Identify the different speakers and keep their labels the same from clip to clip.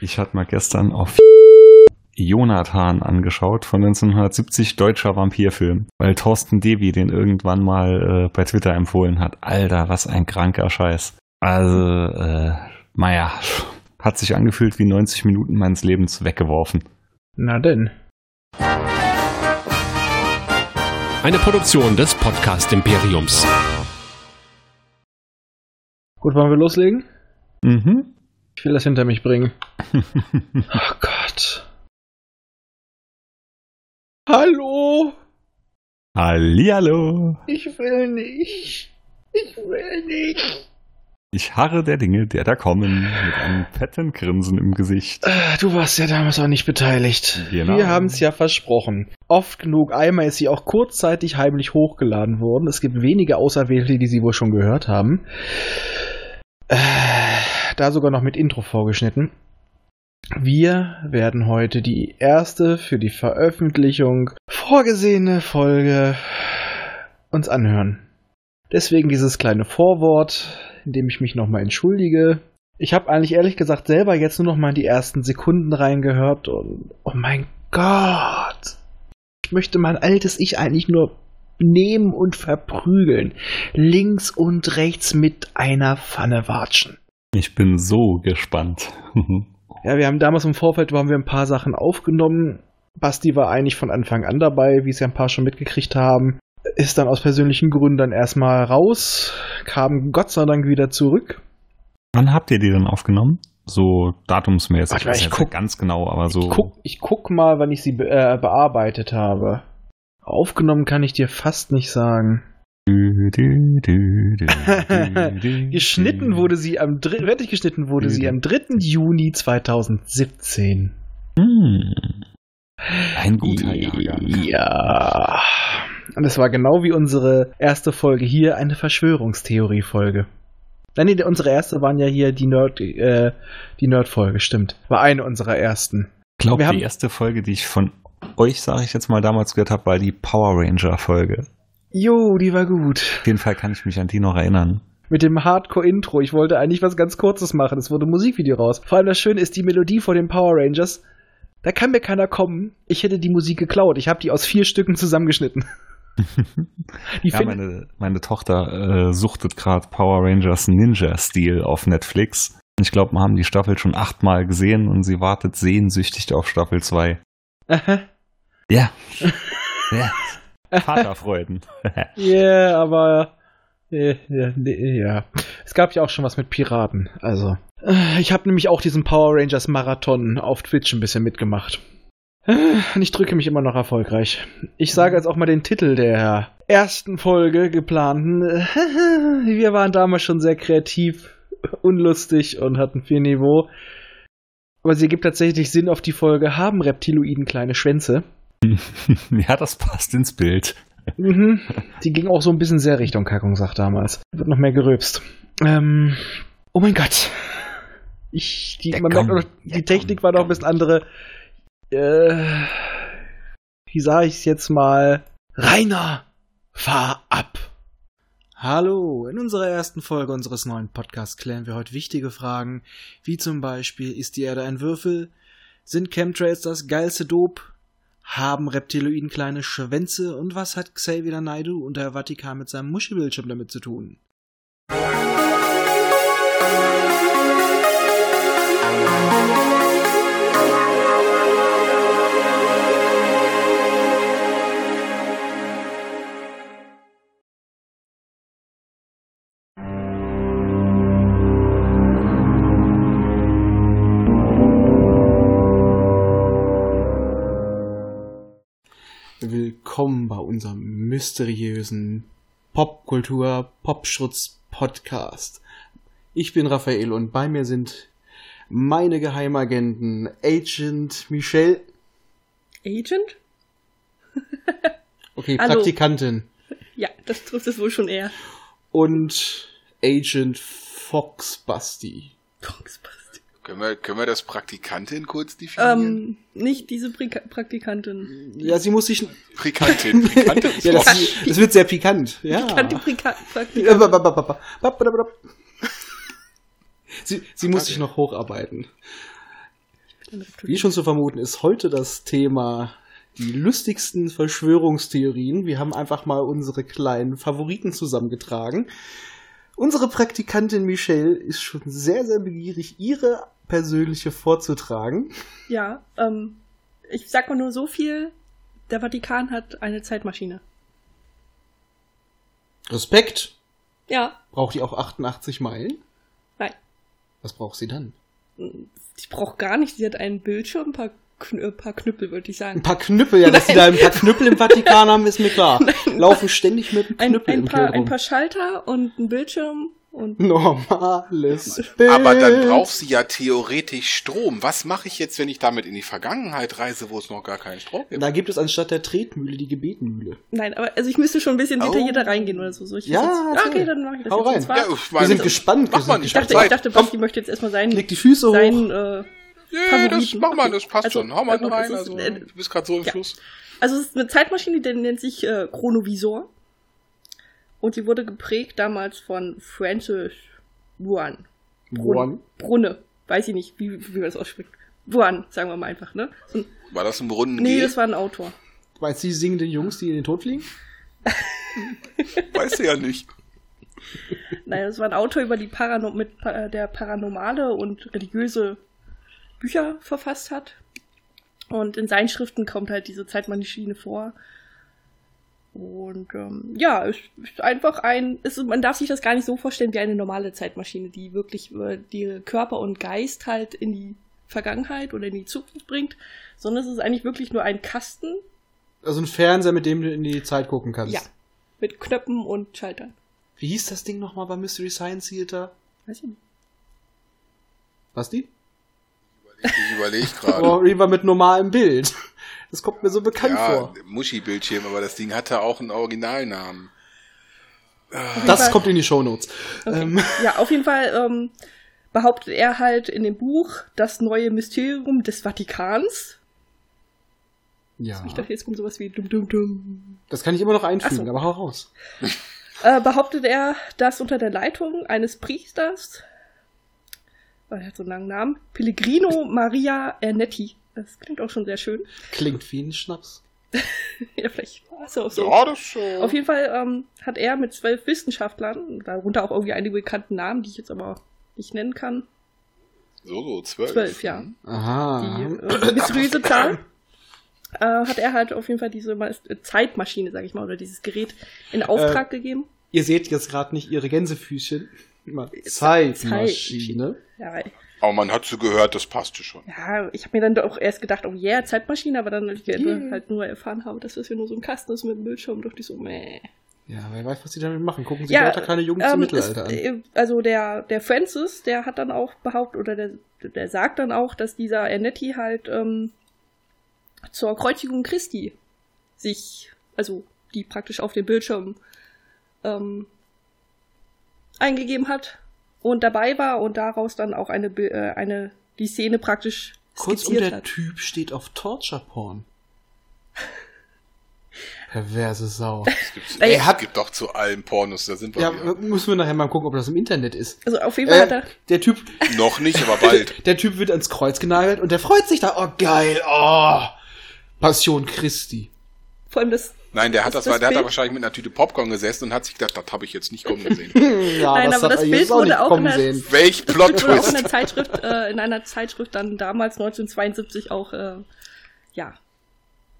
Speaker 1: Ich hatte mal gestern auf Jonathan angeschaut von 1970 deutscher Vampirfilm, weil Thorsten Devi den irgendwann mal äh, bei Twitter empfohlen hat. Alter, was ein kranker Scheiß. Also, äh, naja, hat sich angefühlt wie 90 Minuten meines Lebens weggeworfen.
Speaker 2: Na denn.
Speaker 3: Eine Produktion des Podcast Imperiums.
Speaker 2: Gut, wollen wir loslegen?
Speaker 1: Mhm.
Speaker 2: Ich will das hinter mich bringen. oh Gott. Hallo?
Speaker 1: Hallihallo.
Speaker 2: Ich will nicht. Ich will nicht.
Speaker 1: Ich harre der Dinge, der da kommen, mit einem fetten Grinsen im Gesicht.
Speaker 2: Äh, Du warst ja damals auch nicht beteiligt.
Speaker 1: Genau.
Speaker 2: Wir haben es ja versprochen. Oft genug. Einmal ist sie auch kurzzeitig heimlich hochgeladen worden. Es gibt wenige Auserwählte, die sie wohl schon gehört haben. Äh, Da sogar noch mit Intro vorgeschnitten. Wir werden heute die erste für die Veröffentlichung vorgesehene Folge uns anhören. Deswegen dieses kleine Vorwort, in dem ich mich nochmal entschuldige. Ich habe eigentlich ehrlich gesagt selber jetzt nur nochmal in die ersten Sekunden reingehört und oh mein Gott. Ich möchte mein altes Ich eigentlich nur nehmen und verprügeln. Links und rechts mit einer Pfanne watschen.
Speaker 1: Ich bin so gespannt.
Speaker 2: Ja, wir haben damals im Vorfeld haben wir ein paar Sachen aufgenommen. Basti war eigentlich von Anfang an dabei, wie es ja ein paar schon mitgekriegt haben. Ist dann aus persönlichen Gründen dann erstmal raus, kam Gott sei Dank wieder zurück.
Speaker 1: Wann habt ihr die denn aufgenommen? So datumsmäßig.
Speaker 2: Warte mal,
Speaker 1: weiß
Speaker 2: ich
Speaker 1: jetzt
Speaker 2: guck-
Speaker 1: nicht ganz genau, aber so.
Speaker 2: Ich guck, ich guck mal, wann ich sie be äh, bearbeitet habe. Aufgenommen kann ich dir fast nicht sagen.
Speaker 1: Dü, dü, dü, dü, dü, dü,
Speaker 2: Geschnitten
Speaker 1: dü.
Speaker 2: wurde sie am dr- fertig geschnitten wurde sie am 3. Juni 2017.
Speaker 1: Hm. Ein guter Jahrgang.
Speaker 2: Ja. Und es war genau wie unsere erste Folge hier eine Verschwörungstheorie-Folge. Nein, nee, unsere erste waren ja hier die Nerd, äh, die Nerd-Folge, stimmt. War eine unserer ersten.
Speaker 1: Ich glaube,
Speaker 2: Wir haben-
Speaker 1: die erste Folge, die ich von euch, sage ich jetzt mal, damals gehört habe, war die Power Ranger-Folge.
Speaker 2: Jo, die war gut.
Speaker 1: Auf jeden Fall kann ich mich an die noch erinnern.
Speaker 2: Mit dem Hardcore-Intro. Ich wollte eigentlich was ganz Kurzes machen. Es wurde ein Musikvideo raus. Vor allem das Schöne ist die Melodie vor den Power Rangers. Da kann mir keiner kommen. Ich hätte die Musik geklaut. Ich habe die aus vier Stücken zusammengeschnitten. Die
Speaker 1: Ja,
Speaker 2: find-
Speaker 1: meine, meine Tochter äh, suchtet gerade Power Rangers Ninja-Stil auf Netflix. Und Ich glaube, wir haben die Staffel schon achtmal gesehen und sie wartet sehnsüchtig auf Staffel 2.
Speaker 2: Aha.
Speaker 1: Ja. ja. Vaterfreuden.
Speaker 2: Ja, yeah, aber. äh, Ja, nee, ja. Es gab ja auch schon was mit Piraten. Also. Äh, Ich habe nämlich auch diesen Power Rangers Marathon auf Twitch ein bisschen mitgemacht. Äh, Und ich drücke mich immer noch erfolgreich. Ich sage jetzt auch mal den Titel der ersten Folge geplanten. Wir waren damals schon sehr kreativ, unlustig und hatten viel Niveau. Aber sie gibt tatsächlich Sinn auf die Folge, haben Reptiloiden kleine Schwänze?
Speaker 1: ja, das passt ins Bild.
Speaker 2: Mhm. Die ging auch so ein bisschen sehr Richtung Kackungsack damals. Wird noch mehr geröbst. Ähm, oh mein Gott. Ich, die,
Speaker 1: Der
Speaker 2: man
Speaker 1: Gong.
Speaker 2: merkt auch, die
Speaker 1: Der
Speaker 2: Technik
Speaker 1: Gong.
Speaker 2: war noch ein bisschen andere. Äh, wie sage ich es jetzt mal? Rainer, fahr ab. Hallo, in unserer ersten Folge unseres neuen Podcasts klären wir heute wichtige Fragen, wie zum Beispiel, ist die Erde ein Würfel? Sind Chemtrails das geilste Dop? Haben Reptiloiden kleine Schwänze? Und was hat Xavier Naidu und der Vatikan mit seinem Muschelbildschirm damit zu tun?
Speaker 4: Willkommen bei unserem mysteriösen Popkultur-Popschutz-Podcast. Ich bin Raphael und bei mir sind meine Geheimagenten Agent Michelle,
Speaker 5: Agent?
Speaker 4: okay,
Speaker 5: Hallo.
Speaker 4: Praktikantin,
Speaker 5: Ja, das trifft es wohl schon eher.
Speaker 4: und Agent Fox Basti.
Speaker 5: Kongsbasti.
Speaker 6: Können wir, können wir das Praktikantin kurz definieren?
Speaker 5: Ähm, nicht diese Prika Praktikantin.
Speaker 4: Ja, sie muss sich.
Speaker 6: Praktikantin, Praktikantin. ist
Speaker 4: ja,
Speaker 6: doch-
Speaker 4: das, das wird sehr pikant. Ja.
Speaker 5: Kante Prika Praktikantin.
Speaker 2: Äh,
Speaker 4: Sie, sie muss sich noch hocharbeiten.
Speaker 2: Wie schon zu vermuten, ist heute das Thema die lustigsten Verschwörungstheorien. Wir haben einfach mal unsere kleinen Favoriten zusammengetragen. Unsere Praktikantin Michelle ist schon sehr, sehr begierig, ihre persönliche vorzutragen.
Speaker 5: Ja, ähm, ich sag mal nur so viel. Der Vatikan hat eine Zeitmaschine.
Speaker 2: Respekt!
Speaker 5: Ja,
Speaker 2: Braucht die auch 88 Meilen?
Speaker 5: Nein.
Speaker 2: Was braucht sie dann?
Speaker 5: die braucht gar nicht. Sie hat einen Bildschirm, ein paar, Kn äh, paar Knüppel, würde ich
Speaker 2: Ein
Speaker 5: sagen.
Speaker 2: paar Knüppel, ja, dass sie da ein paar Knüppel im Vatikan haben, ist mir klar. Laufen ständig mit einem
Speaker 5: Ein,
Speaker 2: Knüppel
Speaker 5: ein,
Speaker 2: im
Speaker 5: paar,
Speaker 2: Kehl
Speaker 5: ein
Speaker 2: rum.
Speaker 5: paar Schalter und ein Bildschirm und
Speaker 2: Normales Bild.
Speaker 6: Oh, Aber dann braucht sie ja theoretisch Strom. Was mache ich jetzt, wenn ich damit in die Vergangenheit reise, wo es noch gar keinen Strom gibt?
Speaker 2: Da gibt es anstatt der Tretmühle die Gebetmühle.
Speaker 5: nein, aber also ich müsste schon ein bisschen
Speaker 6: Oh.
Speaker 5: detaillierter reingehen oder so. so ich
Speaker 2: Ja,
Speaker 5: jetzt, ja,
Speaker 2: erzähl.
Speaker 5: okay, dann mache ich das
Speaker 2: Hau
Speaker 5: jetzt.
Speaker 2: rein.
Speaker 5: Und zwar- also,
Speaker 6: Ja, ich meine-
Speaker 2: Wir sind gespannt, wir
Speaker 6: Mach
Speaker 2: sind
Speaker 6: mal nicht.
Speaker 5: ich dachte, ich
Speaker 6: Zeit.
Speaker 5: dachte,
Speaker 2: Komm.
Speaker 5: Basti möchte jetzt erstmal seinen,
Speaker 2: Leg die Füße hoch.
Speaker 5: seinen äh,
Speaker 6: Nee, das
Speaker 5: Favoriten.
Speaker 6: mach mal,
Speaker 5: Okay.
Speaker 6: das passt
Speaker 5: Also,
Speaker 6: schon. Hau mal
Speaker 5: also,
Speaker 6: rein.
Speaker 5: das ist,
Speaker 6: Also,
Speaker 5: äh,
Speaker 6: du bist gerade so im
Speaker 5: ja.
Speaker 6: Fluss.
Speaker 5: Also es ist eine Zeitmaschine, die nennt sich äh, Chronovisor. Und die wurde geprägt damals von Francis Buan.
Speaker 2: Buan?
Speaker 5: Brunne. Weiß ich nicht, wie, wie man das ausspricht. Buan, sagen wir mal einfach, ne? So ein,
Speaker 6: War das ein Brunnen?
Speaker 5: nee,
Speaker 6: G?
Speaker 5: das war ein Autor.
Speaker 2: Meinst du die singenden Jungs, die in den Tod fliegen?
Speaker 6: Weißt du ja nicht.
Speaker 5: Nein, das war ein Autor über die Parano mit äh, der paranormale und religiöse Bücher verfasst hat. Und in seinen Schriften kommt halt diese Zeitmaschine vor. Und ähm, ja, es ist einfach ein. Es, ist- man darf sich das gar nicht so vorstellen wie eine normale Zeitmaschine, die wirklich äh, die Körper und Geist halt in die Vergangenheit oder in die Zukunft bringt, sondern es ist eigentlich wirklich nur ein Kasten
Speaker 2: Also ein Fernseher, mit dem du in die Zeit gucken kannst.
Speaker 5: Ja. mit Knöpfen und Schaltern.
Speaker 2: Wie hieß das Ding nochmal bei Mystery Science Theater?
Speaker 5: Weiß ich nicht.
Speaker 2: Was die?
Speaker 6: Ich überlege
Speaker 2: Oh,
Speaker 6: gerade.
Speaker 2: Reaver mit normalem Bild. Das kommt mir so bekannt
Speaker 6: Ja,
Speaker 2: vor.
Speaker 6: Muschi-Bildschirm, aber das Ding hatte auch einen Originalnamen.
Speaker 2: Das
Speaker 5: Fall-
Speaker 2: kommt in die Shownotes.
Speaker 5: Okay.
Speaker 2: Ähm,
Speaker 5: Ja, auf jeden Fall ähm, behauptet er halt in dem Buch das neue Mysterium des Vatikans.
Speaker 2: ja.
Speaker 5: Ich dachte, jetzt kommt sowas wie dum dum dum.
Speaker 2: Das kann ich immer noch einfügen,
Speaker 5: Ach so.
Speaker 2: aber hau raus.
Speaker 5: Äh, behauptet er, dass unter der Leitung eines Priesters, weil er hat so einen langen Namen, Pellegrino Maria Ernetti. Das klingt auch schon sehr schön.
Speaker 2: Klingt wie ein Schnaps.
Speaker 5: ja, vielleicht war es auch so.
Speaker 6: Ja, das äh,
Speaker 5: Auf jeden Fall ähm, hat er mit zwölf Wissenschaftlern, darunter auch irgendwie einige bekannten Namen, die ich jetzt aber nicht nennen kann,
Speaker 6: So, so, zwölf. Mhm.
Speaker 5: zwölf, ja. die
Speaker 2: Aha.
Speaker 5: äh, mysteriöse Zahl, äh, hat er halt auf jeden Fall diese Ma- Zeitmaschine, sag ich mal, oder dieses Gerät in Auftrag gegeben.
Speaker 2: Ihr seht jetzt gerade nicht ihre Gänsefüßchen. Immer
Speaker 5: Äh,
Speaker 2: Zeitmaschine.
Speaker 5: Ja,
Speaker 6: Aber man hat so gehört, das passte schon.
Speaker 5: ja ich habe mir dann doch auch erst gedacht, oh yeah, Zeitmaschine, aber dann, als ich halt nur erfahren habe, dass das hier nur so ein Kasten ist mit einem Bildschirm, dachte ich so, meh.
Speaker 2: Ja, wer weiß, was sie damit machen. Gucken sie
Speaker 5: Ja,
Speaker 2: weiter keine Jugend zum
Speaker 5: Ähm,
Speaker 2: Mittelalter
Speaker 5: es-
Speaker 2: an.
Speaker 5: äh, also der, der Francis, der hat dann auch behauptet, oder der, der sagt dann auch, dass dieser Ernetti halt ähm, zur Kreuzigung Christi sich, also die praktisch auf dem Bildschirm ähm, eingegeben hat und dabei war und daraus dann auch eine, Bi- äh, eine die Szene praktisch
Speaker 2: Kurzum,
Speaker 5: skizziert
Speaker 2: der
Speaker 5: hat.
Speaker 2: Typ steht auf Torture Porn. Perverse Sau.
Speaker 6: Es gibt,
Speaker 5: Ey,
Speaker 6: es
Speaker 2: hat-
Speaker 6: gibt auch zu allen Pornos, da sind wir
Speaker 2: Ja,
Speaker 6: wieder.
Speaker 2: müssen wir nachher mal gucken, ob das im Internet ist.
Speaker 5: Also auf jeden Fall
Speaker 2: Äh,
Speaker 5: hat er
Speaker 2: der Typ,
Speaker 6: Noch nicht, aber bald.
Speaker 2: der Typ wird ans Kreuz genagelt und der freut sich da. Oh, geil. Oh. Passion Christi.
Speaker 5: vor allem das
Speaker 6: Nein, der hat
Speaker 5: Ist
Speaker 6: das,
Speaker 5: das
Speaker 6: war, der hat da
Speaker 5: Bild-
Speaker 6: wahrscheinlich mit einer Tüte Popcorn gesessen und hat sich gedacht, das habe ich jetzt nicht kommen gesehen.
Speaker 2: Ja,
Speaker 5: Nein, aber
Speaker 2: hat
Speaker 5: das
Speaker 2: er
Speaker 5: Bild
Speaker 2: jetzt
Speaker 5: wurde
Speaker 2: nicht
Speaker 5: auch
Speaker 2: kommen
Speaker 5: in der-
Speaker 2: sehen.
Speaker 6: Welch
Speaker 5: Das wurde auch in
Speaker 6: Plot-Twist.
Speaker 5: einer Zeitschrift, äh, in einer Zeitschrift dann damals 1972 auch, äh, ja,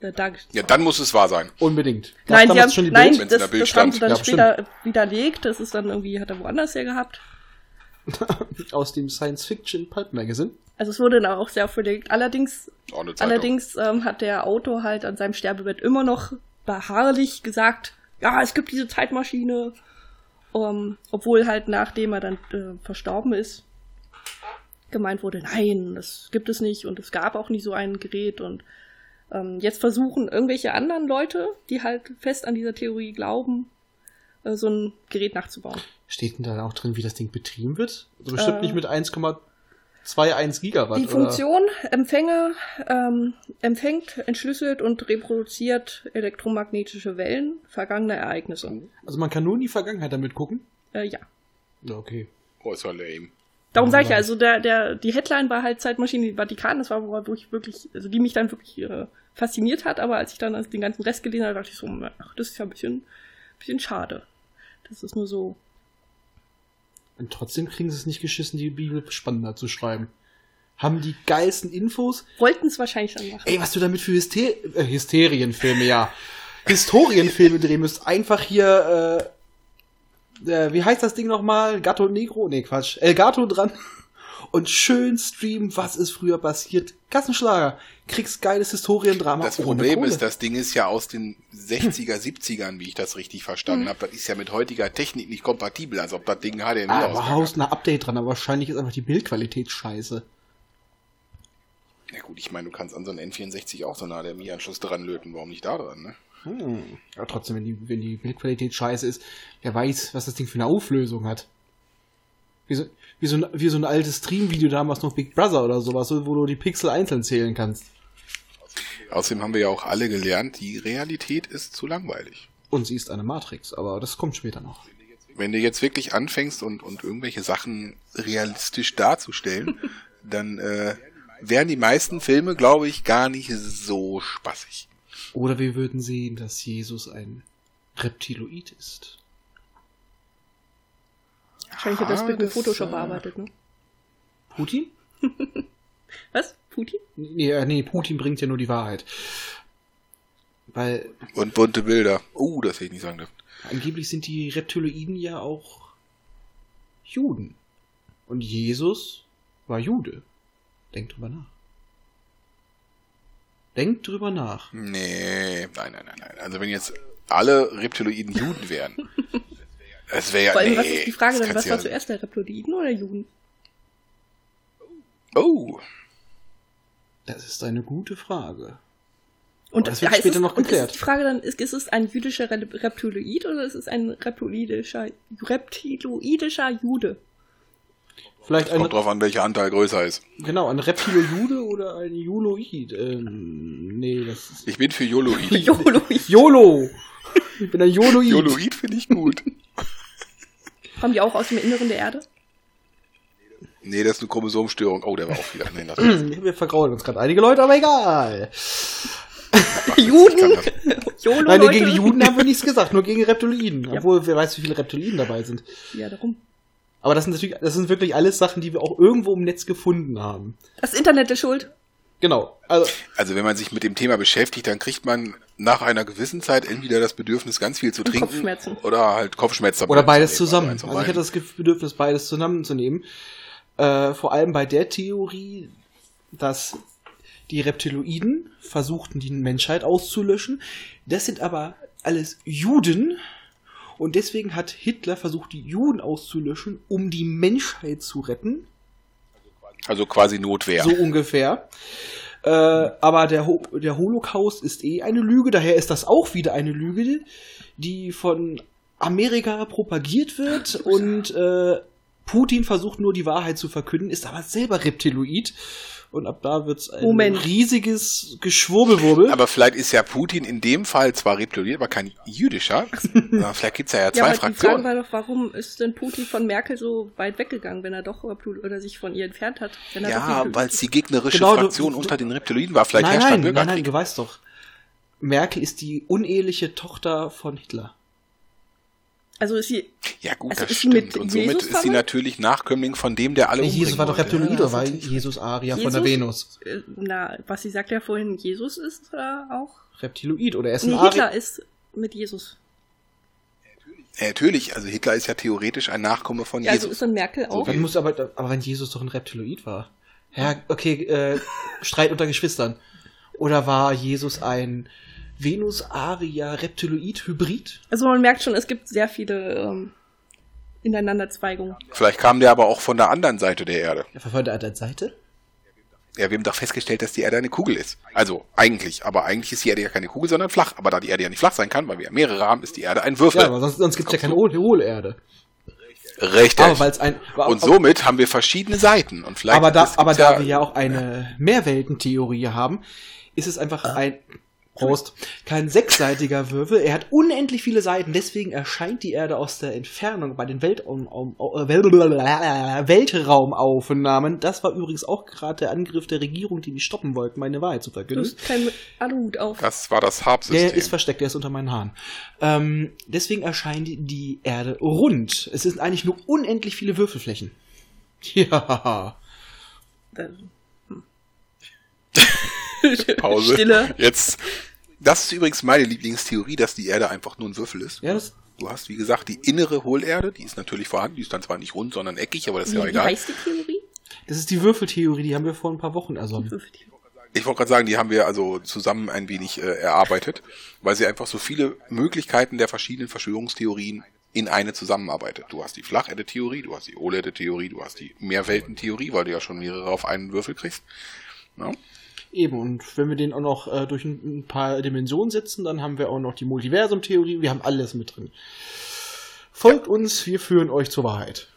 Speaker 5: äh, dargestellt.
Speaker 6: Ja, dann muss es wahr sein.
Speaker 2: Unbedingt. Gab's
Speaker 5: nein, die
Speaker 2: damals
Speaker 5: haben, nein,
Speaker 6: Wenn's in
Speaker 5: das,
Speaker 6: der
Speaker 5: das
Speaker 6: Bild
Speaker 5: haben
Speaker 6: stand.
Speaker 5: sie dann
Speaker 2: Ja,
Speaker 5: später widerlegt. Das ist dann irgendwie, hat er woanders her gehabt.
Speaker 2: aus dem Science Fiction Pulp Magazine.
Speaker 5: Also es wurde dann auch sehr verlegt. Allerdings,
Speaker 6: Auch eine Zeitung.
Speaker 5: allerdings ähm, hat der Autor halt an seinem Sterbebett immer noch beharrlich gesagt, ja, es gibt diese Zeitmaschine. Ähm, obwohl halt nachdem er dann äh, verstorben ist, gemeint wurde, nein, das gibt es nicht und es gab auch nie so ein Gerät und ähm, jetzt versuchen irgendwelche anderen Leute, die halt fest an dieser Theorie glauben, äh, so ein Gerät nachzubauen.
Speaker 2: Steht denn da auch drin, wie das Ding betrieben wird? Also bestimmt
Speaker 5: Äh.
Speaker 2: nicht mit 1,21 Gigawatt.
Speaker 5: Die Funktion Empfänger ähm, empfängt, entschlüsselt und reproduziert elektromagnetische Wellen vergangener Ereignisse.
Speaker 2: Oder? Also man kann nur in die Vergangenheit damit gucken.
Speaker 5: Äh, ja.
Speaker 2: Ja, okay.
Speaker 6: Oh, ist ja lame.
Speaker 5: Darum sage ich ja, also der, der, die Headline war halt Zeitmaschine im Vatikan, das war, wo, wo ich wirklich, also die mich dann wirklich äh, fasziniert hat, aber als ich dann den ganzen Rest gelesen habe, dachte ich so, ach, das ist ja ein bisschen, bisschen schade. Das ist nur so.
Speaker 2: Und trotzdem kriegen sie es nicht geschissen, die Bibel spannender zu schreiben. Haben die geilsten Infos.
Speaker 5: Wollten es wahrscheinlich dann machen.
Speaker 2: Ey, was du damit für Hyster äh, Hysterienfilme, ja. Historienfilme drehen müsst. Einfach hier, äh, äh, wie heißt das Ding nochmal? Gato Negro? Nee, Quatsch. El Gato dran. Und schön streamen, was ist früher passiert. Kassenschlager. Kriegst geiles Historiendrama.
Speaker 6: Das
Speaker 2: ohne
Speaker 6: Problem
Speaker 2: Kohle.
Speaker 6: ist, das Ding ist ja aus den 60er, 70ern, wie ich das richtig
Speaker 5: Mhm.
Speaker 6: verstanden habe. Das ist ja mit heutiger Technik nicht kompatibel, als ob das Ding HDMI
Speaker 2: Ah,
Speaker 6: ausgegangen
Speaker 2: aber haust ein Update dran, aber wahrscheinlich ist einfach die Bildqualität scheiße.
Speaker 6: Na gut, ich meine, du kannst an so einen N64 auch so einen HDMI-Anschluss dran löten. Warum nicht da dran, ne?
Speaker 2: Hm. Aber trotzdem, wenn die, wenn die Bildqualität scheiße ist, wer weiß, was das Ding für eine Auflösung hat. Wie so, wie so, ein, wie so ein altes Stream-Video damals noch Big Brother oder sowas, wo du die Pixel einzeln zählen kannst.
Speaker 6: Außerdem haben wir ja auch alle gelernt, die Realität ist zu langweilig.
Speaker 2: Und sie ist eine Matrix, aber das kommt später noch.
Speaker 6: Wenn du jetzt wirklich anfängst und, und irgendwelche Sachen realistisch darzustellen, dann äh, wären die meisten Filme, glaube ich, gar nicht so spaßig.
Speaker 2: Oder wir würden sehen, dass Jesus ein Reptiloid ist.
Speaker 5: Wahrscheinlich hat das
Speaker 6: Ah,
Speaker 5: Bild mit
Speaker 6: das,
Speaker 5: Photoshop
Speaker 6: äh,
Speaker 5: bearbeitet, ne?
Speaker 2: Putin?
Speaker 5: Was? Putin?
Speaker 2: Nee, äh, nee, Putin bringt ja nur die Wahrheit. Weil
Speaker 6: Und bunte Bilder. Uh, das hätte ich nicht sagen dürfen.
Speaker 2: Angeblich sind die Reptiloiden ja auch Juden. Und Jesus war Jude. Denkt drüber nach. Denkt drüber nach.
Speaker 6: Nee, nein, nein, nein, nein. Also wenn jetzt alle Reptiloiden Juden wären, das wäre ja...
Speaker 5: Vor allem,
Speaker 6: nee,
Speaker 5: was ist die Frage
Speaker 6: das
Speaker 5: denn?
Speaker 6: kannst
Speaker 5: Was
Speaker 6: du
Speaker 5: war
Speaker 6: ja-
Speaker 5: zuerst der Reptiliden oder Juden?
Speaker 6: Oh,
Speaker 2: Das ist eine gute Frage.
Speaker 5: Und
Speaker 2: Aber das wird
Speaker 5: heißt
Speaker 2: später
Speaker 5: es,
Speaker 2: noch
Speaker 5: und
Speaker 2: geklärt.
Speaker 5: Ist die Frage dann, ist, ist es ein jüdischer Re- Reptiloid oder ist es ein reptiloidischer, reptiloidischer Jude?
Speaker 2: Vielleicht ein,
Speaker 6: Oh, kommt drauf an, welcher Anteil größer ist.
Speaker 2: genau, ein Reptilojude oder ein Juloid. Ähm, nee, das ist.
Speaker 6: Ich bin für Joloid.
Speaker 5: Joloid.
Speaker 2: YOLO! Ich bin ein Joloid.
Speaker 6: Joloid finde ich gut.
Speaker 5: Kommen die auch aus dem Inneren der Erde?
Speaker 6: Nee, das ist eine Chromosomstörung. Oh, der war auch wieder. Nee, lass mich.
Speaker 2: Hm, Wir vergraulen uns gerade einige Leute, aber egal.
Speaker 5: Juden!
Speaker 6: das.
Speaker 5: Jolo
Speaker 2: Nein, gegen die Juden haben wir nichts gesagt, nur gegen Reptiloiden. Obwohl, wer weiß, wie viele Reptiloiden dabei sind.
Speaker 5: Ja, darum.
Speaker 2: Aber das sind natürlich, das sind wirklich alles Sachen, die wir auch irgendwo im Netz gefunden haben.
Speaker 5: Das Internet ist schuld.
Speaker 2: Genau. Also,
Speaker 6: Also wenn man sich mit dem Thema beschäftigt, dann kriegt man nach einer gewissen Zeit entweder das Bedürfnis, ganz viel zu
Speaker 5: Und
Speaker 6: trinken
Speaker 5: Kopfschmerzen.
Speaker 6: oder halt Kopfschmerzen.
Speaker 2: oder beides
Speaker 6: zu nehmen.
Speaker 2: zusammen.
Speaker 6: eins von
Speaker 2: Also ich hatte
Speaker 6: beiden.
Speaker 2: das Ge- Bedürfnis, beides zusammenzunehmen. Äh, vor allem bei der Theorie, dass die Reptiloiden versuchten, die Menschheit auszulöschen. Das sind aber alles Juden. Und deswegen hat Hitler versucht, die Juden auszulöschen, um die Menschheit zu retten.
Speaker 6: also quasi Notwehr.
Speaker 2: So ungefähr. Äh, aber der, Ho der Holocaust ist eh eine Lüge, daher ist das auch wieder eine Lüge, die von Amerika propagiert wird und äh, Putin versucht nur die Wahrheit zu verkünden, ist aber selber Reptiloid. Und ab da wird's ein
Speaker 5: Moment.
Speaker 2: riesiges Geschwurbelwurbel.
Speaker 6: Aber vielleicht ist ja Putin in dem Fall zwar repliziert, aber kein jüdischer. Na, vielleicht gibt's ja, ja
Speaker 5: Ja,
Speaker 6: zwei
Speaker 5: aber die Frage
Speaker 6: Fraktionen.
Speaker 5: war doch, warum ist denn Putin von Merkel so weit weggegangen, wenn er doch Reptil oder sich von ihr entfernt hat? Wenn er
Speaker 6: ja,
Speaker 5: doch nicht-
Speaker 6: weil es die gegnerische
Speaker 2: Genau, du-
Speaker 6: Fraktion
Speaker 2: du-
Speaker 6: unter den Reptiloiden war. Vielleicht
Speaker 2: nein,
Speaker 6: herrscht ein
Speaker 2: nein, nein, nein,
Speaker 6: Bürgerkrieg.
Speaker 2: du weißt doch. Merkel ist die uneheliche Tochter von Hitler.
Speaker 5: Also ist sie.
Speaker 6: ja gut,
Speaker 5: Also
Speaker 6: das
Speaker 5: ist sie mit
Speaker 6: stimmt. Und somit
Speaker 5: Jesus
Speaker 6: ist sie
Speaker 5: verwandt?
Speaker 6: natürlich Nachkömmling von dem, der alle
Speaker 2: Nee,
Speaker 6: umbringen
Speaker 2: Jesus war doch
Speaker 6: wollte.
Speaker 2: Reptiloid,
Speaker 5: Ja,
Speaker 2: oder war
Speaker 5: natürlich.
Speaker 2: Jesus Aria von der Venus.
Speaker 5: Jesus? äh, Na, was sie sagt ja vorhin, Jesus ist äh, auch.
Speaker 2: Reptiloid, oder er ist ein
Speaker 5: Nee,
Speaker 2: Aria.
Speaker 5: Hitler ist mit Jesus.
Speaker 6: Ja, natürlich, also Hitler ist ja theoretisch ein Nachkomme von
Speaker 5: Ja, also
Speaker 6: Jesus.
Speaker 5: ist dann Merkel auch.
Speaker 2: Dann muss aber, aber wenn Jesus doch ein Reptiloid war. Ja, okay, äh, Streit unter Geschwistern. Oder war Jesus ein Venus-Aria-Reptiloid-Hybrid?
Speaker 5: Also man merkt schon, es gibt sehr viele ähm, Ineinanderzweigungen.
Speaker 6: Vielleicht kam der aber auch von der anderen Seite der Erde.
Speaker 2: Ja, Von der anderen Seite?
Speaker 6: Ja, wir haben doch festgestellt, dass die Erde eine Kugel ist. Also eigentlich, aber eigentlich ist die Erde ja keine Kugel, sondern flach. Aber da die Erde ja nicht flach sein kann, weil wir ja mehrere haben, ist die Erde ein Würfel.
Speaker 2: Ja, aber sonst, sonst gibt's ja keine Hohl- Hohlerde.
Speaker 6: Richtig.
Speaker 2: Aber weil es ein. aber-
Speaker 6: Und somit haben wir verschiedene Seiten. Und vielleicht
Speaker 2: aber da,
Speaker 6: es
Speaker 2: aber
Speaker 6: gibt's Ah.
Speaker 2: da wir ja auch eine Mehrweltentheorie haben, ist es einfach ein Prost. Kein sechsseitiger Würfel. Er hat unendlich viele Seiten. Deswegen erscheint die Erde aus der Entfernung bei den Weltraum, um, äh, Wel- Weltraumaufnahmen. Das war übrigens auch gerade der Angriff der Regierung, die mich stoppen wollten, meine Wahrheit zu
Speaker 5: Du
Speaker 2: verkünden.
Speaker 5: hast keinen Aluhut auf.
Speaker 6: Das war das
Speaker 2: Der
Speaker 6: Harp-System.
Speaker 2: ist versteckt, der ist unter meinen Haaren. Ähm, deswegen erscheint die Erde rund. Es sind eigentlich nur unendlich viele Würfelflächen. Ja.
Speaker 5: Dann- hm.
Speaker 6: Pause.
Speaker 5: Stille.
Speaker 6: Jetzt, das ist übrigens meine Lieblingstheorie, dass die Erde einfach nur ein Würfel ist.
Speaker 2: Ja, das,
Speaker 6: Du hast, wie gesagt, die innere Hohlerde, die ist natürlich vorhanden, die ist dann zwar nicht rund, sondern eckig, aber das ist
Speaker 5: Wie,
Speaker 6: ja
Speaker 5: wie
Speaker 6: egal.
Speaker 5: heißt die Theorie?
Speaker 2: das ist die Würfeltheorie, die haben wir vor ein paar Wochen ersonnen.
Speaker 6: Mhm. Ich wollte gerade sagen, die haben wir also zusammen ein wenig äh, erarbeitet, weil sie einfach so viele Möglichkeiten der verschiedenen Verschwörungstheorien in eine zusammenarbeitet. Du hast die Flacherde-Theorie, du hast die Ohlerde-Theorie, du hast die Mehrwelten-Theorie, weil du ja schon mehrere auf einen Würfel kriegst. Ja.
Speaker 2: Eben, und wenn wir den auch noch äh, durch ein, ein paar Dimensionen setzen, dann haben wir auch noch die Multiversum-Theorie, wir haben alles mit drin. Folgt uns, wir führen euch zur Wahrheit.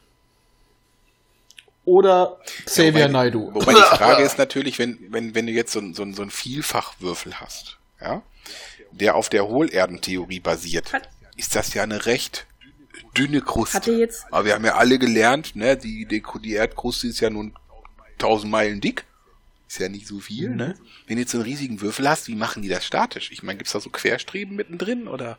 Speaker 2: Oder Xavier
Speaker 6: wobei, die-
Speaker 2: Naidu.
Speaker 6: Wobei die Frage ist natürlich, wenn, wenn, wenn du jetzt so, einen- so, einen- so einen Vielfachwürfel hast, ja, der auf der Hohlerdentheorie basiert,
Speaker 5: Hat-
Speaker 6: ist das ja eine recht dünne Kruste.
Speaker 5: Hat er jetzt-
Speaker 6: Aber wir haben ja alle gelernt, ne, die, die, die Erdkruste ist ja nun 1000 Meilen dick. Ist ja nicht so viel, ne? Wenn du jetzt so einen riesigen Würfel hast, wie machen die das statisch? Ich meine, gibt's da so Querstreben mittendrin oder?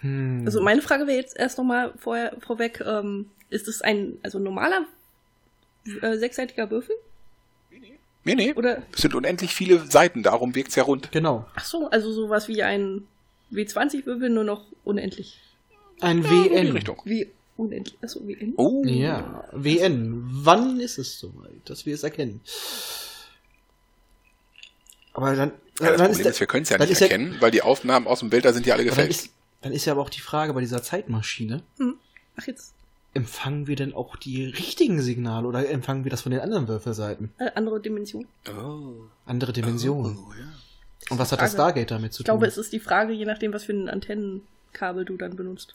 Speaker 2: Hm,
Speaker 5: Also meine Frage wäre jetzt erst nochmal vorher vorweg, ähm, ist es ein also normaler äh, sechsseitiger Würfel?
Speaker 6: Nee, nee.
Speaker 5: Oder
Speaker 6: Es sind unendlich viele Seiten, darum wirkt's ja rund.
Speaker 2: Genau.
Speaker 5: ach so, also sowas wie ein W20-Würfel, nur noch unendlich.
Speaker 2: Ein
Speaker 6: So in die
Speaker 2: WN.
Speaker 6: Richtung.
Speaker 5: Wie unendlich. Ach so, wie endlich.
Speaker 6: Oh.
Speaker 2: Hm. Ja, WN. Wann ist es soweit, dass wir es erkennen? Aber dann,
Speaker 6: Ja, das
Speaker 2: dann
Speaker 6: Problem
Speaker 2: der-
Speaker 6: ist, wir können es ja
Speaker 2: dann
Speaker 6: nicht
Speaker 2: ist
Speaker 6: erkennen, weil die Aufnahmen aus dem Bild, da sind ja alle
Speaker 2: aber dann,
Speaker 6: gefälscht.
Speaker 2: ist, dann ist ja aber auch die Frage bei dieser Zeitmaschine,
Speaker 5: Ach jetzt,
Speaker 2: empfangen wir denn auch die richtigen Signale oder empfangen wir das von den anderen Würfelseiten?
Speaker 5: äh, andere Dimension.
Speaker 6: Oh.
Speaker 2: Andere Dimensionen.
Speaker 6: Oh, ja.
Speaker 2: Und was hat das
Speaker 5: Frage.
Speaker 2: Stargate damit zu
Speaker 5: Ähm, also, Ich glaube,
Speaker 2: tun?
Speaker 5: es ist die Frage, je nachdem, was für ein Antennenkabel du dann benutzt.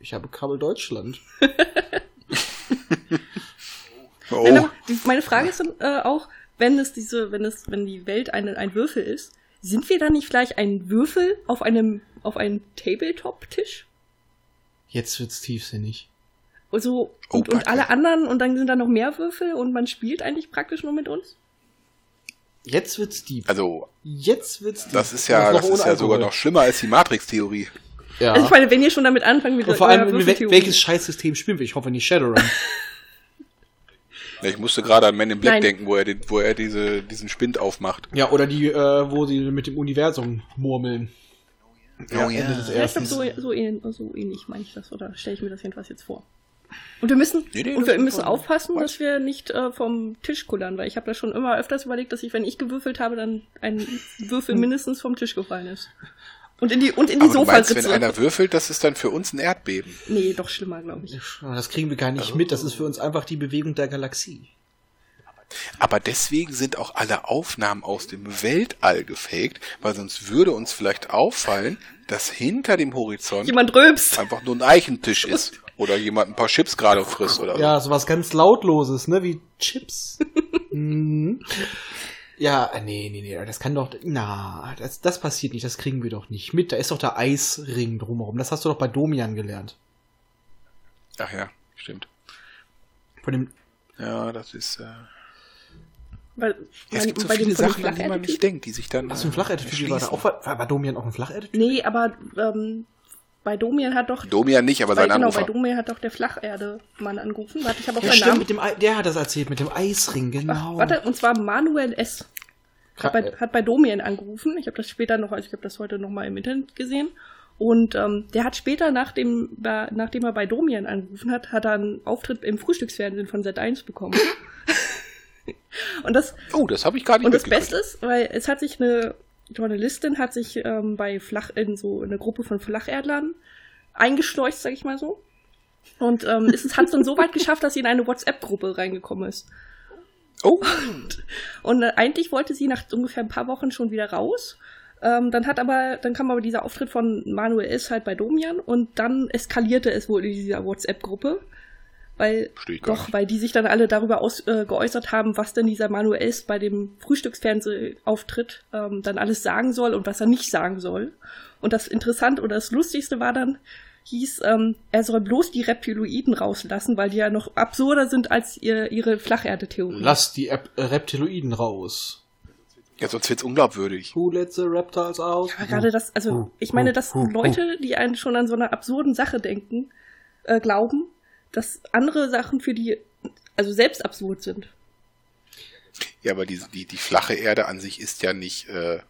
Speaker 2: ich habe Kabel Deutschland.
Speaker 5: Nein,
Speaker 6: Oh,
Speaker 5: aber die, meine Frage ist dann äh, auch, wenn es diese, wenn es, wenn die Welt eine, ein Würfel ist, sind wir dann nicht gleich ein Würfel auf einem, auf einem Tabletop-Tisch?
Speaker 2: Jetzt wird's tiefsinnig.
Speaker 5: Und, so,
Speaker 6: Oh,
Speaker 5: Also, und, und
Speaker 6: Backe.
Speaker 5: alle anderen und dann sind da noch mehr Würfel und man spielt eigentlich praktisch nur mit uns?
Speaker 2: Jetzt wird's tief.
Speaker 6: also
Speaker 2: Jetzt wird's tief.
Speaker 6: das ist ja,
Speaker 2: Und
Speaker 6: das
Speaker 2: noch
Speaker 6: ist ja
Speaker 2: ohne
Speaker 6: sogar
Speaker 2: Alkohol.
Speaker 6: noch schlimmer als die Matrix-Theorie.
Speaker 2: Ja.
Speaker 5: Also ich äh, meine, wenn ihr schon damit anfangen mit
Speaker 2: Und vor allem, mit wel- welches Scheißsystem spielen wir? Ich hoffe nicht Shadowrun.
Speaker 6: Ich musste gerade an Men in Black
Speaker 5: Nein.
Speaker 6: denken, wo er, den, wo er diese, diesen Spind aufmacht.
Speaker 2: ja, oder die, äh, wo sie mit dem Universum murmeln.
Speaker 6: Oh
Speaker 2: Ende des
Speaker 5: ja, ich glaube,
Speaker 2: ersten.
Speaker 5: so, so, ähn- so ähnlich meine ich das, oder stelle ich mir das jedenfalls jetzt vor. Und wir müssen,
Speaker 6: Nee, nee,
Speaker 5: und
Speaker 6: das
Speaker 5: wir
Speaker 6: ist
Speaker 5: müssen
Speaker 6: voll-
Speaker 5: aufpassen,
Speaker 6: Quatsch.
Speaker 5: dass wir nicht äh, vom Tisch kullern, weil ich habe da schon immer öfters überlegt, dass ich, wenn ich gewürfelt habe, dann ein Würfel mindestens vom Tisch gefallen ist. Und in die, und in die
Speaker 6: Aber du meinst,
Speaker 5: Sofaritze.
Speaker 6: wenn einer würfelt, das ist dann für uns ein Erdbeben.
Speaker 5: Nee, doch schlimmer, glaube ich.
Speaker 2: Das kriegen wir gar
Speaker 6: Also,
Speaker 2: nicht mit. Das ist für uns einfach die Bewegung der Galaxie.
Speaker 6: Aber deswegen sind auch alle Aufnahmen aus dem Weltall gefaked, weil sonst würde uns vielleicht auffallen, dass hinter dem Horizont
Speaker 5: Jemand rülpst.
Speaker 6: einfach nur ein Eichentisch ist. Oder jemand ein paar Chips gerade frisst oder so.
Speaker 2: Ja, sowas ganz Lautloses, ne? Wie Chips. Mhm. Ja, äh, nee, nee, nee, das kann doch. Na, das, das passiert nicht, das kriegen wir doch nicht mit. Da ist doch der Eisring drumherum. Das hast du doch bei Domian gelernt.
Speaker 6: Ach ja, stimmt.
Speaker 2: Von dem.
Speaker 6: Ja, das ist. Äh,
Speaker 5: Weil,
Speaker 6: ja, es
Speaker 5: mein-
Speaker 6: gibt so
Speaker 5: bei dem-
Speaker 6: viele
Speaker 5: von dem
Speaker 6: Sachen, an die man
Speaker 5: Flacherde-Typ-
Speaker 6: nicht denkt, die sich dann.
Speaker 2: Hast du ein Flacherdetüt war da auch? War, war Domian auch ein Flacherdetüt?
Speaker 5: Nee, aber ähm, bei Domian hat doch.
Speaker 6: Domian nicht, aber
Speaker 5: bei,
Speaker 6: sein
Speaker 5: genau,
Speaker 6: Anrufer.
Speaker 5: bei Domian hat doch der Flacherde-Mann angerufen. Warte, ich habe auch
Speaker 2: Ja,
Speaker 5: seinen
Speaker 2: stimmt,
Speaker 5: Namen.
Speaker 2: mit dem Ei- der hat das erzählt, mit dem Eisring, genau.
Speaker 5: Warte, und zwar Manuel S.
Speaker 2: Kra- äh,
Speaker 5: Hat bei, hat bei Domien angerufen. Ich habe das später noch, also ich habe das heute noch mal im Internet gesehen. Und ähm, der hat später, nachdem, bei- nachdem er bei Domien angerufen hat, hat er einen Auftritt im Frühstücksfernsehen von Z1 bekommen. und das,
Speaker 6: oh, das habe ich gar nicht
Speaker 5: und das
Speaker 6: mitgekriegt.
Speaker 5: Beste ist, weil es hat sich eine Journalistin hat sich ähm, bei Flach in so eine Gruppe von Flacherdlern eingeschleust, sag ich mal so. Und ähm, es hat es dann so weit geschafft, dass sie in eine WhatsApp-Gruppe reingekommen ist.
Speaker 6: Oh,
Speaker 5: Und äh, eigentlich wollte sie nach ungefähr ein paar Wochen schon wieder raus. Ähm, dann hat aber, dann kam aber dieser Auftritt von Manuel S. halt bei Domian und dann eskalierte es wohl in dieser WhatsApp-Gruppe. weil
Speaker 6: Verstehe ich gar
Speaker 5: doch,
Speaker 6: nicht.
Speaker 5: weil die sich dann alle darüber aus, äh, geäußert haben, was denn dieser Manuel Elst bei dem Frühstücksfernsehauftritt ähm, dann alles sagen soll und was er nicht sagen soll. Und das Interessante oder das Lustigste war dann, hieß, ähm, er soll bloß die Reptiloiden rauslassen, weil die ja noch absurder sind als ihr, ihre Flacherde-Theorie.
Speaker 2: Lass die Ep äh, Reptiloiden raus.
Speaker 6: Ja, sonst wird's unglaubwürdig.
Speaker 2: Who let the Reptiles out?
Speaker 5: Aber gerade das, also ich meine, dass Leute, die einen schon an so einer absurden Sache denken, äh, glauben, dass andere Sachen für die also selbst absurd sind.
Speaker 6: Ja, aber die, die, die flache Erde an sich ist ja nicht, äh,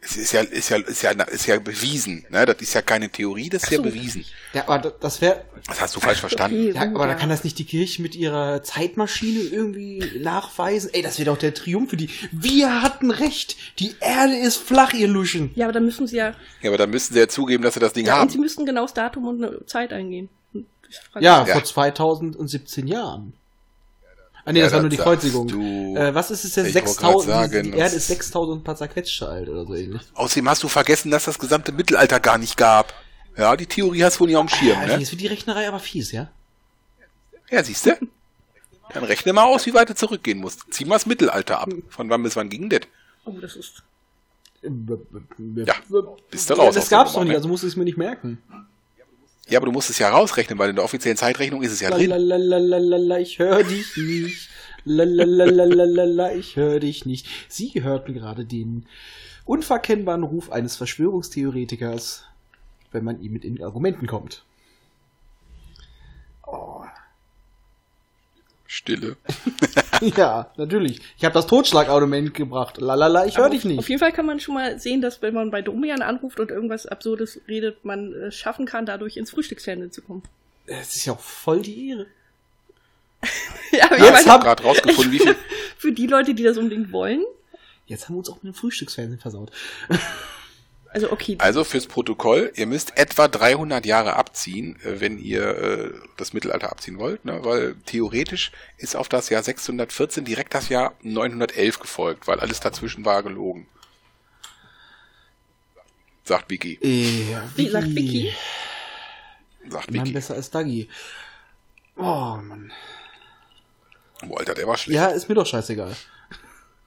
Speaker 6: es ist ja, ist ja, ist ja, ist ja bewiesen, ne? Das ist ja keine Theorie, das ist
Speaker 5: Ach
Speaker 6: ja
Speaker 5: so.
Speaker 6: bewiesen.
Speaker 2: Ja, aber da- das wäre.
Speaker 6: Das hast du falsch verstanden.
Speaker 5: Okay,
Speaker 2: Ja,
Speaker 5: gut,
Speaker 2: aber da kann das nicht die Kirche mit ihrer Zeitmaschine irgendwie nachweisen. Ey, das wäre doch der Triumph für die. Wir hatten recht. Die Erde ist flach, ihr Luschen.
Speaker 5: ja, aber dann müssen sie ja,
Speaker 6: Ja, aber dann müssten sie ja zugeben, dass sie das Ding
Speaker 5: ja und sie
Speaker 6: haben.
Speaker 5: müssen genau das Datum und eine Zeit eingehen. Und ich frage
Speaker 2: Ja,
Speaker 6: Ja.
Speaker 2: vor 2017 Jahren. Ah, nee,
Speaker 6: Ja,
Speaker 2: das war nur die
Speaker 6: das
Speaker 2: Kreuzigung.
Speaker 6: sagst du.
Speaker 2: Äh, was ist es denn?
Speaker 6: Ich wollt grad
Speaker 2: 6000.
Speaker 6: sagen,
Speaker 2: die Erde
Speaker 6: das-
Speaker 2: ist 6000 ein paar zerquetschte alt oder so ähnlich.
Speaker 6: Außerdem hast du vergessen, dass das gesamte Mittelalter gar nicht gab. Ja, die Theorie hast du wohl nicht auf dem Schirm,
Speaker 2: Alter,
Speaker 6: ne?
Speaker 2: jetzt wird die Rechnerei aber fies, ja?
Speaker 6: Ja, siehst du? Dann rechne mal aus, wie weit du zurückgehen musst. Zieh mal das Mittelalter ab. Von wann bis wann ging das?
Speaker 5: Oh, das ist.
Speaker 2: Ja,
Speaker 6: bist du raus aus
Speaker 2: Das
Speaker 6: der
Speaker 2: gab's doch
Speaker 6: Nummer,
Speaker 2: nicht,
Speaker 6: ne?
Speaker 2: also musst du es mir nicht merken.
Speaker 6: Ja, aber du musst es ja rausrechnen, weil in der offiziellen Zeitrechnung ist es ja drin.
Speaker 2: Lalalalalalala, ich höre dich nicht. Lalalalalalala, ich höre dich nicht. Sie hörten gerade den unverkennbaren Ruf eines Verschwörungstheoretikers, wenn man ihm mit in Argumenten kommt.
Speaker 6: Stille.
Speaker 2: ja, natürlich. Ich habe das Totschlagargument gebracht. Lalala, ich höre
Speaker 5: aber
Speaker 2: dich
Speaker 5: auf- Auf
Speaker 2: nicht.
Speaker 5: jeden Fall kann man schon mal sehen, dass wenn man bei Domian anruft und irgendwas Absurdes redet, man es schaffen kann, dadurch ins Frühstücksfernsehen zu kommen.
Speaker 2: Es ist ja auch voll die Ehre.
Speaker 5: ja, aber ich
Speaker 2: Jetzt
Speaker 5: meine,
Speaker 6: Ich hab
Speaker 2: hab-
Speaker 6: gerade rausgefunden, wie viel.
Speaker 5: für die Leute, die das unbedingt wollen,
Speaker 2: Jetzt haben wir uns auch mit dem Frühstücksfernsehen versaut.
Speaker 5: also okay,
Speaker 6: Also fürs Protokoll, ihr müsst etwa 300 Jahre abziehen, äh, wenn ihr äh, das Mittelalter abziehen wollt, ne? weil theoretisch ist auf das Jahr 614 direkt das Jahr 911 gefolgt, weil alles dazwischen war gelogen. Sagt Vicky.
Speaker 2: Äh,
Speaker 5: wie sagt Vicky,
Speaker 6: Sagt
Speaker 2: Mann,
Speaker 6: Vicky.
Speaker 2: besser als Dagi. Oh, Mann.
Speaker 6: Oh, Alter, der war schlecht.
Speaker 2: Ja, ist mir doch scheißegal.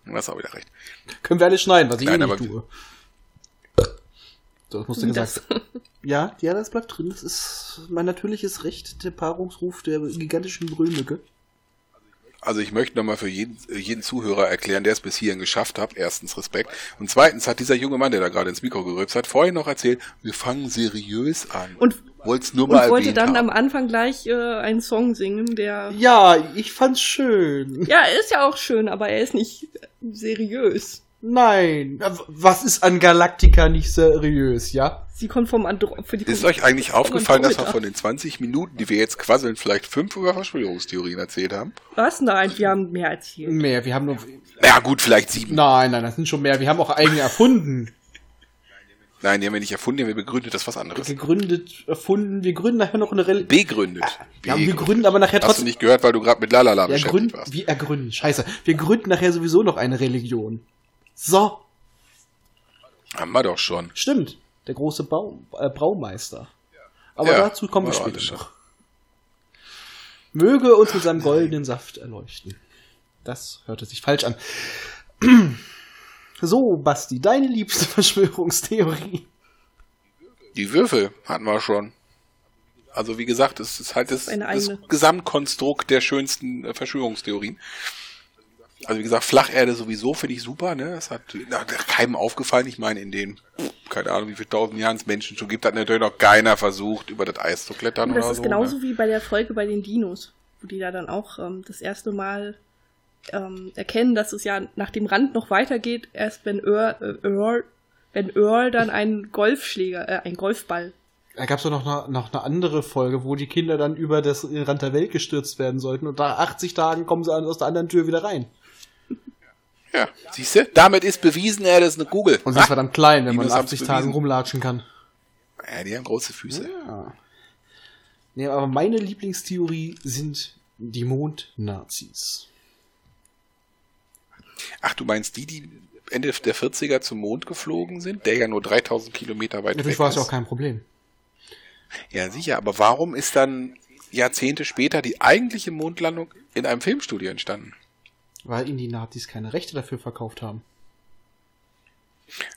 Speaker 6: Du hast auch wieder recht.
Speaker 2: Können wir alle schneiden, was ich
Speaker 6: Nein,
Speaker 2: eh
Speaker 6: aber-
Speaker 2: nicht tue. So, das musst du gesagt.
Speaker 5: das,
Speaker 2: Ja, ja, das bleibt drin. Das ist mein natürliches Recht, der Paarungsruf der gigantischen Brüllmücke.
Speaker 6: Also ich möchte nochmal für jeden, äh, jeden Zuhörer erklären, der es bis hierhin geschafft hat. Erstens Respekt. Und zweitens hat dieser junge Mann, der da gerade ins Mikro gerülpst hat, vorhin noch erzählt, wir fangen seriös an.
Speaker 5: Und-
Speaker 6: wollt's nur
Speaker 5: und
Speaker 6: mal
Speaker 5: wollte
Speaker 6: erwähnt
Speaker 5: dann am
Speaker 6: haben.
Speaker 5: Anfang gleich äh, einen Song singen, der.
Speaker 2: Ja, ich fand's schön.
Speaker 5: Ja, er ist ja auch schön, aber er ist nicht seriös.
Speaker 2: Nein. Was ist an Galactica nicht seriös, ja?
Speaker 5: Sie kommt vom Andro für die
Speaker 6: Ist euch eigentlich aufgefallen, dass wir
Speaker 5: Andromeda.
Speaker 6: von den 20 Minuten, die wir jetzt quasseln, vielleicht fünf über Verschwörungstheorien erzählt haben?
Speaker 5: Was? Nein, wir haben mehr erzählt.
Speaker 2: Mehr, wir haben nur.
Speaker 6: Naja, gut, vielleicht sieben.
Speaker 2: Nein, nein, das sind schon mehr. Wir haben auch eigene erfunden.
Speaker 6: Nein, die haben wir nicht erfunden, die haben wir begründet, das ist was anderes.
Speaker 2: Gegründet, erfunden. Wir gründen nachher noch eine Religion.
Speaker 6: Begründet.
Speaker 2: Ja, wir gründen aber nachher
Speaker 6: Hast du
Speaker 2: trotzdem.
Speaker 6: nicht gehört, weil du gerade mit Lalala
Speaker 2: Ja,
Speaker 6: beschäftigt
Speaker 2: gründ,
Speaker 6: warst.
Speaker 2: wir ergründen. Scheiße. Wir gründen nachher sowieso noch eine Religion. So,
Speaker 6: Haben wir doch schon.
Speaker 2: stimmt. Der große Baum, äh, Braumeister. Aber
Speaker 6: Ja,
Speaker 2: dazu kommen wir
Speaker 6: war doch
Speaker 2: später
Speaker 6: alles schon.
Speaker 2: noch. Möge uns mit seinem goldenen Saft erleuchten. Das hörte sich falsch an. So, Basti, deine liebste Verschwörungstheorie.
Speaker 6: Die Würfel hatten wir schon. Also wie gesagt, es ist halt das,
Speaker 5: Eine
Speaker 6: das
Speaker 5: eigene.
Speaker 6: Gesamtkonstrukt der schönsten äh, Verschwörungstheorien. Also wie gesagt, Flacherde sowieso finde ich super, ne? Es hat na, keinem aufgefallen. Ich meine, in den, pff, keine Ahnung, wie viel tausend Jahren es Menschen schon gibt, hat natürlich noch keiner versucht, über das Eis zu klettern
Speaker 5: Und das
Speaker 6: oder
Speaker 5: ist
Speaker 6: so.
Speaker 5: genauso
Speaker 6: ne?
Speaker 5: wie bei der Folge bei den Dinos, wo die da dann auch ähm, das erste Mal ähm, erkennen, dass es ja nach dem Rand noch weitergeht, erst wenn Earl, äh, Earl wenn Earl dann einen Golfschläger, äh, einen Golfball.
Speaker 2: Da gab es doch noch eine, noch eine andere Folge, wo die Kinder dann über das den Rand der Welt gestürzt werden sollten und nach 80 Tagen kommen sie aus der anderen Tür wieder rein.
Speaker 6: Ja, siehst du? Damit ist bewiesen, Erde ist eine Kugel.
Speaker 2: Und sie ist verdammt klein, wenn man in
Speaker 6: Dinos haben's
Speaker 2: 80 Tagen
Speaker 6: bewiesen.
Speaker 2: rumlatschen kann.
Speaker 6: Ja, die haben große Füße.
Speaker 2: Nee, aber meine Lieblingstheorie sind die Mondnazis.
Speaker 6: Ach, du meinst die, die Ende der 40er zum Mond geflogen sind, der ja nur 3000 Kilometer weit weg
Speaker 2: Natürlich
Speaker 6: ist.
Speaker 2: war es ja auch kein Problem.
Speaker 6: Ja, sicher, aber warum ist dann Jahrzehnte später die eigentliche Mondlandung in einem Filmstudio entstanden.
Speaker 2: Weil ihnen die Nazis keine Rechte dafür verkauft haben.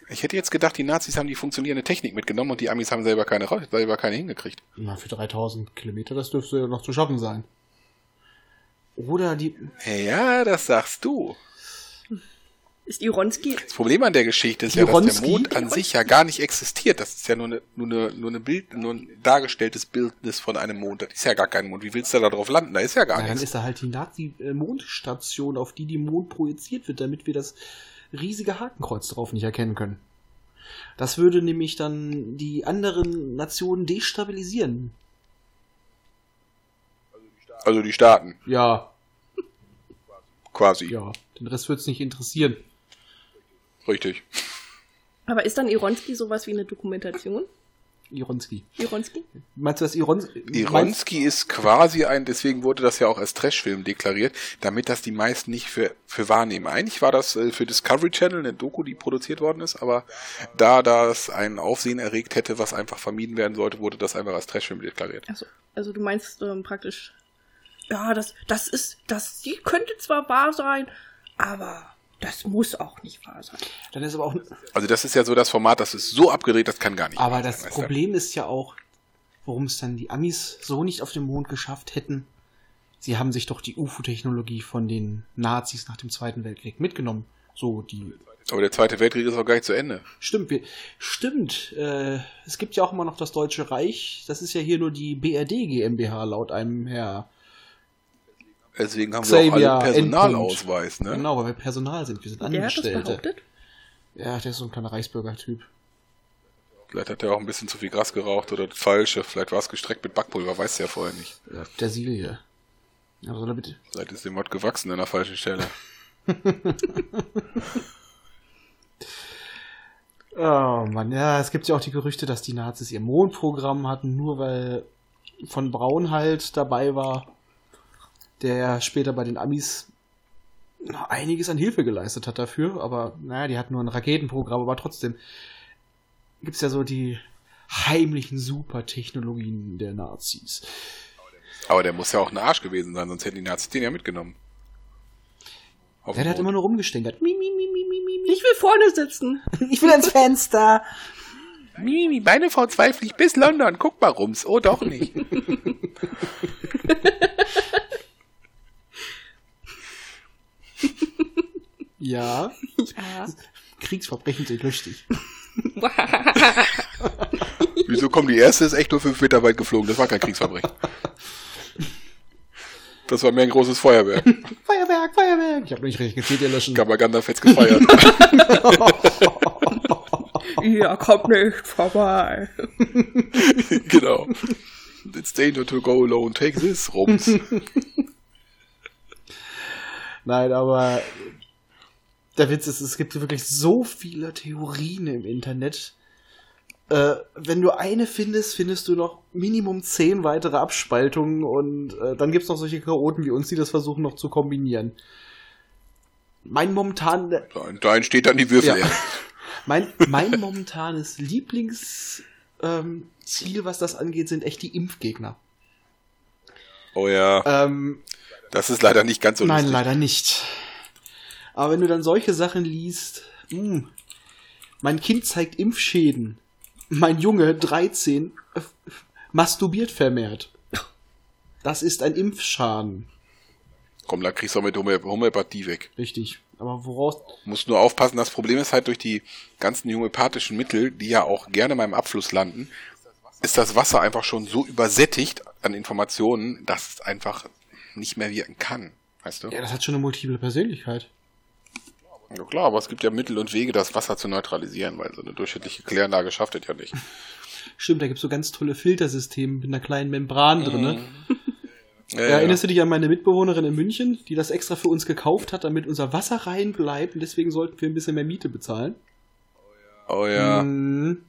Speaker 6: Ich hätte jetzt gedacht, die Nazis haben die funktionierende Technik mitgenommen und die Amis haben selber keine, ra- selber keine hingekriegt.
Speaker 2: Na, für 3000 Kilometer, das dürfte ja noch zu schaffen sein. Oder die.
Speaker 6: Ja, das sagst du.
Speaker 5: Ist Ironski
Speaker 6: Das Problem an der Geschichte ist ja, dass der
Speaker 2: Kironski?
Speaker 6: Mond an sich ja gar nicht existiert. Das ist ja nur, eine, nur, eine, nur, eine Bild, nur ein dargestelltes Bildnis von einem Mond. Das ist ja gar kein Mond. Wie willst du da drauf landen? Da ist ja gar
Speaker 2: Na, dann
Speaker 6: nichts.
Speaker 2: ist da halt die Nazi-Mondstation, auf die die Mond projiziert wird, damit wir das riesige Hakenkreuz drauf nicht erkennen können. Das würde nämlich dann die anderen Nationen destabilisieren.
Speaker 6: Also die Staaten
Speaker 2: Ja,
Speaker 6: quasi.
Speaker 2: ja. Den Rest wird's nicht interessieren.
Speaker 6: Richtig.
Speaker 5: Aber ist dann Ironski sowas wie eine Dokumentation?
Speaker 2: Ironski.
Speaker 5: Ironski?
Speaker 2: Meinst du, dass Ironski.
Speaker 6: Ironski ist quasi ein, deswegen wurde das ja auch als Trashfilm deklariert, damit das die meisten nicht für, für wahrnehmen. Eigentlich war das äh, für Discovery Channel eine Doku, die produziert worden ist, aber da das ein Aufsehen erregt hätte, was einfach vermieden werden sollte, wurde das einfach als Trashfilm deklariert.
Speaker 5: Achso, also du meinst ähm, praktisch, ja, das, das ist, das, die könnte zwar wahr sein, aber das muss auch nicht wahr sein.
Speaker 2: Dann ist aber auch.
Speaker 6: Also das ist ja so das Format, das ist so abgedreht, das kann gar nicht.
Speaker 2: Aber
Speaker 6: wahr sein,
Speaker 2: das
Speaker 6: weißt du?
Speaker 2: Problem ist ja auch, warum es dann die Amis so nicht auf den Mond geschafft hätten. Sie haben sich doch die UFO-Technologie von den Nazis nach dem Zweiten Weltkrieg mitgenommen. So, die.
Speaker 6: Aber der Zweite Weltkrieg ist auch gar nicht zu Ende.
Speaker 2: Stimmt, wir, stimmt. Äh, es gibt ja auch immer noch das Deutsche Reich. Das ist ja hier nur die BRD GmbH laut einem Herr.
Speaker 6: Deswegen haben wir
Speaker 2: Xavier,
Speaker 6: auch alle einen Personalausweis, ne?
Speaker 2: Genau, weil wir Personal sind. Wir sind
Speaker 5: Der hat das
Speaker 2: Angestellte.
Speaker 5: behauptet?
Speaker 2: Ja, der ist so ein kleiner Reichsbürger-Typ.
Speaker 6: Vielleicht hat er auch ein bisschen zu viel Gras geraucht oder das Falsche. Vielleicht war es gestreckt mit Backpulver, weißt du ja vorher nicht.
Speaker 2: Ja, Der Silje. Aber soll er bitte.
Speaker 6: Vielleicht ist dem Mord gewachsen an der falschen Stelle.
Speaker 2: Oh Mann, ja, es gibt ja auch die Gerüchte, dass die Nazis ihr Mondprogramm hatten, nur weil von Braun halt dabei war, der ja später bei den Amis noch einiges an Hilfe geleistet hat dafür, aber naja, die hatten nur ein Raketenprogramm, aber trotzdem gibt's ja so die heimlichen Supertechnologien der Nazis.
Speaker 6: Aber der muss ja auch ein Arsch gewesen sein, sonst hätten die Nazis den ja mitgenommen. Auf
Speaker 2: Ja, der
Speaker 6: den
Speaker 2: hat immer
Speaker 6: Mond.
Speaker 2: nur rumgestänkert. Mi, mi, mi, mi, mi, mi,
Speaker 5: Ich will vorne sitzen.
Speaker 2: mi. Ich will ans Fenster.
Speaker 6: Mimi, meine V2 fliegt bis London. Guck mal rums. Oh, doch nicht.
Speaker 2: Ja,
Speaker 5: Ja.
Speaker 2: Kriegsverbrechen sind lustig.
Speaker 6: Wieso kommen die erste ist echt nur fünf Meter weit geflogen? Das war kein Kriegsverbrechen. Das war mehr ein großes Feuerwerk.
Speaker 2: Feuerwerk, Feuerwerk. Ich habe nicht richtig gezählt, ihr löschen.
Speaker 6: Kabaganda fetz gefeiert.
Speaker 5: Ihr kommt nicht vorbei.
Speaker 6: genau. It's danger to go alone. Take this, Rums.
Speaker 2: Nein, aber der Witz ist, es gibt wirklich so viele Theorien im Internet. Äh, wenn du eine findest, findest du noch Minimum zehn weitere Abspaltungen und äh, dann gibt's noch solche Chaoten wie uns, die das versuchen noch zu kombinieren. Mein momentan,
Speaker 6: Dein, dein steht dann die Würfel.
Speaker 2: Ja. mein, mein momentanes Lieblingsziel, ähm, Ziel, was das angeht, sind echt die Impfgegner.
Speaker 6: Oh ja.
Speaker 2: Ähm,
Speaker 6: Das ist leider nicht ganz so
Speaker 2: Nein,
Speaker 6: lustig.
Speaker 2: leider nicht. Aber wenn du dann solche Sachen liest, mh, mein Kind zeigt Impfschäden, mein Junge, 13, äh, masturbiert vermehrt. Das ist ein Impfschaden.
Speaker 6: Komm, da kriegst du auch mit Homö- Homöopathie weg.
Speaker 2: Richtig. Aber woraus.
Speaker 6: Musst nur aufpassen, das Problem ist halt durch die ganzen homöopathischen Mittel, die ja auch gerne mal im Abfluss landen, ist das Wasser einfach schon so übersättigt an Informationen, dass es einfach nicht mehr wirken kann. Weißt du?
Speaker 2: Ja, das hat schon eine multiple Persönlichkeit.
Speaker 6: Ja klar, aber es gibt ja Mittel und Wege, das Wasser zu neutralisieren, weil so eine durchschnittliche Kläranlage schafft es ja nicht.
Speaker 2: Stimmt, da gibt's so ganz tolle Filtersysteme mit einer kleinen Membran drin. Ne?
Speaker 6: Ja,
Speaker 2: Erinnerst du dich an meine Mitbewohnerin in München, die das extra für uns gekauft hat, damit unser Wasser rein bleibt und deswegen sollten wir ein bisschen mehr Miete bezahlen?
Speaker 6: Oh ja.
Speaker 2: Mhm.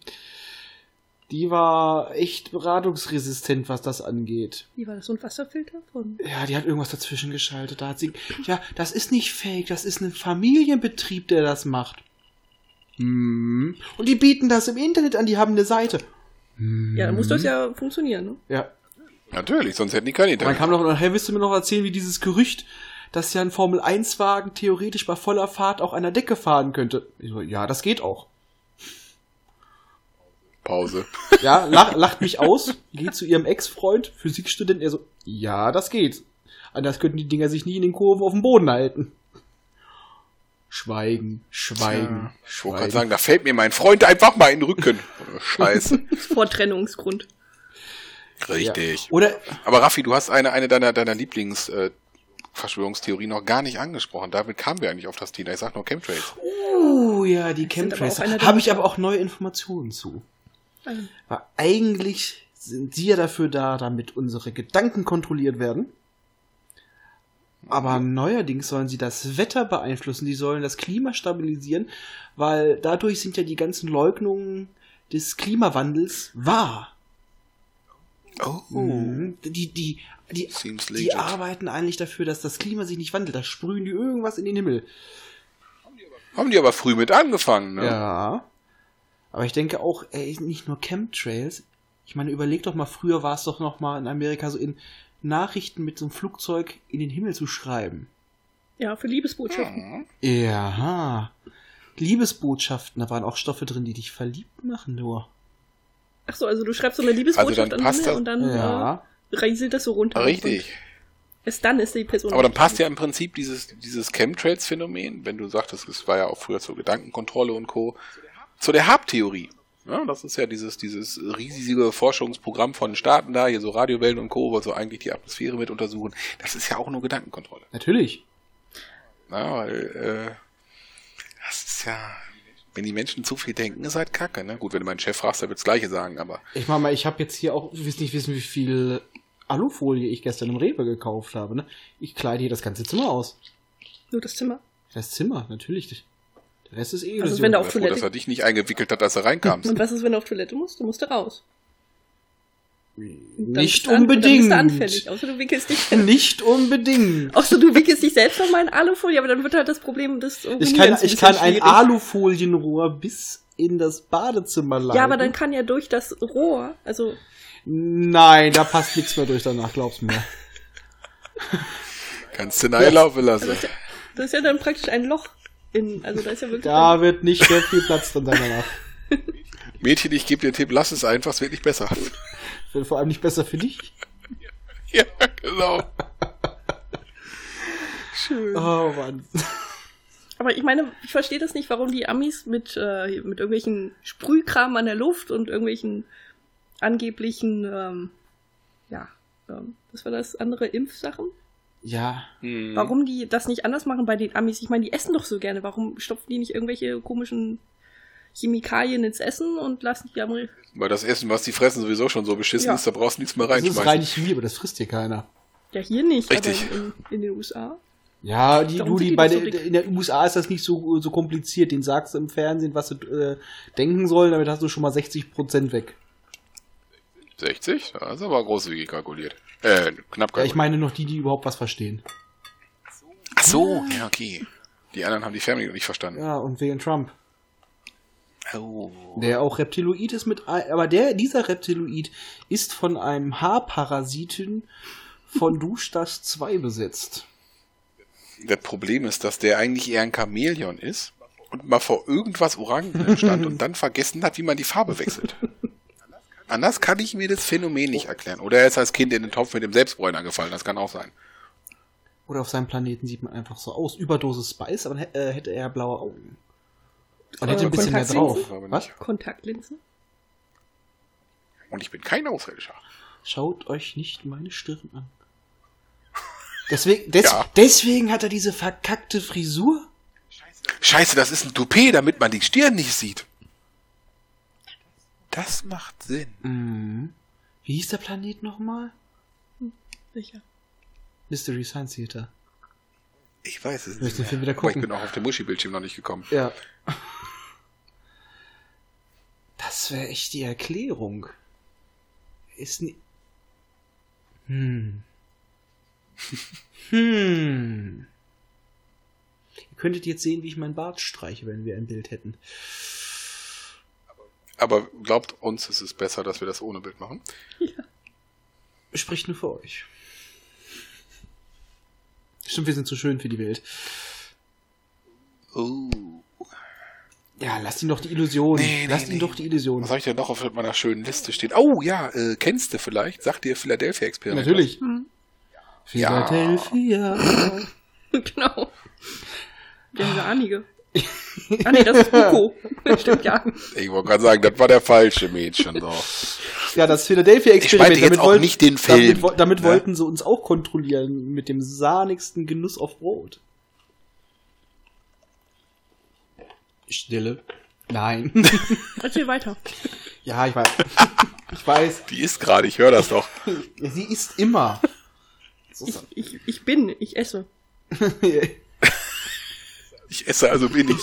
Speaker 2: Die war echt beratungsresistent, was das angeht.
Speaker 5: Wie war das? Und Wasserfilter von?
Speaker 2: Ja, die hat irgendwas dazwischen geschaltet. Da hat sie, ja, das ist nicht fake, das ist ein Familienbetrieb, der das macht. Mhm. Und die bieten das im Internet an, die haben eine Seite.
Speaker 5: Ja, dann muss das ja funktionieren, ne?
Speaker 2: Ja.
Speaker 6: Natürlich, sonst hätten die kein
Speaker 2: Und dann
Speaker 6: Internet.
Speaker 2: kam noch, nachher willst du mir noch erzählen, wie dieses Gerücht, dass ja ein Formel-1-Wagen theoretisch bei voller Fahrt auch einer Decke fahren könnte. Ich so, ja, das geht auch.
Speaker 6: Pause.
Speaker 2: Ja, lach, lacht mich aus, geht zu ihrem Ex-Freund, Physikstudent, er so, ja, das geht. Anders könnten die Dinger sich nie in den Kurven auf dem Boden halten. Schweigen, schweigen,
Speaker 6: Ich wollte gerade
Speaker 2: schweigen.
Speaker 6: sagen, da fällt mir mein Freund einfach mal in den Rücken. Oh, Scheiße.
Speaker 5: Vor Trennungsgrund.
Speaker 6: Richtig.
Speaker 2: Oder,
Speaker 6: Aber Raffi, du hast eine, eine deiner, deiner Lieblings- äh, Verschwörungstheorie noch gar nicht angesprochen. Damit kamen wir eigentlich auf das Thema. Ich sag nur Chemtrails.
Speaker 2: oh ja, die
Speaker 5: sind aber
Speaker 2: Chemtrails.
Speaker 5: auch einer der-
Speaker 2: Habe ich aber auch neue Informationen zu.
Speaker 5: Also,
Speaker 2: Weil eigentlich sind die ja dafür da, damit unsere Gedanken kontrolliert werden. Aber neuerdings sollen sie das Wetter beeinflussen, die sollen das Klima stabilisieren, weil dadurch sind ja die ganzen Leugnungen des Klimawandels wahr. Mhm.
Speaker 6: Oh.
Speaker 2: Die, die, die,
Speaker 6: Seems
Speaker 2: die
Speaker 6: legit.
Speaker 2: arbeiten eigentlich dafür, dass das Klima sich nicht wandelt. Da sprühen die irgendwas in den Himmel.
Speaker 6: Haben die aber früh mit angefangen, ne?
Speaker 2: Ja. Aber ich denke auch, ey, nicht nur Chemtrails. Ich meine, überleg doch mal, früher war es doch noch mal in Amerika so in Nachrichten mit so einem Flugzeug in den Himmel zu schreiben.
Speaker 5: ja, für Liebesbotschaften.
Speaker 6: Mhm.
Speaker 2: Ja. Liebesbotschaften, da waren auch Stoffe drin, die dich verliebt machen, nur.
Speaker 5: Ach so, also du schreibst so eine Liebesbotschaft
Speaker 6: Also dann
Speaker 5: an den
Speaker 6: passt
Speaker 5: Himmel
Speaker 6: das-
Speaker 5: und dann äh, rieselt das so runter.
Speaker 6: Richtig.
Speaker 5: Und Erst dann ist die Person.
Speaker 6: Aber dann passt ja im Prinzip dieses, dieses Chemtrails-Phänomen, wenn du sagtest, es war ja auch früher zur Gedankenkontrolle und Co., zu der Hab-Theorie. Ja, das ist ja dieses, dieses riesige Forschungsprogramm von den Staaten da, hier so Radiowellen und Co., wo so eigentlich die Atmosphäre mit untersuchen. Das ist ja auch nur Gedankenkontrolle.
Speaker 2: Natürlich.
Speaker 6: Ja, weil, äh, das ist ja, wenn die Menschen zu viel denken, ist halt kacke. Ne? Gut, wenn du meinen Chef fragst, der wird das Gleiche sagen, aber
Speaker 2: Ich meine mal, ich habe jetzt hier auch, du wirst nicht wissen, wie viel Alufolie ich gestern im Rewe gekauft habe, ne? Ich kleide hier das ganze Zimmer aus.
Speaker 5: Nur das Zimmer.
Speaker 2: Das Zimmer, natürlich. Der Rest ist eh
Speaker 5: Also
Speaker 2: Illusion.
Speaker 5: wenn da
Speaker 6: ich
Speaker 5: auf
Speaker 6: bin froh, dass er
Speaker 5: Toilette.
Speaker 6: dich nicht eingewickelt hat, als du reinkamst.
Speaker 5: Und was ist, wenn du auf Toilette musst? Du musst da raus. Dann
Speaker 2: Nicht
Speaker 5: bist du an-
Speaker 2: unbedingt.
Speaker 5: Dann bist du anfällig, außer du wickelst dich.
Speaker 2: Nicht unbedingt.
Speaker 5: Außer du wickelst dich selbst nochmal in Alufolie, aber dann wird halt das Problem des
Speaker 2: Ich kann,
Speaker 5: Urinierens
Speaker 2: ich
Speaker 5: bisschen
Speaker 2: kann ein
Speaker 5: schwierig.
Speaker 2: Alufolienrohr bis in das Badezimmer leiten.
Speaker 5: Ja, aber dann kann ja durch das Rohr, also
Speaker 2: Nein, da passt nichts mehr durch danach, glaub's mir.
Speaker 6: Kannst du einlaufen lassen.
Speaker 5: Also das ist ja dann praktisch ein Loch in, also da ist ja wirklich.
Speaker 2: Da wird nicht sehr viel Platz drin sein danach.
Speaker 6: Mädchen, ich gebe dir einen Tipp, lass es einfach, es wird nicht besser.
Speaker 2: Wird vor allem nicht besser für dich.
Speaker 6: Ja, genau.
Speaker 2: Oh Mann.
Speaker 5: aber ich meine, ich verstehe das nicht, warum die Amis mit, äh, mit irgendwelchen Sprühkram an der Luft und irgendwelchen angeblichen, ähm, ja, ähm, was war das andere Impfsachen?
Speaker 2: Ja.
Speaker 5: Warum die das nicht anders machen bei den Amis? Ich meine, die essen doch so gerne. Warum stopfen die nicht irgendwelche komischen Chemikalien ins Essen und lassen die Ameri
Speaker 6: Weil das Essen, was die fressen, sowieso schon so beschissen
Speaker 5: Ja.
Speaker 6: ist, da brauchst du nichts mehr
Speaker 2: Das ist rein
Speaker 6: reinschmeißen.
Speaker 2: Chemie, aber das frisst hier keiner.
Speaker 5: Ja, hier nicht,
Speaker 6: Richtig.
Speaker 5: aber in, in den USA.
Speaker 2: Ja, die,
Speaker 5: Darum
Speaker 2: du,
Speaker 5: sind
Speaker 2: die
Speaker 5: die
Speaker 2: bei
Speaker 5: doch
Speaker 2: der,
Speaker 5: so dick.
Speaker 2: in der USA ist das nicht so, so kompliziert. Den sagst du im Fernsehen, was sie äh, denken sollen, damit hast du schon mal 60% weg.
Speaker 6: 60? Das ist aber großzügig kalkuliert. Äh, knapp kalkuliert.
Speaker 2: Ja, ich meine noch die, die überhaupt was verstehen.
Speaker 6: Ach so, ja, okay. Die anderen haben die Family noch nicht verstanden.
Speaker 2: Ja, und wegen Trump.
Speaker 6: Oh.
Speaker 2: Der auch Reptiloid ist mit, ein- aber der, dieser Reptiloid ist von einem Haarparasiten von Duschdas 2 besetzt.
Speaker 6: Das Problem ist, dass der eigentlich eher ein Chamäleon ist und mal vor irgendwas Orangen stand und dann vergessen hat, wie man die Farbe wechselt. Anders kann ich mir das Phänomen nicht erklären. Oder er ist als Kind in den Topf mit dem Selbstbräuner gefallen, das kann auch sein.
Speaker 2: Oder auf seinem Planeten sieht man einfach so aus. Überdosis Spice, aber hä- äh, hätte er blaue Augen. Und hätte
Speaker 5: Äh,
Speaker 2: ein bisschen mehr drauf.
Speaker 5: Kontaktlinsen?
Speaker 6: Aber
Speaker 2: Was?
Speaker 6: nicht.
Speaker 5: Kontaktlinsen?
Speaker 6: Und ich bin kein Ausländischer.
Speaker 2: Schaut euch nicht meine Stirn an. Deswegen, des,
Speaker 6: Ja.
Speaker 2: deswegen hat er diese verkackte Frisur.
Speaker 6: Scheiße, das ist ein Toupet, damit man die Stirn nicht sieht. Das macht Sinn.
Speaker 2: Mhm. Wie hieß der Planet nochmal?
Speaker 5: Sicher.
Speaker 2: Mystery Science Theater.
Speaker 6: Ich weiß es
Speaker 2: Ich möchte den
Speaker 6: nicht.
Speaker 2: Film wieder
Speaker 6: Aber ich
Speaker 2: gucken.
Speaker 6: bin auch auf dem Muschi-Bildschirm noch nicht gekommen.
Speaker 2: Ja. Das wäre echt die Erklärung. Ist nie. Hm. Hm. Ihr könntet jetzt sehen, wie ich meinen Bart streiche, wenn wir ein Bild hätten.
Speaker 6: Aber glaubt uns, es ist besser, dass wir das ohne Bild machen.
Speaker 2: Spricht nur für euch. Stimmt, wir sind zu schön für die Welt.
Speaker 6: Oh.
Speaker 2: Ja, lasst ihn doch die Illusion.
Speaker 6: Nee, nee,
Speaker 2: lasst ihn
Speaker 6: nee.
Speaker 2: doch die Illusion.
Speaker 6: Was habe ich denn noch auf meiner schönen Liste stehen? Oh ja, äh, kennst du vielleicht? Sagt dir Philadelphia Experiment.
Speaker 2: Natürlich.
Speaker 5: Hm.
Speaker 2: Philadelphia.
Speaker 5: genau. Der Sanige. ah nee, das ist Buko. Stimmt, ja.
Speaker 6: was? Ich wollte gerade sagen, das war der falsche Mädchen. doch.
Speaker 2: Ja, das Philadelphia-Experiment.
Speaker 6: Ich meinte jetzt auch nicht den Film,
Speaker 2: Damit, wo- damit
Speaker 6: ne?
Speaker 2: wollten sie uns auch kontrollieren mit dem sahnigsten Genuss auf Brot. Stille. Nein.
Speaker 5: Erzähl weiter.
Speaker 2: ja, ich weiß. Ich weiß.
Speaker 6: Die ist gerade, ich höre das doch.
Speaker 2: Sie isst immer. So ist das.
Speaker 5: Ich, ich bin, ich esse.
Speaker 6: Ich esse also wenig.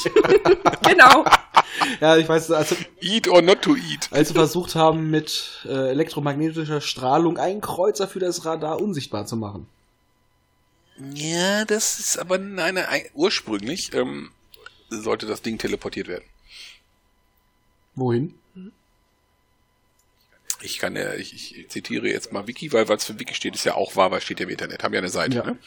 Speaker 5: Genau.
Speaker 2: ja, ich weiß, als,
Speaker 6: eat or not to eat.
Speaker 2: als sie versucht haben, mit äh, elektromagnetischer Strahlung einen Kreuzer für das Radar unsichtbar zu machen.
Speaker 6: Ja, das ist aber eine, ein- ursprünglich ähm, sollte das Ding teleportiert werden.
Speaker 2: Wohin?
Speaker 6: Ich kann ja, ich, ich zitiere jetzt mal Wiki, weil was für Wiki steht, ist ja auch wahr, weil steht ja im Internet, haben ja eine Seite.
Speaker 2: Ja.
Speaker 6: Ne?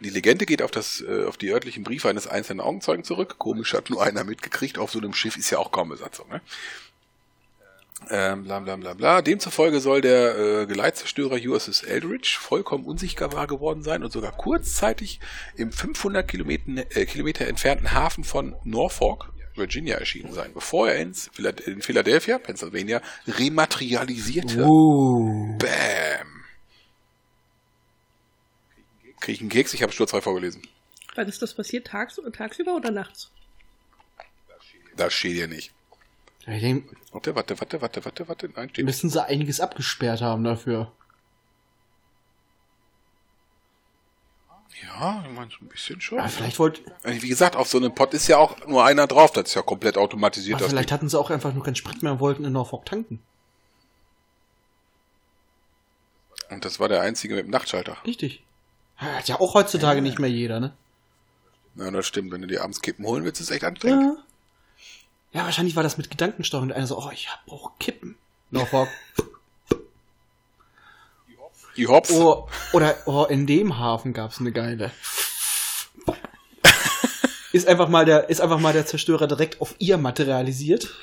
Speaker 6: Die Legende geht auf, das, äh, auf die örtlichen Briefe eines einzelnen Augenzeugen zurück. Komisch hat nur einer mitgekriegt. Auf so einem Schiff ist ja auch kaum Besatzung. Ne? Ähm, bla bla bla bla. Demzufolge soll der äh, Geleitzerstörer USS Eldridge vollkommen unsichtbar geworden sein und sogar kurzzeitig im 500 Kilometer, äh, Kilometer entfernten Hafen von Norfolk, Virginia, erschienen sein, bevor er ins Philad- in Philadelphia, Pennsylvania, rematerialisierte.
Speaker 2: Uh.
Speaker 6: Bam. Ähm. Krieg ich einen Keks? Ich habe Sturz 2 vorgelesen.
Speaker 5: Wann ist das passiert? Tags tagsüber oder nachts?
Speaker 6: Das steht hier nicht.
Speaker 2: Ich denk,
Speaker 6: Warte, warte, warte, warte, warte, warte. Nein, steht
Speaker 2: müssen sie einiges abgesperrt haben dafür.
Speaker 6: Ja, ich meine, so ein bisschen schon. Äh,
Speaker 2: Ja, vielleicht wollt,
Speaker 6: Wie gesagt, auf so einem Pott ist ja auch nur einer drauf. Das ist ja komplett automatisiert.
Speaker 2: aber
Speaker 6: Das
Speaker 2: vielleicht hatten sie auch einfach nur keinen Sprit mehr und wollten in Norfolk tanken.
Speaker 6: Ding. Und das war der einzige mit dem Nachtschalter.
Speaker 2: Richtig. Ja, Hat ja auch
Speaker 6: äh,
Speaker 2: heutzutage nicht mehr jeder, ne?
Speaker 6: Ja, das stimmt. Wenn du dir abends Kippen holen willst, ist echt anstrengend.
Speaker 2: Ja. Ja, wahrscheinlich war das mit Gedankensteuerung. Und Einer so, oh, ich hab auch Kippen. Norfolk.
Speaker 6: Die Hopf.
Speaker 2: Oh, oder oh, in dem Hafen gab's eine geile. Ist einfach mal der, ist einfach mal der Zerstörer direkt auf ihr materialisiert.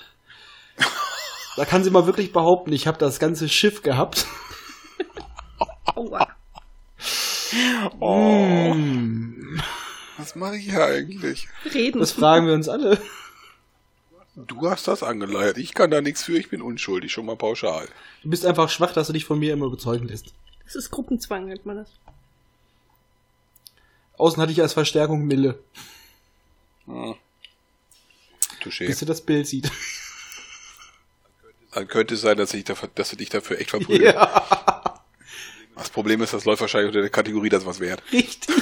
Speaker 2: Da kann sie mal wirklich behaupten, ich habe das ganze Schiff gehabt.
Speaker 5: Aua.
Speaker 6: Oh,
Speaker 2: Hm,
Speaker 6: was mache ich hier eigentlich?
Speaker 5: Reden.
Speaker 2: das fragen wir uns alle.
Speaker 6: Du hast das angeleiert. Ich kann da nichts für. Ich bin unschuldig. Schon mal pauschal.
Speaker 2: Du bist einfach schwach, dass du dich von mir immer überzeugen lässt.
Speaker 5: Das ist Gruppenzwang, nennt man das.
Speaker 2: Außen hatte ich als Verstärkung Mille,
Speaker 6: Hm. Touché.
Speaker 2: bis sie das Bild sieht.
Speaker 6: Dann könnte es sein, dass, ich dafür, dass du dich dafür echt verprügeln.
Speaker 2: Ja,
Speaker 6: Das Problem ist, das läuft wahrscheinlich unter der Kategorie, dass was wert.
Speaker 2: richtig.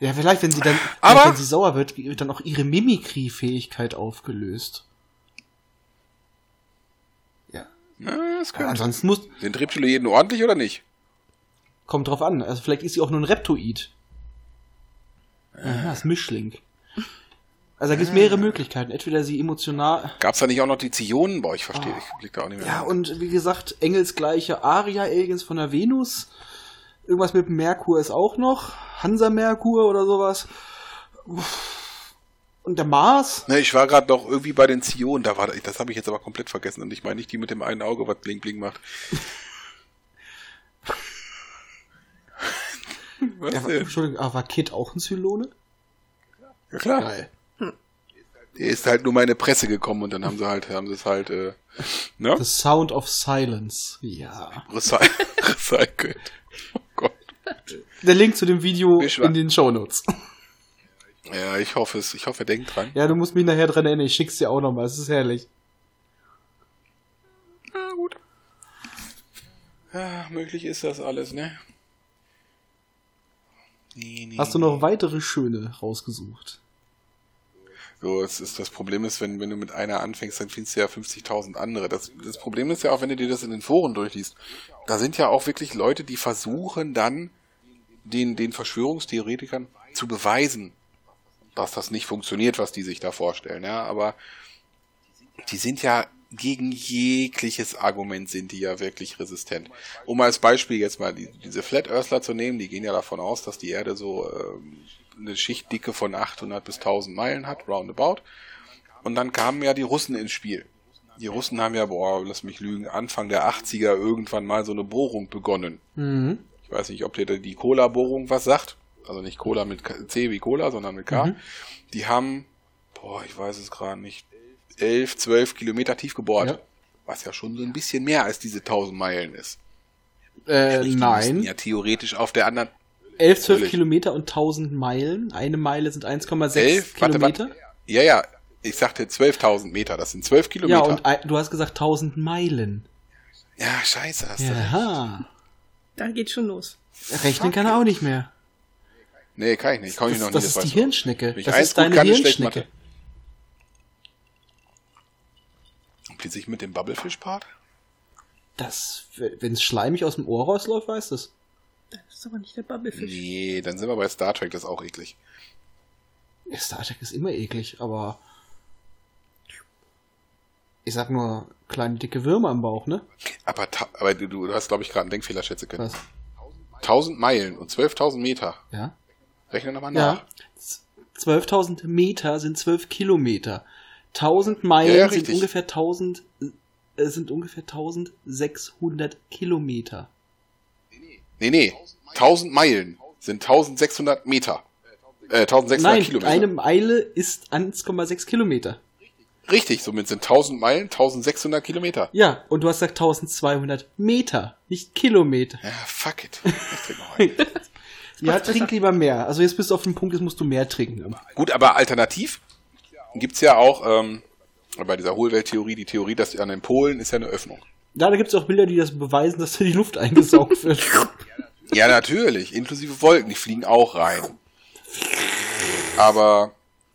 Speaker 2: Ja, vielleicht, wenn sie dann,
Speaker 6: Aber-
Speaker 2: wenn sie sauer wird, wird dann auch ihre Mimikry-Fähigkeit aufgelöst. Ja.
Speaker 6: Na, das
Speaker 2: Aber
Speaker 6: könnte.
Speaker 2: ansonsten muss,
Speaker 6: Sind Reptiloiden ordentlich oder nicht?
Speaker 2: kommt drauf an. Also vielleicht ist sie auch nur ein Reptoid. Aha, das Mischling. Also da gibt's mehrere Möglichkeiten. Entweder sie emotional,
Speaker 6: Gab's da nicht auch noch die Zionen? Boah, ich verstehe, ich blick da auch nicht mehr.
Speaker 2: Ah. Ja, und wie gesagt, engelsgleiche Aria-Aliens von der Venus. Irgendwas mit dem Merkur ist auch noch. Hansa-Merkur oder sowas. Und der Mars?
Speaker 6: Ne, ich war gerade noch irgendwie bei den Zionen, da war das habe ich jetzt aber komplett vergessen und ich meine nicht die mit dem einen Auge, was bling bling macht. was
Speaker 2: Ja, wa-
Speaker 6: denn?
Speaker 2: Entschuldigung, aber war Kit auch ein Zylone?
Speaker 6: Ja klar,
Speaker 2: Geil.
Speaker 6: der ist halt nur mal in die Presse gekommen und dann haben sie halt, haben sie es halt, äh, ne?
Speaker 2: The Sound of Silence. Ja.
Speaker 6: Recy recycelt. Oh Gott.
Speaker 2: Der Link zu dem Video
Speaker 6: Mir schwa-
Speaker 2: in den Shownotes.
Speaker 6: Ja, ich hoffe es, ich hoffe, er denkt dran.
Speaker 2: Ja, du musst mich nachher dran erinnern. Ich schick's dir auch nochmal. Es ist herrlich.
Speaker 5: Ah,
Speaker 6: Ja, möglich ist das alles, ne? Nee, nee,
Speaker 2: Hast du
Speaker 6: nee.
Speaker 2: noch weitere schöne rausgesucht?
Speaker 6: So, es ist, das Problem ist, wenn, wenn du mit einer anfängst, dann findest du ja 50.000 andere. Das, das Problem ist ja auch, wenn du dir das in den Foren durchliest, da sind ja auch wirklich Leute, die versuchen dann, den, den Verschwörungstheoretikern zu beweisen, dass das nicht funktioniert, was die sich da vorstellen, ja, aber die sind ja gegen jegliches Argument sind die ja wirklich resistent. Um als Beispiel jetzt mal die, diese Flat Earthler zu nehmen, die gehen ja davon aus, dass die Erde so ähm, eine Schichtdicke von 800 bis 1000 Meilen hat, roundabout. Und dann kamen ja die Russen ins Spiel. Die Russen haben ja, boah, lass mich lügen, Anfang der 80er irgendwann mal so eine Bohrung begonnen.
Speaker 2: Mhm.
Speaker 6: Ich weiß nicht, ob dir da die Cola-Bohrung was sagt. Also nicht Cola mit K- C wie Cola, sondern mit K.
Speaker 2: Mhm.
Speaker 6: Die haben, boah, ich weiß es gerade nicht, 11, 12 Kilometer tief gebohrt.
Speaker 2: Ja.
Speaker 6: Was ja schon so ein bisschen mehr als diese 1000 Meilen ist.
Speaker 2: Äh,
Speaker 6: Sprich, die müssten
Speaker 2: nein.
Speaker 6: ja theoretisch auf der anderen
Speaker 2: 11, 12
Speaker 6: Natürlich.
Speaker 2: Kilometer und 1000 Meilen. Eine Meile sind 1,6
Speaker 6: 11, warte,
Speaker 2: Kilometer.
Speaker 6: warte. Ja, ja, ich sagte 12.000 Meter, das sind 12 Kilometer.
Speaker 2: Ja, und ein, du hast gesagt 1000 Meilen.
Speaker 6: Ja, scheiße, hast du recht.
Speaker 2: Ja.
Speaker 5: Da geht schon los.
Speaker 2: Rechnen kann er auch nicht mehr.
Speaker 6: Nee, kann ich nicht, kann ich
Speaker 2: Das,
Speaker 6: noch
Speaker 2: das,
Speaker 6: nicht.
Speaker 2: ist
Speaker 6: weiß
Speaker 2: die
Speaker 6: ich.
Speaker 2: Hirnschnecke.
Speaker 6: Wenn ich
Speaker 2: Das
Speaker 6: eins
Speaker 2: ist
Speaker 6: gut
Speaker 2: deine
Speaker 6: kann, ist schlecht
Speaker 2: Hirnschnecke.
Speaker 6: Und plötzlich mit dem Bubblefish-Part?
Speaker 2: Das, wenn es schleimig aus dem Ohr rausläuft, weißt du es.
Speaker 5: Das ist aber nicht der Bubblefisch.
Speaker 6: Nee, dann sind wir bei Star Trek, das ist auch eklig.
Speaker 2: Ja, Star Trek ist immer eklig, aber ich sag nur kleine dicke Würmer im Bauch, ne?
Speaker 6: Aber, ta- aber du, du hast, glaube ich, gerade einen Denkfehler schätze können.
Speaker 2: Was?
Speaker 6: 1000 Meilen und 12.000 Meter.
Speaker 2: Ja.
Speaker 6: Rechne nochmal
Speaker 2: Ja.
Speaker 6: nach.
Speaker 2: Z- 12.000 Meter sind 12 Kilometer. 1000 Meilen
Speaker 6: Ja, ja,
Speaker 2: sind
Speaker 6: richtig.
Speaker 2: ungefähr 1000 äh, sind ungefähr 1600 Kilometer.
Speaker 6: Nee, nee, 1000 Meilen sind 1600 Meter. Äh, 1600
Speaker 2: Nein,
Speaker 6: Kilometer.
Speaker 2: eine Meile ist 1,6 Kilometer.
Speaker 6: Richtig, somit sind 1000 Meilen 1600 Kilometer.
Speaker 2: Ja, und du hast gesagt 1200 Meter, nicht Kilometer.
Speaker 6: Ja, fuck it. Ich trink noch einen.
Speaker 2: Ja,
Speaker 5: macht's
Speaker 2: trink
Speaker 5: besser.
Speaker 2: lieber mehr. Also jetzt bist du auf dem Punkt, jetzt musst du mehr trinken.
Speaker 6: Gut, aber alternativ gibt's ja auch ähm, bei dieser Hohlwelttheorie die Theorie, dass an den Polen ist ja eine Öffnung.
Speaker 2: Ja, da gibt's auch Bilder, die das beweisen, dass da die Luft eingesaugt wird.
Speaker 6: Ja, natürlich, inklusive Wolken, die fliegen auch rein. Aber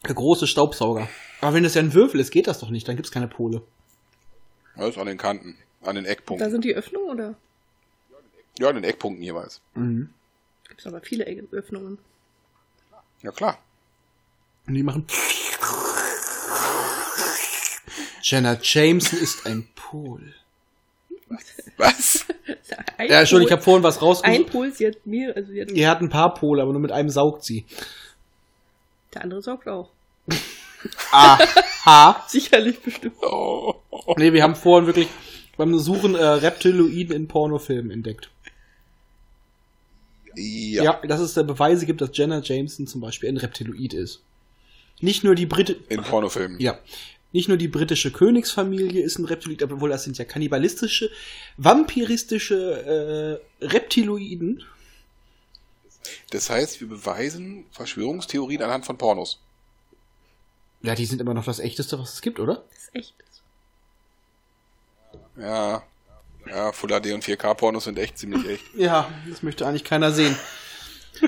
Speaker 2: Der große Staubsauger. Aber wenn das ja ein Würfel ist, geht das doch nicht. Dann gibt's keine Pole.
Speaker 6: ja, ist an den Kanten, an den
Speaker 5: Da
Speaker 6: Eckpunkten.
Speaker 5: sind die Öffnungen oder?
Speaker 6: Ja, an den Eckpunkten jeweils.
Speaker 5: Gibt es aber viele Eng- Öffnungen.
Speaker 6: Ja klar.
Speaker 2: Und die machen. Jenna Jameson ist ein Pol.
Speaker 6: Was?
Speaker 5: Ein
Speaker 2: Ja, schon,
Speaker 5: Pol-
Speaker 2: ich habe vorhin was
Speaker 5: Ein
Speaker 2: rausgesucht.
Speaker 5: Puls, jetzt mir, also jetzt
Speaker 2: Ihr hat ein paar Pole, aber nur mit einem saugt sie.
Speaker 5: der andere saugt auch.
Speaker 2: Aha.
Speaker 5: Sicherlich bestimmt.
Speaker 2: Nee, wir haben vorhin wirklich beim Suchen äh, Reptiloiden in Pornofilmen entdeckt.
Speaker 6: Ja.
Speaker 2: Ja. dass es da Beweise gibt, dass Jenna Jameson zum Beispiel ein Reptiloid ist. Nicht nur die Brit
Speaker 6: In Pornofilmen.
Speaker 2: ja. Nicht nur die britische Königsfamilie ist ein Reptiloid, obwohl das sind ja kannibalistische, vampiristische äh, Reptiloiden.
Speaker 6: Das heißt, wir beweisen Verschwörungstheorien anhand von Pornos.
Speaker 2: Ja, die sind immer noch das Echteste, was es gibt, oder?
Speaker 5: Das ist echt.
Speaker 6: Ja. Ja, Full HD und 4K Pornos sind echt ziemlich echt.
Speaker 2: Ja, das möchte eigentlich keiner sehen.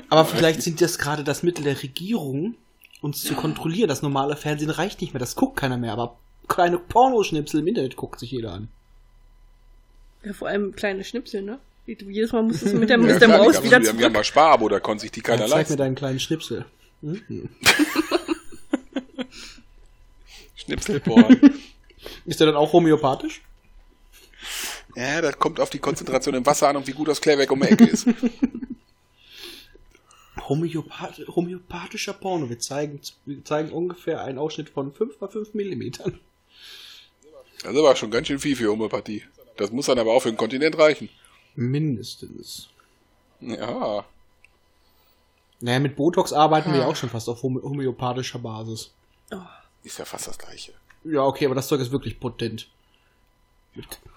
Speaker 2: Aber vielleicht sind das gerade das Mittel der Regierung, uns zu kontrollieren. Das normale Fernsehen reicht nicht mehr, das guckt keiner mehr, aber kleine Pornoschnipsel im Internet guckt sich jeder an.
Speaker 5: Ja, vor allem kleine Schnipsel, ne? Die du jedes Mal musstest du mit der,
Speaker 6: Ja,
Speaker 5: mit der
Speaker 6: klar, die
Speaker 5: Maus
Speaker 6: gab's-
Speaker 5: wieder
Speaker 6: Wir haben ja
Speaker 5: zurück.
Speaker 6: mal Sparabo, da konnte sich die keiner
Speaker 2: Ja, zeig mir
Speaker 6: leisten.
Speaker 2: deinen kleinen Schnipsel. Mhm.
Speaker 6: Schnipselporn.
Speaker 2: Ist der dann auch homöopathisch?
Speaker 6: Ja, das kommt auf die Konzentration im Wasser an und wie gut das Klärwerk um die Ecke ist.
Speaker 2: Homöopath homöopathischer Porno. Wir zeigen, wir zeigen ungefähr einen Ausschnitt von 5 mal 5 Millimetern.
Speaker 6: Das ist aber schon ganz schön viel für Homöopathie. Das muss dann aber auch für den Kontinent reichen.
Speaker 2: Mindestens.
Speaker 6: Ja.
Speaker 2: Naja, mit Botox arbeiten wir ja auch schon fast auf homö- homöopathischer Basis.
Speaker 6: Ist ja fast das gleiche.
Speaker 2: Ja, okay, aber das Zeug ist wirklich potent.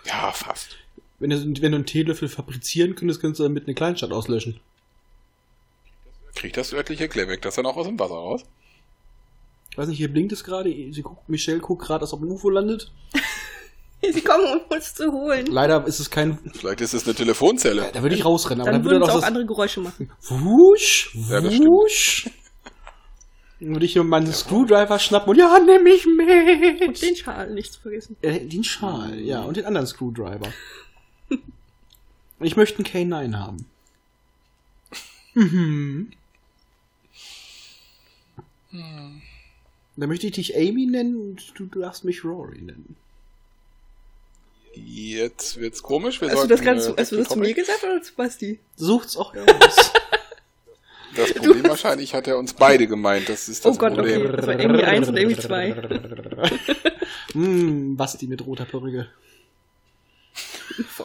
Speaker 6: Ja, fast.
Speaker 2: Wenn du, wenn du einen Teelöffel fabrizieren könntest, könntest du damit eine Kleinstadt auslöschen.
Speaker 6: Kriegt das örtliche Klärwerk das dann auch aus dem Wasser raus?
Speaker 2: Ich weiß nicht, hier blinkt es gerade. Sie guckt, Michelle guckt gerade, als ob ein UFO landet.
Speaker 5: Sie kommen, um uns zu holen.
Speaker 2: Leider ist es kein.
Speaker 6: Vielleicht ist es eine Telefonzelle.
Speaker 2: Da würde ich rausrennen, aber
Speaker 5: Dann
Speaker 2: dann, würde
Speaker 5: würden es
Speaker 2: doch
Speaker 5: auch
Speaker 2: das.
Speaker 5: andere Geräusche machen.
Speaker 2: Wusch,
Speaker 6: Ja, das stimmt.
Speaker 2: wusch. Dann würde ich hier meinen Screwdriver schnappen und ja, nimm mich
Speaker 5: Und
Speaker 2: mit.
Speaker 5: den Schal nicht zu vergessen.
Speaker 2: Äh, den Schal, ja, und den anderen Screwdriver. ich möchte einen K9 haben. Mhm. Dann möchte ich dich Amy nennen und du darfst mich Rory nennen.
Speaker 6: Jetzt wird's komisch. Wir
Speaker 5: Hast du
Speaker 6: sollten,
Speaker 5: das gerade zu,
Speaker 6: äh,
Speaker 5: hast du das zu
Speaker 6: Topic.
Speaker 5: mir gesagt oder zu Basti?
Speaker 2: Sucht's auch aus.
Speaker 6: Das Problem wahrscheinlich hat er uns beide gemeint. Das ist das
Speaker 5: Oh Gott,
Speaker 6: Problem.
Speaker 5: okay. Das war irgendwie eins und irgendwie zwei.
Speaker 2: Hm, Basti mit roter Perücke.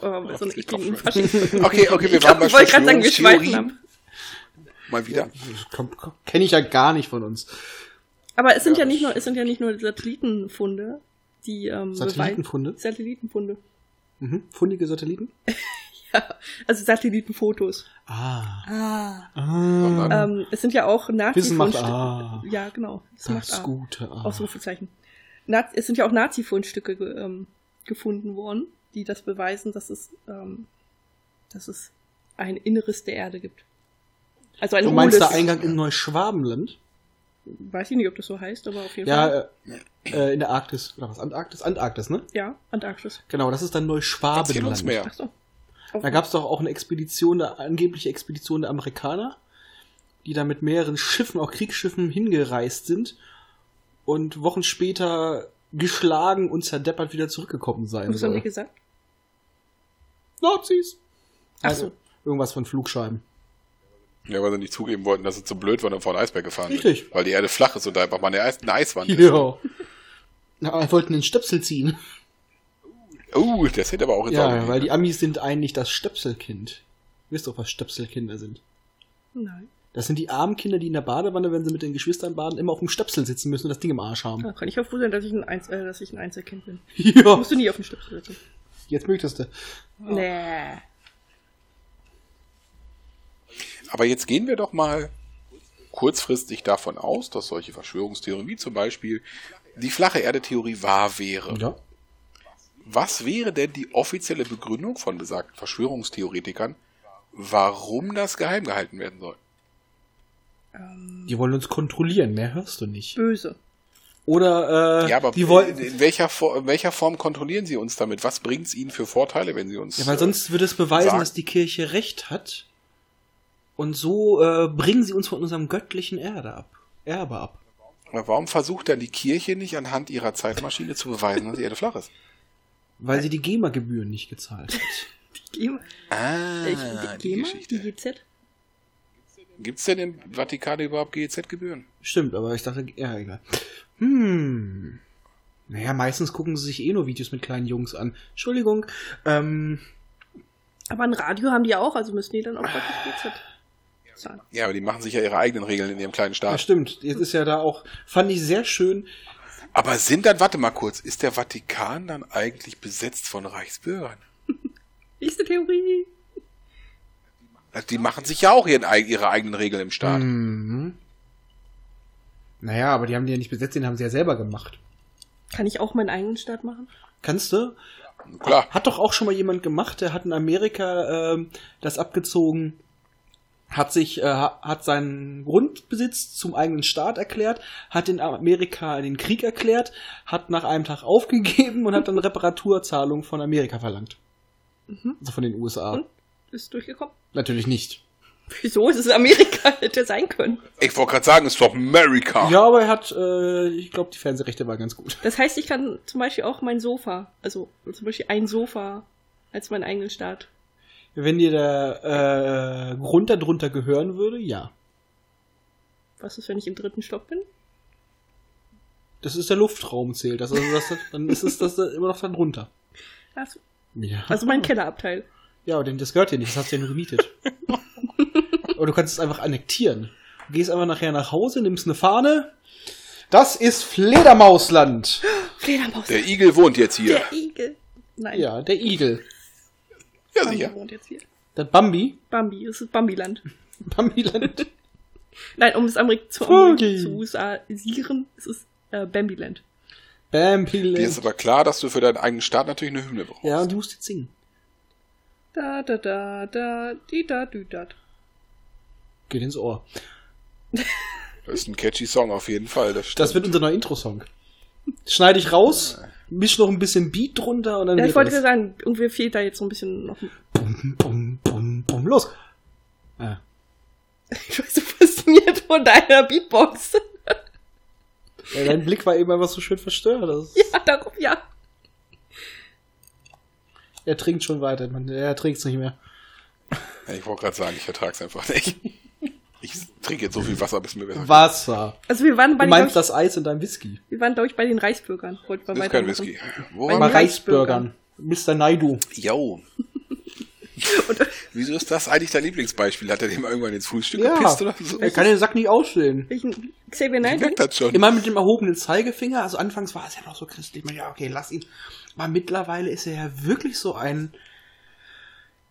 Speaker 5: Oh, mit so einem
Speaker 6: Ich glaub
Speaker 5: ekligen
Speaker 6: schon.
Speaker 5: Fasching.
Speaker 6: Okay, okay, wir
Speaker 5: Ich glaub,
Speaker 6: waren bei
Speaker 5: ich wollte gerade sagen, wir schweifen
Speaker 6: Verschwörungstheorien.
Speaker 5: ab.
Speaker 6: Mal wieder.
Speaker 2: Kenne ich ja gar nicht von uns.
Speaker 5: Aber es sind ja, nicht nur, es sind ja nicht nur Satellitenfunde, die ähm,
Speaker 2: Satellitenfunde?
Speaker 5: beweisen- Satellitenfunde.
Speaker 2: Mhm. Fundige Satelliten?
Speaker 5: Ja, also Satellitenfotos.
Speaker 2: Ah.
Speaker 5: Ah.
Speaker 2: ah.
Speaker 5: Ähm, es sind ja auch Nazi
Speaker 2: Wissen macht
Speaker 5: Fundstücke-
Speaker 2: ah.
Speaker 5: Ja, genau. Das, macht
Speaker 2: Das
Speaker 5: A.
Speaker 2: Gute ah.
Speaker 5: Ausrufezeichen. Naz es sind ja auch Nazi-Fundstücke ge ähm, gefunden worden, die das beweisen, dass es, ähm, dass es ein Inneres der Erde gibt. Also ein
Speaker 2: Du meinst der
Speaker 5: hohles-
Speaker 2: Eingang in Neuschwabenland?
Speaker 5: Weiß ich nicht, ob das so heißt, aber auf jeden
Speaker 2: Ja,
Speaker 5: Fall.
Speaker 2: äh, äh, in der Arktis. Oder was? Antarktis? Antarktis, ne?
Speaker 5: Ja, Antarktis.
Speaker 2: Genau, das ist dann
Speaker 6: Erzähl uns
Speaker 2: Neuschwabenland.
Speaker 6: mehr.
Speaker 5: Ach so. Auf-
Speaker 2: Da gab es doch auch eine Expedition, eine angebliche Expedition der Amerikaner, die da mit mehreren Schiffen, auch Kriegsschiffen, hingereist sind und Wochen später geschlagen und zerdeppert wieder zurückgekommen sein
Speaker 5: Was haben die
Speaker 2: soll.
Speaker 5: gesagt?
Speaker 2: Nazis!
Speaker 5: Ach
Speaker 2: Also,
Speaker 5: so.
Speaker 2: Irgendwas von Flugscheiben.
Speaker 6: Ja, weil sie nicht zugeben wollten, dass es zu blöd war, dann vor ein Eisberg gefahren
Speaker 2: Richtig.
Speaker 6: sind. Weil die Erde flach ist und da einfach mal eine, Eis eine Eiswand ist.
Speaker 2: Ja. Na, wir wollten den Stöpsel ziehen.
Speaker 6: Oh, das hätte aber auch ins Auge
Speaker 2: Ja,
Speaker 6: gehen
Speaker 2: weil die
Speaker 6: können.
Speaker 2: Amis sind eigentlich das Stöpselkind. Wisst doch, was Stöpselkinder sind.
Speaker 5: Nein.
Speaker 2: Das sind die armen Kinder, die in der Badewanne, wenn sie mit den Geschwistern baden, immer auf dem Stöpsel sitzen müssen und das Ding im Arsch haben.
Speaker 5: Da kann ich ja froh sein, dass ich ein, Einz äh, dass ich ein Einzelkind bin.
Speaker 2: Ja,
Speaker 5: Musst du nie auf den Stift setzen.
Speaker 2: jetzt möchtest du.
Speaker 5: Nee.
Speaker 6: Aber jetzt gehen wir doch mal kurzfristig davon aus, dass solche Verschwörungstheorien wie zum Beispiel die flache Erde-Theorie wahr wäre.
Speaker 2: Ja.
Speaker 6: Was wäre denn die offizielle Begründung von besagten Verschwörungstheoretikern, warum das geheim gehalten werden soll?
Speaker 2: Die wollen uns kontrollieren, mehr hörst du nicht.
Speaker 5: Böse.
Speaker 2: Oder äh,
Speaker 6: Ja, aber
Speaker 2: die wollen.
Speaker 6: in, welcher For in welcher Form kontrollieren sie uns damit? Was bringt es ihnen für Vorteile, wenn sie uns...
Speaker 2: Ja, weil sonst würde es beweisen,
Speaker 6: sagen-
Speaker 2: dass die Kirche recht hat. Und so äh, bringen sie uns von unserem göttlichen Erde ab. Erbe ab.
Speaker 6: Äh, warum versucht dann die Kirche nicht anhand ihrer Zeitmaschine zu beweisen, dass die Erde flach ist?
Speaker 2: Weil sie die GEMA-Gebühren nicht gezahlt hat.
Speaker 5: Die GEMA.
Speaker 6: Ah,
Speaker 5: Äh, ich, die, GEMA? Die GZ?
Speaker 6: Gibt es denn im Vatikan überhaupt GEZ-Gebühren?
Speaker 2: Stimmt, aber ich dachte, ja, egal. Hm. Naja, meistens gucken sie sich eh nur Videos mit kleinen Jungs an. Entschuldigung. Ähm,
Speaker 5: Aber ein Radio haben die ja auch, also müssen die dann auch praktisch GZ zahlen.
Speaker 6: Ja, aber die machen sich ja ihre eigenen Regeln in ihrem kleinen
Speaker 2: ja,
Speaker 6: Staat.
Speaker 2: stimmt. Jetzt ist ja da auch, fand ich sehr schön,
Speaker 6: aber sind dann, warte mal kurz, ist der Vatikan dann eigentlich besetzt von Reichsbürgern?
Speaker 5: Nächste Theorie.
Speaker 6: Also die machen sich ja auch ihren, eig- ihre eigenen Regeln im Staat.
Speaker 2: Mhm. Naja, aber die haben die ja nicht besetzt, den haben sie ja selber gemacht.
Speaker 5: Kann ich auch meinen eigenen Staat machen?
Speaker 2: Kannst du? Mhm.
Speaker 6: Klar.
Speaker 2: Hat doch auch schon mal jemand gemacht, der hat in Amerika ähm, das abgezogen, hat sich, äh, ha- hat seinen Grundbesitz zum eigenen Staat erklärt, hat in Amerika den Krieg erklärt, hat nach einem Tag aufgegeben und hat dann Reparaturzahlungen von Amerika verlangt.
Speaker 5: Mhm.
Speaker 2: Also von den USA.
Speaker 5: Und? Ist durchgekommen?
Speaker 2: Natürlich nicht.
Speaker 5: Wieso? Es ist Amerika, hätte sein können.
Speaker 6: Ich wollte gerade sagen, ist doch America.
Speaker 2: Ja, aber er hat, äh, ich glaube, die Fernsehrechte waren ganz gut.
Speaker 5: Das heißt, ich kann zum Beispiel auch mein Sofa, also zum Beispiel ein Sofa als meinen eigenen Staat.
Speaker 2: Wenn dir der äh, Grund darunter gehören würde, ja.
Speaker 5: Was ist, wenn ich im dritten Stock bin?
Speaker 2: Das ist der Luftraum zählt. Das, also das, dann ist es das da immer noch darunter.
Speaker 5: Also,
Speaker 2: Ja.
Speaker 5: also mein Kellerabteil.
Speaker 2: ja, aber denn das gehört dir nicht. Das hast du ja nur gemietet. aber du kannst es einfach annektieren. Du gehst einfach nachher nach Hause, nimmst eine Fahne. Das ist Fledermausland.
Speaker 5: Fledermaus.
Speaker 6: Der Igel wohnt jetzt hier.
Speaker 5: Der Igel. Nein.
Speaker 2: Ja, der Igel.
Speaker 6: Ja,
Speaker 5: Bambi
Speaker 6: sicher.
Speaker 5: wohnt jetzt hier.
Speaker 2: Der Bambi.
Speaker 5: Bambi, es ist Bambiland.
Speaker 2: Bambiland.
Speaker 5: Nein, um es Amerik zu, um
Speaker 2: Vogel.
Speaker 5: zu USA-sieren, es ist äh, Bambiland.
Speaker 6: Dir ist
Speaker 2: Bambiland.
Speaker 6: aber klar, dass du für deinen eigenen Staat natürlich eine Hymne brauchst.
Speaker 2: Ja, und du musst jetzt singen.
Speaker 5: Da, da, da, da, di, da, dü, dat.
Speaker 2: Geht ins Ohr.
Speaker 6: Das ist ein catchy Song auf jeden Fall. Das stimmt.
Speaker 2: Das wird unser neuer Intro-Song. Schneide ich raus, misch noch ein bisschen Beat drunter und dann
Speaker 5: Ja, ich
Speaker 2: wird
Speaker 5: wollte
Speaker 2: das.
Speaker 5: gerade sagen, irgendwie fehlt da jetzt so ein bisschen noch. ein-
Speaker 2: Bum, bum, bum, bum, los. Ah.
Speaker 5: Ich war so fasziniert von deiner Beatbox.
Speaker 2: Ja, dein Blick war eben einfach so schön verstört. Das ist
Speaker 5: Ja, darum, ja.
Speaker 2: Er trinkt schon weiter. Man, er trinkt's nicht mehr.
Speaker 6: Ja, Ich wollte gerade sagen, ich ertrag's einfach nicht. Ich trinke jetzt so viel Wasser, bis mir besser geht.
Speaker 2: Wasser.
Speaker 5: Also wir waren bei
Speaker 2: Du
Speaker 5: den, glaub
Speaker 2: meinst
Speaker 5: ich,
Speaker 2: das Eis in deinem Whisky.
Speaker 5: wir waren, glaub ich, bei den Reisbürgern. Wollten wir
Speaker 6: Das ist kein
Speaker 5: weitermachen.
Speaker 6: Whisky.
Speaker 5: Bei
Speaker 2: Bei
Speaker 6: Woran?
Speaker 5: mir-
Speaker 2: Reisbürgern. Mr. Naidu.
Speaker 6: Jo.
Speaker 2: äh,
Speaker 6: Wieso ist das eigentlich dein Lieblingsbeispiel? Hat er dem irgendwann ins Frühstück
Speaker 2: Ja.
Speaker 6: gepisst oder so?
Speaker 2: Er kann den Sack nicht ausstehen.
Speaker 5: Welchen Xavier
Speaker 6: Ich merke
Speaker 5: Naidoo?
Speaker 6: das schon.
Speaker 2: Immer mit dem erhobenen Zeigefinger. Also anfangs war es ja noch so christlich. Man, ja, okay, lass ihn. Aber mittlerweile ist er ja wirklich so ein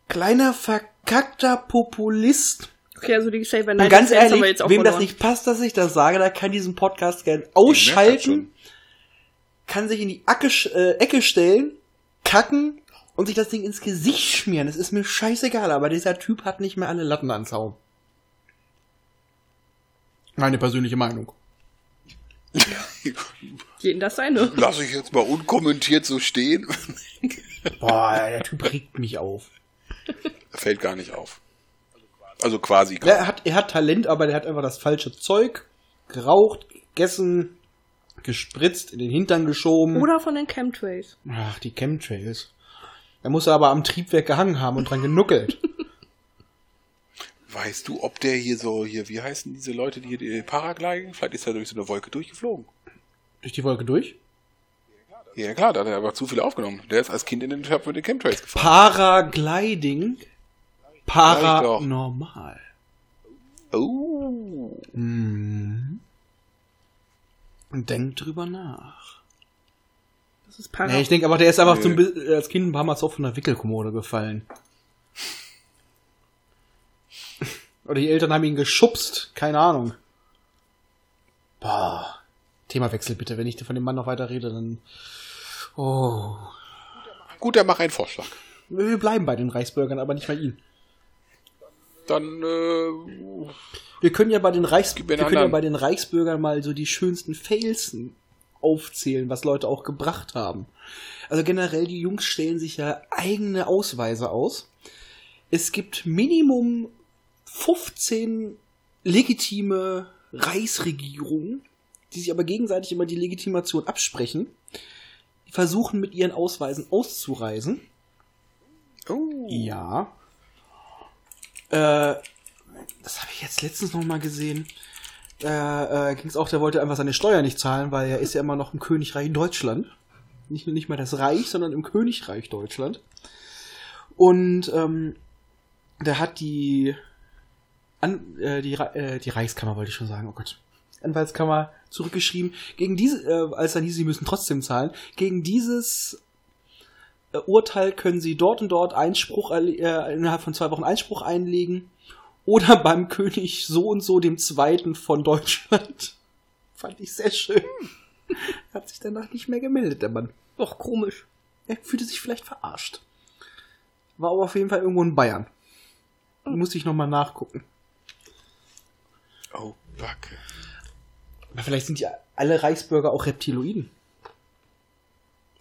Speaker 2: kleiner, verkackter Populist.
Speaker 5: Okay, also die Xavier
Speaker 2: Und
Speaker 5: Naidoo.
Speaker 2: ganz ehrlich, wem das nicht passt, dass ich das sage, der kann diesen Podcast gern
Speaker 6: merkt das
Speaker 2: ausschalten,
Speaker 6: schon.
Speaker 2: kann sich in die Acke, sch- äh, Ecke stellen, kacken und sich das Ding ins Gesicht schmieren. Es ist mir scheißegal, aber dieser Typ hat nicht mehr alle Latten an Zaum. Meine persönliche Meinung.
Speaker 5: Jeden das seine.
Speaker 6: Lass ich jetzt mal unkommentiert so stehen.
Speaker 2: Boah, der Typ regt mich auf.
Speaker 6: Fällt gar nicht auf. Also quasi.
Speaker 2: Er hat, er hat Talent, aber der hat einfach das falsche Zeug geraucht, gegessen, gespritzt, in den Hintern geschoben.
Speaker 5: Oder von den Chemtrails.
Speaker 2: Ach, die Chemtrails. Er muss aber am Triebwerk gehangen haben und dran genuckelt.
Speaker 6: Weißt du, ob der hier so, hier, wie heißen diese Leute, die hier die Paragliden? Vielleicht ist er durch so eine Wolke durchgeflogen.
Speaker 2: Durch die Wolke durch?
Speaker 6: Ja klar, da hat er aber zu viel aufgenommen. Der ist als Kind in den Trap mit den Chemtrails gefahren.
Speaker 2: Paragliding.
Speaker 6: Sag ich doch.
Speaker 2: Paranormal.
Speaker 6: Oh.
Speaker 2: Hm. Denk drüber nach.
Speaker 5: Das ist Para.
Speaker 2: Nee, ich denke aber, der ist einfach
Speaker 6: Nö.
Speaker 2: zum, Bi- äh, als Kind ein paar Mal so von der Wickelkommode gefallen. Oder die Eltern haben ihn geschubst. Keine Ahnung. Boah. Themawechsel bitte. Wenn ich von dem Mann noch weiter rede, dann... Oh.
Speaker 6: Gut, dann mach einen Vorschlag.
Speaker 2: Wir bleiben bei den Reichsbürgern, aber nicht bei ihnen.
Speaker 6: Dann, äh,
Speaker 2: Wir können ja bei den, Reichs
Speaker 6: Gib mir
Speaker 2: wir
Speaker 6: einen
Speaker 2: können ja
Speaker 6: anderen.
Speaker 2: bei den Reichsbürgern mal so die schönsten Fails aufzählen, was Leute auch gebracht haben. Also generell, die Jungs stellen sich ja eigene Ausweise aus. Es gibt Minimum 15 legitime Reichsregierungen, die sich aber gegenseitig immer die Legitimation absprechen. Die versuchen mit ihren Ausweisen auszureisen.
Speaker 6: oh.
Speaker 2: Ja. Äh, das habe ich jetzt letztens noch mal gesehen. Äh, äh, Ging es auch, der wollte einfach seine Steuer nicht zahlen, weil er ist ja immer noch im Königreich Deutschland. Nicht nur nicht mal das Reich, sondern im Königreich Deutschland. Und ähm, da hat die, An äh, die, Re- äh, die Reichskammer, wollte ich schon sagen, oh Gott. Anwaltskammer zurückgeschrieben, gegen diese, äh, als dann hieß, sie müssen trotzdem zahlen, gegen dieses äh, Urteil können Sie dort und dort Einspruch erle- äh, innerhalb von zwei Wochen Einspruch einlegen oder beim König so und so dem Zweiten von Deutschland. Fand ich sehr schön. Hm. Hat sich danach nicht mehr gemeldet, der Mann.
Speaker 5: Och, komisch.
Speaker 2: Er fühlte sich vielleicht verarscht. War aber auf jeden Fall irgendwo in Bayern. Musste ich nochmal nachgucken.
Speaker 6: Oh, Backe.
Speaker 2: Aber vielleicht sind ja alle Reichsbürger auch Reptiloiden.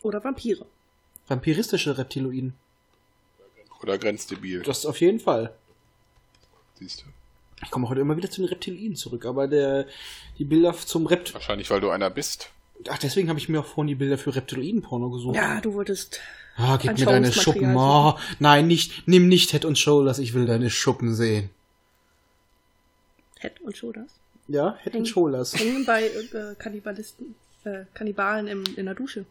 Speaker 5: Oder Vampire.
Speaker 2: Vampiristische Reptiloiden.
Speaker 6: Oder grenzdebil.
Speaker 2: Das auf jeden Fall.
Speaker 6: Siehst du.
Speaker 2: Ich komme heute immer wieder zu den Reptiloiden zurück, aber der, die Bilder zum Rept
Speaker 6: Wahrscheinlich, weil du einer bist.
Speaker 2: Ach, deswegen habe ich mir auch vorhin die Bilder für Reptiloiden-Porno gesucht.
Speaker 5: Ja, du wolltest.
Speaker 2: Ah, gib mir deine Schuppen.
Speaker 5: Anschauungsmaterial
Speaker 2: Oh, nein, nicht. Nimm nicht Head und Shoulders. Ich will deine Schuppen sehen.
Speaker 5: Head und Shoulders.
Speaker 2: Ja, Head and
Speaker 5: Eng-
Speaker 2: Shoulders.
Speaker 5: Hängen bei äh, Kannibalisten. Äh, Kannibalen im, in der Dusche.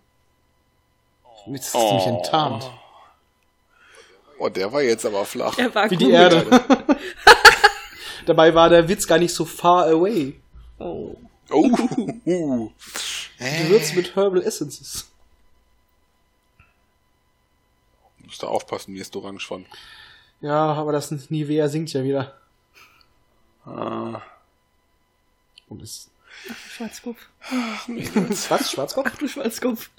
Speaker 2: Jetzt hast du mich enttarnt.
Speaker 6: Oh, der war jetzt aber flach.
Speaker 5: Er war
Speaker 2: Wie
Speaker 5: cool.
Speaker 2: die Erde. Dabei war der Witz gar nicht so far away.
Speaker 5: Oh.
Speaker 6: Oh, uh, uh.
Speaker 2: Gewürzt mit Herbal Essences.
Speaker 6: Du musst da aufpassen, mir ist orange von.
Speaker 2: Ja, aber das Nivea singt ja wieder.
Speaker 6: Ah.
Speaker 2: Und ist
Speaker 5: Schwarzkopf.
Speaker 2: was? Schwarzkopf?
Speaker 5: Ach du Schwarzkopf.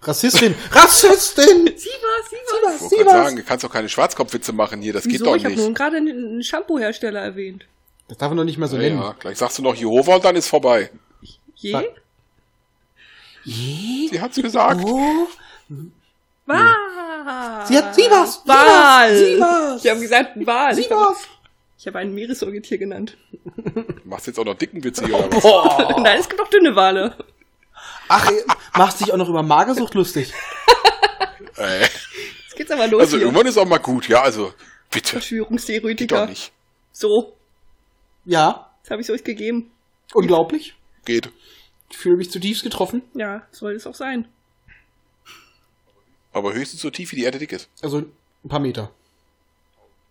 Speaker 2: Rassistin! Rassistin!
Speaker 5: Sie war, sie war.
Speaker 6: Ich wollte gerade sagen, du kannst doch keine Schwarzkopfwitze machen hier, das
Speaker 5: Wieso?
Speaker 6: geht
Speaker 5: Ich
Speaker 6: doch
Speaker 5: habe nur
Speaker 6: nicht.
Speaker 5: gerade einen- einen Shampoo-Hersteller erwähnt.
Speaker 2: Das darf man doch nicht mehr so
Speaker 6: Ja,
Speaker 2: nennen.
Speaker 6: ja, gleich sagst du noch Jehova und dann ist vorbei.
Speaker 5: Je?
Speaker 2: Sag- Je?
Speaker 6: Sie hat's gesagt.
Speaker 2: Oh,
Speaker 5: War.
Speaker 2: sie hat, sie war's!
Speaker 5: Wal.
Speaker 2: Sie war's!
Speaker 5: Ich habe gesagt Wal.
Speaker 2: sie
Speaker 5: Also Ich habe
Speaker 2: war's!
Speaker 5: ich hab ein Meeresäugetier genannt.
Speaker 6: Machst jetzt auch noch dicken Witze hier, oder was?
Speaker 2: Boah!
Speaker 5: Nein, es gibt auch dünne Wale.
Speaker 2: äh, Ach, ey, machst dich auch noch über Magersucht lustig.
Speaker 6: Ey,
Speaker 5: Es geht's aber los
Speaker 6: Äh, Also
Speaker 5: hier.
Speaker 6: irgendwann ist auch mal gut, ja, also bitte. Geht doch
Speaker 5: Verschwörungstheoretiker.
Speaker 6: nicht.
Speaker 5: So,
Speaker 2: Ja,
Speaker 5: das habe ich euch gegeben.
Speaker 2: unglaublich.
Speaker 6: Geht.
Speaker 2: Ich fühle mich zutiefst getroffen.
Speaker 5: Ja, soll es auch sein.
Speaker 6: Aber höchstens so tief, wie die Erde dick ist.
Speaker 2: Also ein paar Meter.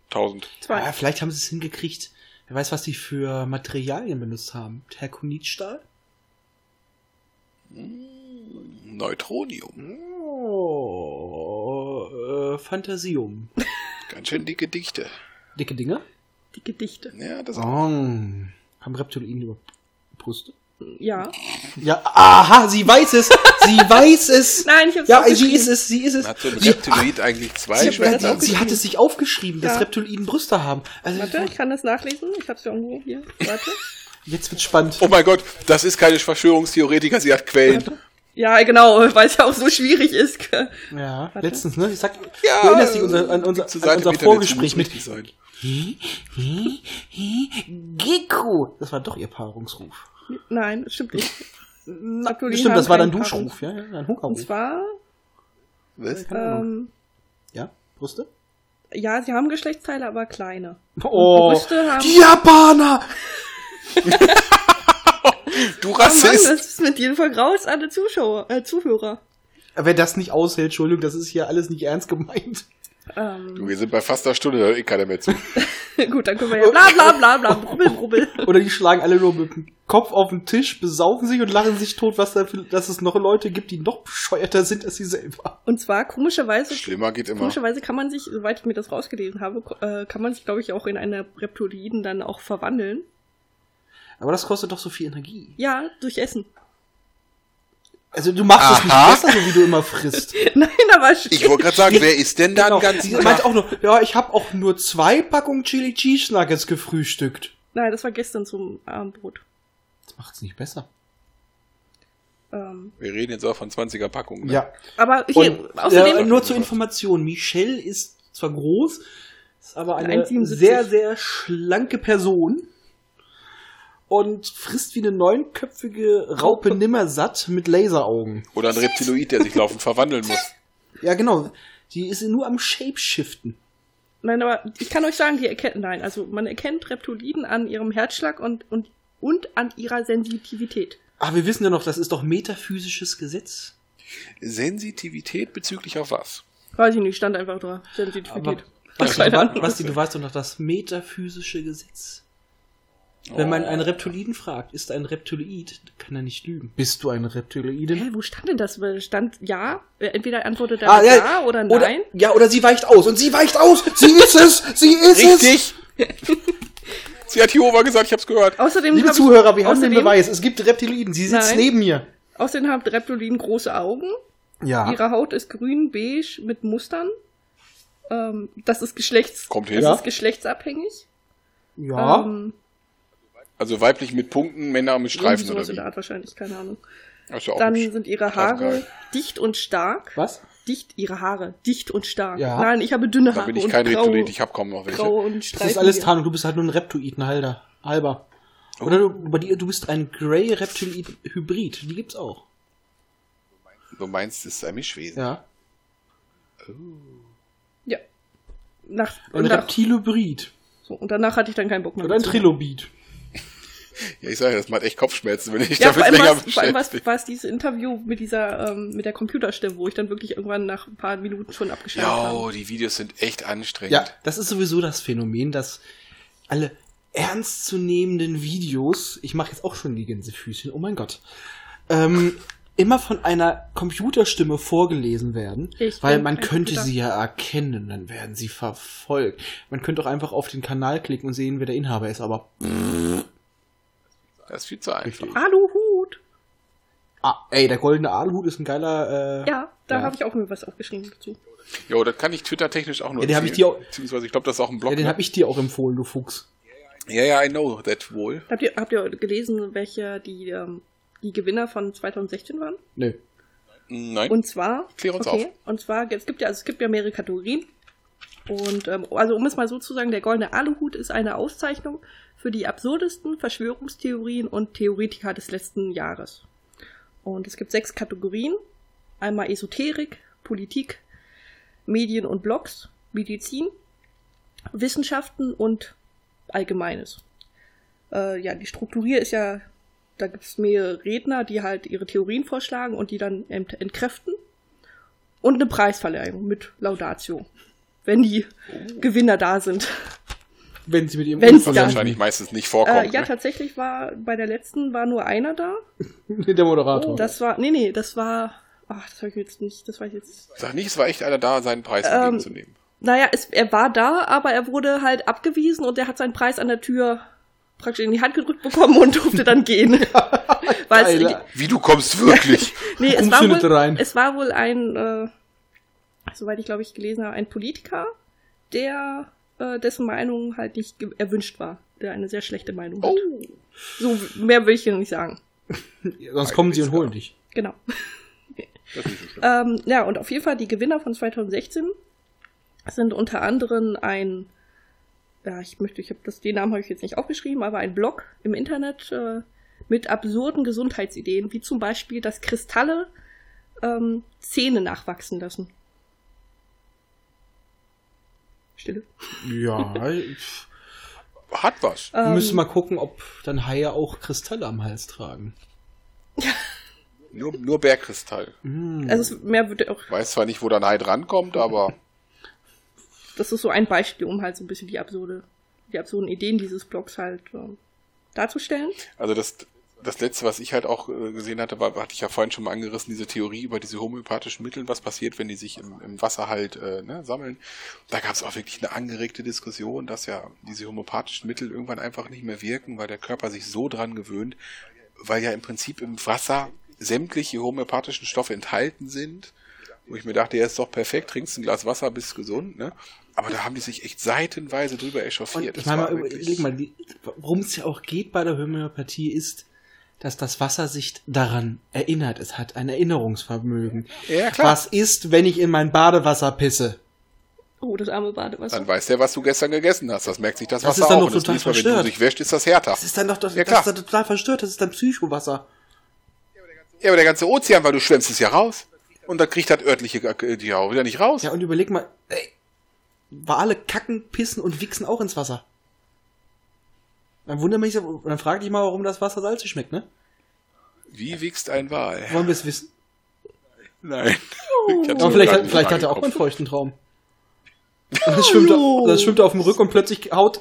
Speaker 6: 1000.
Speaker 2: Ah,
Speaker 5: Zwei.
Speaker 2: vielleicht haben sie es hingekriegt. Wer weiß, was die für Materialien benutzt haben. Terkonitstahl?
Speaker 6: Neutronium.
Speaker 2: Oh, äh, Fantasium.
Speaker 6: Ganz schön dicke Dichte.
Speaker 2: Dicke Dinger?
Speaker 5: Die Gedichte.
Speaker 6: Ja, das
Speaker 2: Oh. Haben Reptilien über Brüste?
Speaker 5: Ja.
Speaker 2: Ja, aha, sie weiß es! Sie weiß es!
Speaker 5: Nein, ich hab's
Speaker 2: ja, sie
Speaker 5: aufgeschrieben.
Speaker 2: ist es, sie ist es.
Speaker 6: hat so ein
Speaker 2: Sie-
Speaker 6: Reptiloid eigentlich
Speaker 2: Ah,
Speaker 6: zwei
Speaker 2: Sie, hat,
Speaker 6: Schwestern.
Speaker 2: sie hat es sich aufgeschrieben, dass
Speaker 5: Ja.
Speaker 2: Reptilien Brüste haben. Also,
Speaker 5: Warte, ich kann das nachlesen. Ich hab's ja irgendwo hier. Warte.
Speaker 2: jetzt wird's spannend.
Speaker 6: Oh mein Gott, das ist keine Verschwörungstheoretiker, sie hat Quellen.
Speaker 5: Ja, genau, weil es ja auch so schwierig ist.
Speaker 2: Ja,
Speaker 5: Warte.
Speaker 2: letztens, ne? Ich sag,
Speaker 6: Ja,
Speaker 2: du erinnerst dich unser, an unser,
Speaker 6: Zur
Speaker 2: an unser
Speaker 6: Seite im Internet, sie
Speaker 2: Vorgespräch mit
Speaker 6: muss richtig sein.
Speaker 2: Gecko. Das war doch ihr Paarungsruf.
Speaker 5: Nein, das stimmt nicht.
Speaker 2: Na,
Speaker 5: Abdulin
Speaker 2: stimmt,
Speaker 5: haben
Speaker 2: das war dein
Speaker 5: keinen
Speaker 2: Duschruf, ja, ja, genau. dein
Speaker 5: Und
Speaker 2: Hungerruf.
Speaker 5: zwar,
Speaker 6: Was?
Speaker 2: Keine Ahnung.
Speaker 5: ähm,
Speaker 2: Ja, Brüste?
Speaker 5: ja, sie haben Geschlechtsteile, aber kleine.
Speaker 2: Oh,
Speaker 5: Brüste haben-
Speaker 2: die Japaner!
Speaker 6: Du
Speaker 5: Oh Mann, was
Speaker 6: Rassist!
Speaker 5: ist mit dir vergraust, alle Zuschauer, äh, Zuhörer?
Speaker 2: Wer das nicht aushält, Entschuldigung, das ist hier alles nicht ernst gemeint.
Speaker 6: Du,
Speaker 5: Ähm,
Speaker 6: wir sind bei fast einer Stunde, da hört eh keiner mehr zu.
Speaker 5: gut, dann können wir ja bla bla bla bla, brubbel, brubbel.
Speaker 2: Oder die schlagen alle nur mit dem Kopf auf den Tisch, besaufen sich und lachen sich tot, was da für, dass es noch Leute gibt, die noch bescheuerter sind als sie selber.
Speaker 5: Und zwar, komischerweise,
Speaker 6: Schlimmer geht immer.
Speaker 5: komischerweise kann man sich, soweit ich mir das rausgelesen habe, ko- äh, kann man sich, glaube ich, auch in einer Reptiliden dann auch verwandeln.
Speaker 2: Aber das kostet doch so viel Energie.
Speaker 5: Ja, durch Essen.
Speaker 2: Also du machst es
Speaker 6: Aha.
Speaker 2: nicht besser, so wie du immer frisst.
Speaker 5: Nein, aber sch-
Speaker 6: Ich wollte gerade sagen, wer ist denn da
Speaker 2: Genau.
Speaker 6: den ganzen
Speaker 2: Sie meint
Speaker 6: Tag?
Speaker 2: auch nur, ja, ich habe auch nur zwei Packungen Chili Cheese Nuggets gefrühstückt.
Speaker 5: Nein, das war gestern zum Abendbrot.
Speaker 2: Das macht's nicht besser.
Speaker 5: Ähm,
Speaker 6: Wir reden jetzt auch von 20er Packungen. Ne?
Speaker 2: Ja.
Speaker 5: aber hier,
Speaker 2: Und,
Speaker 5: außerdem,
Speaker 2: ja, nur zur Information, Michelle ist zwar groß, ist aber eine
Speaker 5: 1,77.
Speaker 2: sehr, sehr schlanke Person und frisst wie eine neunköpfige Raupe nimmersatt mit Laseraugen.
Speaker 6: Oder ein Reptiloid, der sich laufend verwandeln muss.
Speaker 2: Ja, genau. Die ist nur am Shapeshiften.
Speaker 5: Nein, aber ich kann euch sagen, die erkennen, nein, also man erkennt Reptiliden an ihrem Herzschlag und, und, und an ihrer Sensitivität.
Speaker 2: Ah, wir wissen ja noch, das ist doch metaphysisches Gesetz.
Speaker 6: Sensitivität bezüglich auf was?
Speaker 5: Weiß ich nicht, stand einfach da. Sensitivität.
Speaker 2: Aber-
Speaker 5: Was leider an.
Speaker 2: Basti, du weißt doch noch das metaphysische Gesetz. Wenn man einen Reptiliden fragt, ist er ein Reptiloid, kann er nicht lügen. Bist du ein Reptiloidin?
Speaker 5: Hä, wo stand denn das? Stand ja, Äh, entweder antwortet er
Speaker 2: Ah,
Speaker 5: mit
Speaker 2: ja.
Speaker 5: ja, oder nein.
Speaker 2: ja, oder sie weicht aus. Und sie weicht aus. Sie ist es. Sie ist es.
Speaker 6: Richtig! Sie hat Jehova gesagt, ich hab's gehört.
Speaker 5: Außerdem
Speaker 2: Liebe
Speaker 5: hab-
Speaker 2: Zuhörer, wir haben den
Speaker 5: außerdem-
Speaker 2: Beweis. Es gibt Reptiloiden. Sie sitzt
Speaker 5: Nein.
Speaker 2: neben mir.
Speaker 5: Außerdem haben Reptiliden große Augen.
Speaker 2: Ja.
Speaker 5: Ihre Haut ist grün, beige mit Mustern. Ähm, das ist Geschlechts
Speaker 6: Kommt
Speaker 5: das
Speaker 6: hin.
Speaker 2: Ja.
Speaker 5: ist geschlechtsabhängig.
Speaker 2: Ja.
Speaker 5: Ähm,
Speaker 6: Also weiblich mit Punkten, Männer mit Streifen
Speaker 5: irgendwie
Speaker 6: oder
Speaker 5: sowas
Speaker 6: wie?
Speaker 5: in der Art wahrscheinlich, keine Ahnung.
Speaker 6: Das ist ja auch
Speaker 5: Dann
Speaker 6: hübsch.
Speaker 5: sind ihre
Speaker 6: Straßengeil.
Speaker 5: Haare dicht und stark.
Speaker 2: Was?
Speaker 5: Dicht, ihre Haare, dicht und stark.
Speaker 2: Ja.
Speaker 5: Nein, ich habe dünne
Speaker 6: Dann
Speaker 5: Haare
Speaker 6: bin ich
Speaker 5: und
Speaker 6: kein
Speaker 5: graue,
Speaker 6: Reptiloid, ich hab kaum noch welche.
Speaker 5: graue und
Speaker 2: Das
Speaker 5: Streifen.
Speaker 2: ist alles Tarnung. Du bist halt nur ein Reptoidenhalter. Halber. Oder du, bei dir, du bist ein Grey Reptiloid Hybrid. Die gibt's auch.
Speaker 6: Du meinst, es ist ein Mischwesen.
Speaker 2: Ja.
Speaker 5: Ja. Nach,
Speaker 2: Ein
Speaker 5: und, nach,
Speaker 2: Reptilobrid.
Speaker 5: so, und danach hatte ich dann keinen Bock mehr.
Speaker 2: Oder ein
Speaker 5: dazu.
Speaker 2: Trilobid.
Speaker 6: Ja, ich sage, das macht echt Kopfschmerzen, wenn ich
Speaker 5: Ja, vor
Speaker 6: damit
Speaker 5: allem,
Speaker 6: länger
Speaker 5: war's, vor allem
Speaker 6: beschäftigt
Speaker 5: war's, war's dieses Interview mit dieser, ähm, mit der Computerstimme, wo ich dann wirklich irgendwann nach ein paar Minuten schon abgeschaltet habe.
Speaker 6: Jo, oh, die Videos sind echt anstrengend.
Speaker 2: Ja, das ist sowieso das Phänomen, dass alle ernstzunehmenden Videos, ich mache jetzt auch schon die Gänsefüßchen, oh mein Gott, ähm, immer von einer Computerstimme vorgelesen werden,
Speaker 5: Ich
Speaker 2: weil
Speaker 5: bin
Speaker 2: man
Speaker 5: ein
Speaker 2: könnte
Speaker 5: Computer.
Speaker 2: sie ja erkennen, dann werden sie verfolgt. Man könnte auch einfach auf den Kanal klicken und sehen, wer der Inhaber ist, aber
Speaker 6: Das ist viel zu einfach.
Speaker 5: Aluhut!
Speaker 2: ah, ey, der goldene Aluhut ist ein geiler äh,
Speaker 5: Ja, da
Speaker 2: Ja.
Speaker 5: habe ich auch mir was aufgeschrieben dazu.
Speaker 6: Jo, das kann ich Twitter-technisch auch nur
Speaker 2: Ja, den hab ich
Speaker 6: empfehlen.
Speaker 2: dir auch-
Speaker 6: Beziehungsweise, ich glaube, das ist auch ein Blog.
Speaker 2: ja, den
Speaker 6: ne?
Speaker 2: habe ich dir auch empfohlen, du Fuchs.
Speaker 6: ja, ja, I know that wohl.
Speaker 5: Habt ihr, habt ihr gelesen, welche die, ähm, die Gewinner von 2016 waren?
Speaker 2: Nö.
Speaker 6: Hm, Nein.
Speaker 5: Und zwar.
Speaker 6: Klär uns
Speaker 5: Und zwar, es gibt ja, also es gibt ja mehrere Kategorien. Und ähm, also um es mal so zu sagen, der goldene Aluhut ist eine Auszeichnung für die absurdesten Verschwörungstheorien und Theoretiker des letzten Jahres. Und es gibt sechs Kategorien. Einmal Esoterik, Politik, Medien und Blogs, Medizin, Wissenschaften und Allgemeines. Äh, ja, die Strukturier ist ja, da gibt es mehrere Redner, die halt ihre Theorien vorschlagen und die dann ent entkräften. Und eine Preisverleihung mit Laudatio, wenn die Gewinner da sind.
Speaker 2: Wenn sie mit ihrem
Speaker 5: Wenn's
Speaker 6: Was
Speaker 5: Ja.
Speaker 6: wahrscheinlich meistens nicht
Speaker 5: Äh,
Speaker 6: vorkommt.
Speaker 5: ja,
Speaker 6: ne?
Speaker 5: tatsächlich war bei der letzten war nur einer da.
Speaker 2: der Moderator.
Speaker 5: Oh, Das war, nee, nee, das war, ach, das war ich jetzt nicht, das war ich jetzt
Speaker 6: Sag nicht, es war echt einer da, seinen Preis
Speaker 5: Ähm,
Speaker 6: entgegenzunehmen.
Speaker 5: Naja, es, er war da, aber er wurde halt abgewiesen und er hat seinen Preis an der Tür praktisch in die Hand gedrückt bekommen und durfte dann gehen. Weil es,
Speaker 2: Geiler.
Speaker 6: Wie du kommst wirklich?
Speaker 5: nee, es,
Speaker 2: Kommst
Speaker 5: war
Speaker 2: du nicht
Speaker 5: wohl,
Speaker 2: rein?
Speaker 5: es war wohl ein, äh, soweit ich glaube ich gelesen habe, ein Politiker, der äh, dessen Meinung halt nicht ge- erwünscht war, der eine sehr schlechte Meinung hat.
Speaker 6: Oh.
Speaker 5: So mehr will ich hier nicht sagen.
Speaker 2: Sonst kommen sie und holen dich.
Speaker 5: Genau.
Speaker 6: Das ist nicht so schlimm.
Speaker 5: Ähm, ja, und auf jeden Fall die Gewinner von 2016 sind unter anderem ein, ja, ich möchte, ich habe das, den Namen habe ich jetzt nicht aufgeschrieben, aber ein Blog im Internet äh, mit absurden Gesundheitsideen, wie zum Beispiel, dass Kristalle ähm, Zähne nachwachsen lassen. Stille.
Speaker 2: Ja, pff,
Speaker 6: Hat was.
Speaker 2: wir
Speaker 5: Ähm,
Speaker 2: müssen mal gucken, ob dann Haie auch Kristalle am Hals tragen.
Speaker 6: Nur, nur Bergkristall.
Speaker 2: Mm.
Speaker 5: also es- mehr würde auch,
Speaker 6: Weiß zwar nicht, wo der Hai drankommt, aber
Speaker 5: das ist so ein Beispiel, um halt so ein bisschen die absurde, die absurden Ideen dieses Blogs halt ähm, darzustellen.
Speaker 6: also das, das letzte, was ich halt auch äh, gesehen hatte, war, hatte ich ja vorhin schon mal angerissen, diese Theorie über diese homöopathischen Mittel, was passiert, wenn die sich im, im Wasser halt äh, ne, sammeln. Da gab es auch wirklich eine angeregte Diskussion, dass ja diese homöopathischen Mittel irgendwann einfach nicht mehr wirken, weil der Körper sich so dran gewöhnt, weil ja im Prinzip im Wasser sämtliche homöopathischen Stoffe enthalten sind. Wo ich mir dachte, ja, ist doch perfekt, trinkst ein Glas Wasser, bist gesund, ne? Aber da haben die sich echt seitenweise drüber
Speaker 2: Und
Speaker 6: echauffiert.
Speaker 2: ich
Speaker 6: Das
Speaker 2: meine, mal,
Speaker 6: war wirklich-
Speaker 2: überleg mal, die- worum es ja auch geht bei der Homöopathie ist, dass das Wasser sich daran erinnert. Es hat ein Erinnerungsvermögen.
Speaker 6: Ja, klar.
Speaker 2: Was ist, wenn ich in mein Badewasser pisse?
Speaker 5: Oh, das arme Badewasser.
Speaker 6: Dann weiß der, was du gestern gegessen hast. Das merkt sich das,
Speaker 2: Das
Speaker 6: Wasser
Speaker 2: ist dann
Speaker 6: auch.
Speaker 2: doch
Speaker 6: Und das
Speaker 2: total
Speaker 6: nächste Mal, wenn du
Speaker 2: verstört.
Speaker 6: dich wäschst, ist das härter.
Speaker 2: Das ist dann doch das,
Speaker 6: Ja,
Speaker 2: das
Speaker 6: klar.
Speaker 2: ist dann total verstört. Das ist dann Psychowasser.
Speaker 6: ja, aber der ganze Ozean, weil du schwemmst es ja raus. Und dann kriegt das örtliche äh, die auch wieder nicht raus.
Speaker 2: Ja, und überleg mal, ey, Wale kacken, pissen und wichsen auch ins Wasser. Dann wundere mich, dann frag dich mal, warum das Wasser salzig schmeckt, ne?
Speaker 6: Wie wächst ein Wal?
Speaker 2: Wollen wir es wissen?
Speaker 6: Nein. Ich
Speaker 5: Oh,
Speaker 6: hatte
Speaker 2: Aber
Speaker 6: so
Speaker 2: vielleicht,
Speaker 6: lange
Speaker 2: hat, vielleicht
Speaker 6: nicht
Speaker 2: hat er auch mal einen
Speaker 6: angeguckt.
Speaker 2: feuchten Traum. Das schwimmt, er- das schwimmt er auf dem Rücken und plötzlich haut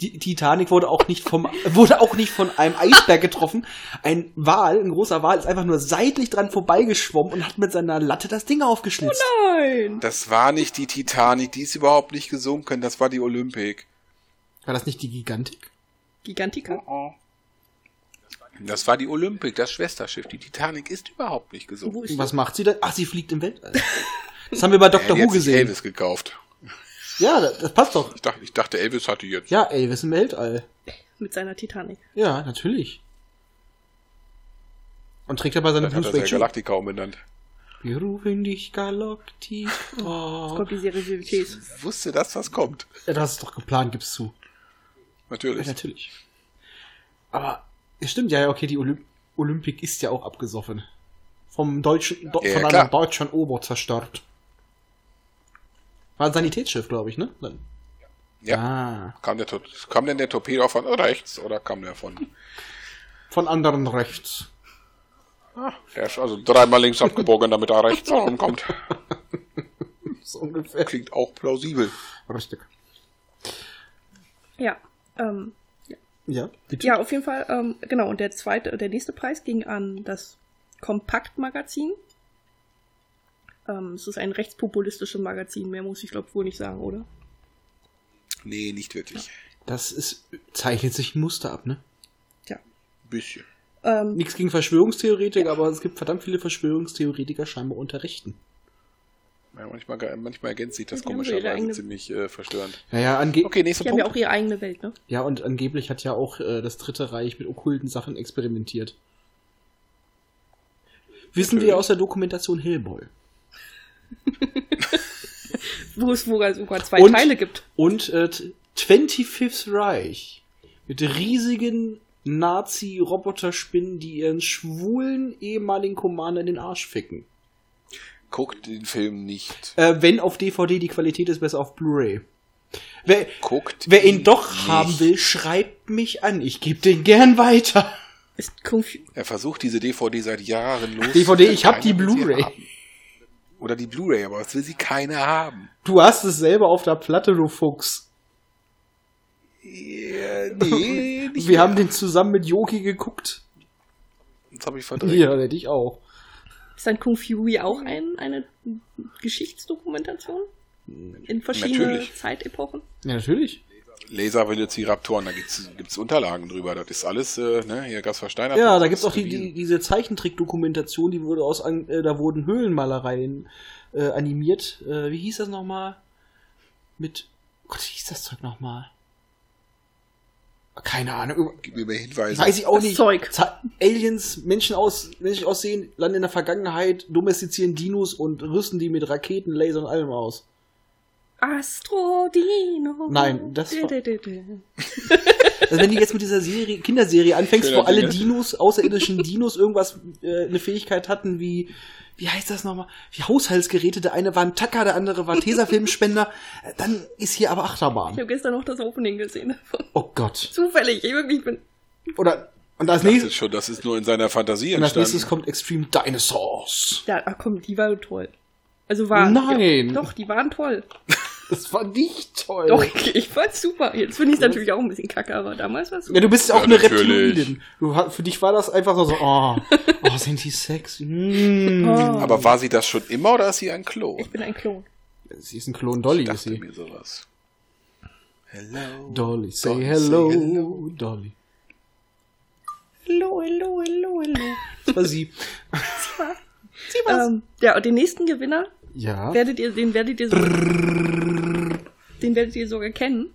Speaker 2: die Titanic wurde auch nicht vom wurde auch nicht von einem Eisberg getroffen. Ein Wal, ein großer Wal ist einfach nur seitlich dran vorbeigeschwommen und hat mit seiner Latte das Ding aufgeschlitzt.
Speaker 5: Nein!
Speaker 6: Das war nicht die Titanic, die ist überhaupt nicht gesunken, das war die Olympik.
Speaker 2: War das nicht die Gigantik?
Speaker 5: Gigantica.
Speaker 6: Oh, Das war die Olympik, das Schwesterschiff. Die Titanic ist überhaupt nicht gesunken.
Speaker 5: Wo ist
Speaker 2: Und was macht sie da? Ach, sie fliegt im Weltall. Das haben wir bei Dr.
Speaker 6: die
Speaker 2: Who
Speaker 6: hat sich
Speaker 2: gesehen.
Speaker 6: Elvis gekauft.
Speaker 2: Ja, das, das passt doch.
Speaker 6: Ich dachte, ich dachte, Elvis hatte jetzt.
Speaker 2: Ja, Elvis im Weltall.
Speaker 5: mit seiner Titanic.
Speaker 2: Ja, natürlich. Und trägt dabei seine
Speaker 6: Dann hat er
Speaker 2: Blue
Speaker 6: ja Galactica umbenannt.
Speaker 2: Wir rufen dich
Speaker 6: Oh.
Speaker 2: Galactica.
Speaker 5: Kommt die Serie Vivités.
Speaker 6: Wusste das, was kommt.
Speaker 2: Oh. Ja, das ist doch geplant, gibst zu. Ja,
Speaker 6: Natürlich.
Speaker 2: natürlich. Aber es stimmt ja, ja, okay, die Olymp Olympik ist ja auch abgesoffen. Vom deutschen, do
Speaker 6: Ja,
Speaker 2: von
Speaker 6: klar.
Speaker 2: einem deutschen Ober zerstört. War ein Sanitätsschiff, glaube ich, ne? Dann. Ja. Ah,
Speaker 6: Kam, der, Tor- kam denn der Torpedo von rechts oder kam der von.
Speaker 2: von anderen rechts.
Speaker 6: Er ist also dreimal links abgebogen, damit er rechts rankommt.
Speaker 2: So ungefähr.
Speaker 6: Klingt auch plausibel.
Speaker 2: Richtig.
Speaker 5: Ja. Ähm,
Speaker 2: Ja, bitte.
Speaker 5: ja, auf jeden Fall, ähm, genau, und der zweite, der nächste Preis ging an das Kompakt-Magazin. Ähm, es ist ein rechtspopulistisches Magazin, mehr muss ich glaube wohl nicht sagen, oder?
Speaker 6: Nee, nicht wirklich.
Speaker 2: Das ist, zeichnet sich ein Muster ab, ne?
Speaker 5: Tja.
Speaker 6: Ein bisschen.
Speaker 5: Ähm,
Speaker 2: Nichts gegen Verschwörungstheoretiker, aber es gibt verdammt viele Verschwörungstheoretiker scheinbar unter Rechten.
Speaker 6: Ja, manchmal, manchmal ergänzt sich das
Speaker 5: Die haben so ihre
Speaker 6: komischerweise
Speaker 5: eigene-
Speaker 6: ziemlich äh, verstörend.
Speaker 2: Naja, ange
Speaker 6: Okay, nächster
Speaker 5: die haben ja auch
Speaker 6: Punkt.
Speaker 5: ihre eigene Welt, ne?
Speaker 2: Ja, und angeblich hat ja auch äh, das Dritte Reich mit okkulten Sachen experimentiert. Wissen wir
Speaker 6: Natürlich.
Speaker 2: aus der Dokumentation Hellboy.
Speaker 5: Wo es sogar, sogar zwei
Speaker 2: Und-
Speaker 5: Teile gibt.
Speaker 2: Und äh, t- 25th Reich mit riesigen Nazi-Roboterspinnen, die ihren schwulen ehemaligen Commander in den Arsch ficken.
Speaker 6: Guckt den Film nicht.
Speaker 2: Äh, wenn auf DVD, die Qualität ist besser auf Blu-ray. Wer,
Speaker 6: Guckt
Speaker 2: wer ihn doch
Speaker 6: nicht.
Speaker 2: haben will, schreibt mich an. Ich gebe den gern weiter.
Speaker 5: Ist Confu
Speaker 6: Er versucht diese DVD seit Jahren los.
Speaker 2: DVD, ich
Speaker 6: Keiner
Speaker 2: hab die
Speaker 6: will sie
Speaker 2: Blu-ray.
Speaker 6: haben. Oder die Blu-ray, aber es will sie keiner haben.
Speaker 2: Du hast es selber auf der Platte, du Fuchs.
Speaker 6: Yeah, nee, nicht
Speaker 2: Wir
Speaker 6: mehr.
Speaker 2: haben den zusammen mit Yogi geguckt.
Speaker 6: Das habe ich verdreht.
Speaker 2: Ja, der dich auch.
Speaker 5: ist dann Kung Fury auch ein, eine Geschichtsdokumentation? In verschiedene
Speaker 6: Natürlich.
Speaker 5: Zeitepochen?
Speaker 2: Ja, natürlich.
Speaker 6: Laser Velociraptoren, da gibt's gibt's Unterlagen drüber. Das ist alles, äh, ne, hier Gaspar Steiner.
Speaker 2: Ja,
Speaker 6: das
Speaker 2: da
Speaker 6: ist
Speaker 2: gibt's auch die, die,
Speaker 6: gewesen.
Speaker 2: diese Zeichentrick-Dokumentation, die wurde aus, an- äh, da wurden Höhlenmalereien äh, animiert. Äh, wie hieß das nochmal? Mit, oh Gott, wie hieß das Zeug nochmal? Keine Ahnung.
Speaker 6: Gib mir mehr Hinweise.
Speaker 2: Weiß ich auch
Speaker 5: Das
Speaker 2: nicht.
Speaker 5: Zeug.
Speaker 2: Ze- Aliens, Menschen aus, Menschen aussehen, landen in der Vergangenheit, domestizieren Dinos und rüsten die mit Raketen, Lasern und allem aus.
Speaker 5: Astro Dino.
Speaker 2: Nein, das war-
Speaker 5: Dä, dä, dä, dä.
Speaker 2: Also wenn du jetzt mit dieser Serie, Kinderserie anfängst,
Speaker 6: Schöner
Speaker 2: wo alle
Speaker 6: Dinge.
Speaker 2: Dinos, außerirdischen Dinos irgendwas, äh, eine Fähigkeit hatten wie, wie heißt das nochmal? Wie Haushaltsgeräte, der eine war ein Tacker, der andere war ein Tesafilmspender, äh, dann ist hier aber
Speaker 5: Ich
Speaker 2: Achterbahn.
Speaker 5: habe gestern noch das Opening gesehen davon.
Speaker 2: Oh Gott.
Speaker 5: Zufällig, ich wirklich bin.
Speaker 2: Oder, und als
Speaker 6: das ist
Speaker 2: nächstes,
Speaker 6: schon, das ist nur in seiner Fantasie
Speaker 2: und als
Speaker 6: entstanden.
Speaker 2: nächstes kommt Extreme Dinosaurs.
Speaker 5: Ja, ach komm, die war toll. Also war.
Speaker 2: Nein. Oh.
Speaker 5: Ja, doch, die waren toll.
Speaker 2: Das war nicht toll.
Speaker 5: Doch, ich, ich fand's super. Jetzt finde ich natürlich auch ein bisschen kacke, aber damals war's
Speaker 2: Ja,
Speaker 5: super.
Speaker 2: du bist ja auch
Speaker 6: Ja,
Speaker 2: eine
Speaker 6: natürlich.
Speaker 2: Reptilin. Du, ha- für dich war das einfach nur so, oh, oh sind die sexy? Mm.
Speaker 5: Oh,
Speaker 6: aber war sie das schon immer oder ist sie ein Klon?
Speaker 5: ich bin ein Klon.
Speaker 2: Sie ist ein Klon Dolly, ist
Speaker 6: Dachte
Speaker 2: sie.
Speaker 6: mir sowas. Hello.
Speaker 2: Dolly, say
Speaker 6: Dolly, say
Speaker 2: hello,
Speaker 6: hello.
Speaker 2: Dolly.
Speaker 5: Hallo, hallo, hallo, hallo.
Speaker 2: Das war sie.
Speaker 5: Sie war's. Ähm, ja, und den nächsten Gewinner
Speaker 2: Ja,
Speaker 5: werdet ihr, den werdet ihr sogar, den werdet ihr sogar kennen.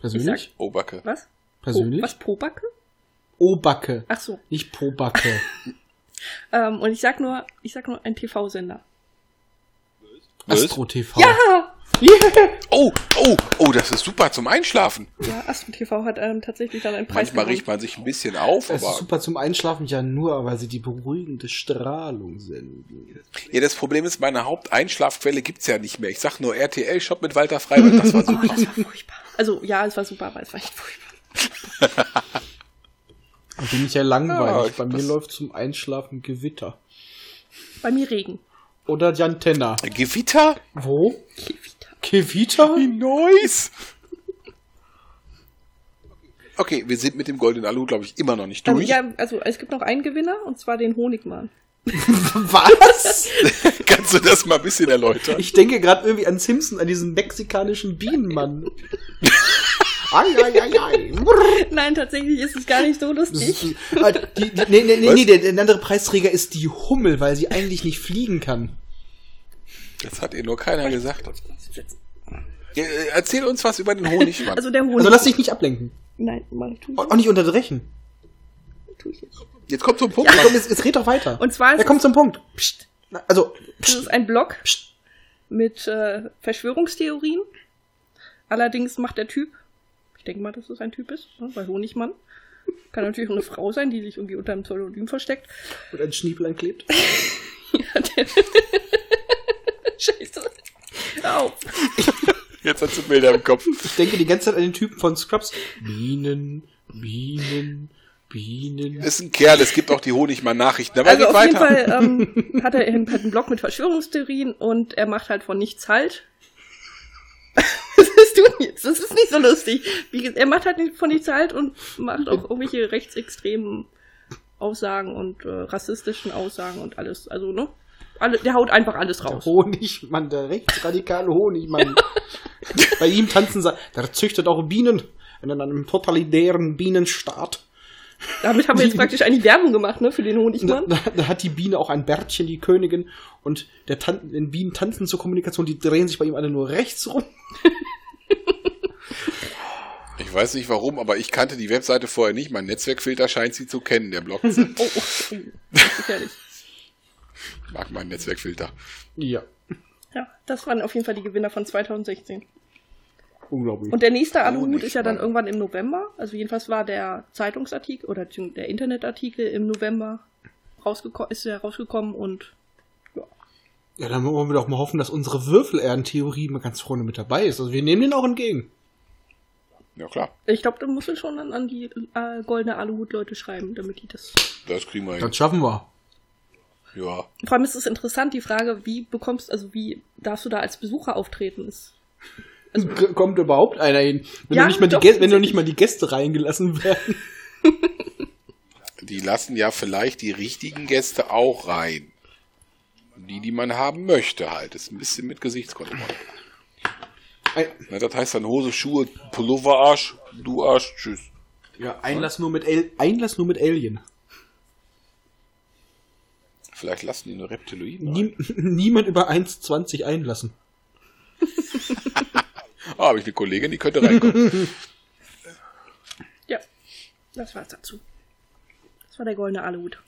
Speaker 2: persönlich.
Speaker 5: ich
Speaker 6: Obacke.
Speaker 5: Was?
Speaker 2: Persönlich?
Speaker 5: Po, was, Pobacke?
Speaker 2: Obacke,
Speaker 5: Ach so.
Speaker 2: nicht Pobacke.
Speaker 5: Ähm, und ich sag nur, ich sag nur ein TV-Sender.
Speaker 2: Astro TV.
Speaker 5: Ja!
Speaker 6: Oh, oh, oh, das ist super zum Einschlafen.
Speaker 5: Ja, Astro TV hat ähm, tatsächlich dann einen Preis
Speaker 6: Manchmal riecht
Speaker 5: gewonnen.
Speaker 6: man sich ein bisschen auf,
Speaker 2: Es ist
Speaker 6: aber.
Speaker 2: super zum Einschlafen, ja nur, weil sie die beruhigende Strahlung senden.
Speaker 6: Ja, das Problem ist, meine Haupteinschlafquelle gibt's ja nicht mehr. Ich sag nur RTL Shop mit Walter Freiwald, das
Speaker 5: Oh,
Speaker 6: war super.
Speaker 5: das war furchtbar. Also, ja, es war super, aber es war echt furchtbar.
Speaker 2: Und bin ich ja langweilig. Bei
Speaker 5: Ah,
Speaker 6: Ja,
Speaker 2: mir
Speaker 6: das-
Speaker 2: läuft zum Einschlafen Gewitter.
Speaker 5: Bei mir Regen.
Speaker 2: Oder die Antenna.
Speaker 6: Gewitter?
Speaker 2: Wo?
Speaker 5: Gewitter.
Speaker 2: Gewitter?
Speaker 6: Nice! Okay, wir sind mit dem goldenen Alu, glaube ich, immer noch nicht
Speaker 5: Ähm,
Speaker 6: durch.
Speaker 5: ja, also es gibt noch einen Gewinner und zwar den Honigmann.
Speaker 2: Was?
Speaker 6: Kannst du das mal ein bisschen erläutern?
Speaker 2: Ich denke gerade irgendwie an Simpson, an diesen mexikanischen Bienenmann. ai, ai, ai, ai. Brrr.
Speaker 5: Nein, tatsächlich ist es gar nicht so
Speaker 2: Das ist,
Speaker 5: lustig.
Speaker 2: ah, die, die, nee, nee, nee, nee, der, der andere Preisträger ist die Hummel, weil sie eigentlich nicht fliegen kann.
Speaker 6: Das hat ihr nur keiner gesagt. Ja, äh, Erzähl uns was über den Honigmann.
Speaker 5: Also der Honigmann.
Speaker 2: Also lass dich nicht ablenken.
Speaker 5: Nein, mach ich tu
Speaker 6: Oh,
Speaker 5: ich
Speaker 2: Und auch nicht unterbrechen.
Speaker 5: nicht, tu ich nicht.
Speaker 6: Jetzt kommt so ein Punkt.
Speaker 2: Komm, jetzt, jetzt red doch weiter.
Speaker 5: Und zwar ist
Speaker 2: Er kommt
Speaker 5: es-
Speaker 2: zum Punkt. Psst. Na, Also,
Speaker 5: Das ist
Speaker 2: psst.
Speaker 5: ein Blog
Speaker 2: Psst.
Speaker 5: mit äh, Verschwörungstheorien. Allerdings macht der Typ, ich denke mal, dass es ein Typ ist, ne, weil Honigmann. Kann natürlich auch eine Frau sein, die sich irgendwie unter einem Pseudonym versteckt.
Speaker 2: Und ein Schniepel anklebt.
Speaker 5: Ja, der- Scheiße. Hör Auf.
Speaker 6: Jetzt hat sie Bilder im Kopf.
Speaker 2: Ich denke die ganze Zeit an den Typen von Scrubs. Bienen, Bienen, Bienen.
Speaker 6: Ist ein Kerl, es gibt auch die Honigmann-Nachrichten. Aber
Speaker 5: Also
Speaker 6: geht
Speaker 5: auf jeden
Speaker 6: weiter.
Speaker 5: Fall ähm, hat er eben halt einen Blog mit Verschwörungstheorien und er macht halt von nichts halt. Was ist du jetzt? Das ist nicht so lustig. Wie, ge- er macht halt nicht- von nichts halt und macht auch irgendwelche rechtsextremen Aussagen und äh, rassistischen Aussagen und alles. Also, ne? Alle, der haut einfach alles
Speaker 2: Der
Speaker 5: raus.
Speaker 2: Honigmann, der rechtsradikale Honigmann. Bei ihm tanzen sie. Der züchtet auch Bienen. In einem totalitären Bienenstaat.
Speaker 5: Damit haben wir jetzt praktisch eigentlich Werbung gemacht, ne? Für den
Speaker 2: Da,
Speaker 5: Honigmann.
Speaker 2: da, da hat die Biene auch ein Bärtchen, die Königin. Und der Tan den Bienen tanzen zur Kommunikation. Die drehen sich bei ihm alle nur rechts rum.
Speaker 6: Ich weiß nicht warum, aber ich kannte die Webseite vorher nicht. Mein Netzwerkfilter scheint sie zu kennen, der blockt sie.
Speaker 5: Oh, oh, oh, gefährlich.
Speaker 6: Ich mag meinen Netzwerkfilter.
Speaker 2: Ja,
Speaker 5: Ja, das waren auf jeden Fall die Gewinner von 2016.
Speaker 2: unglaublich.
Speaker 5: Und der nächste
Speaker 6: nicht
Speaker 5: Aluhut ist ja dann
Speaker 6: mal.
Speaker 5: irgendwann im November. Also jedenfalls war der Zeitungsartikel oder beziehungsweise der Internetartikel im November rausgekommen, ist ja rausgekommen und
Speaker 2: Ja, dann wollen wir doch mal hoffen, dass unsere Würfelerden-Theorie mal ganz vorne mit dabei ist. Also wir nehmen den auch entgegen.
Speaker 6: Ja, klar.
Speaker 5: Ich glaube, da muss ich schon an, an die äh, goldene Aluhut-Leute schreiben, damit die das.
Speaker 6: Das kriegen wir hin.
Speaker 2: Das schaffen wir.
Speaker 6: Ja.
Speaker 5: Vor allem ist es interessant, die Frage, wie bekommst, also wie darfst du da als Besucher auftreten? Ist
Speaker 2: Also, K- Kommt überhaupt einer hin? Wenn,
Speaker 5: Ja,
Speaker 2: doch nicht mal die
Speaker 5: doch,
Speaker 2: Gäste, wenn doch nicht mal die Gäste reingelassen werden.
Speaker 6: Die lassen ja vielleicht die richtigen Gäste auch rein. Die, die man haben möchte halt. Ist ein bisschen mit Gesichtskontrolle.
Speaker 2: Ein,
Speaker 6: Na, das heißt dann Hose, Schuhe, Pullover, Arsch, du Arsch, tschüss.
Speaker 2: ja, Einlass nur, mit Al Einlass nur mit Alien.
Speaker 6: Vielleicht lassen die nur Reptiloiden rein.
Speaker 2: Niem niemand über 1,20 einlassen.
Speaker 6: Ah, habe ich eine Kollegin, die könnte reinkommen.
Speaker 5: Ja, das war's dazu. Das war der goldene Aluhut.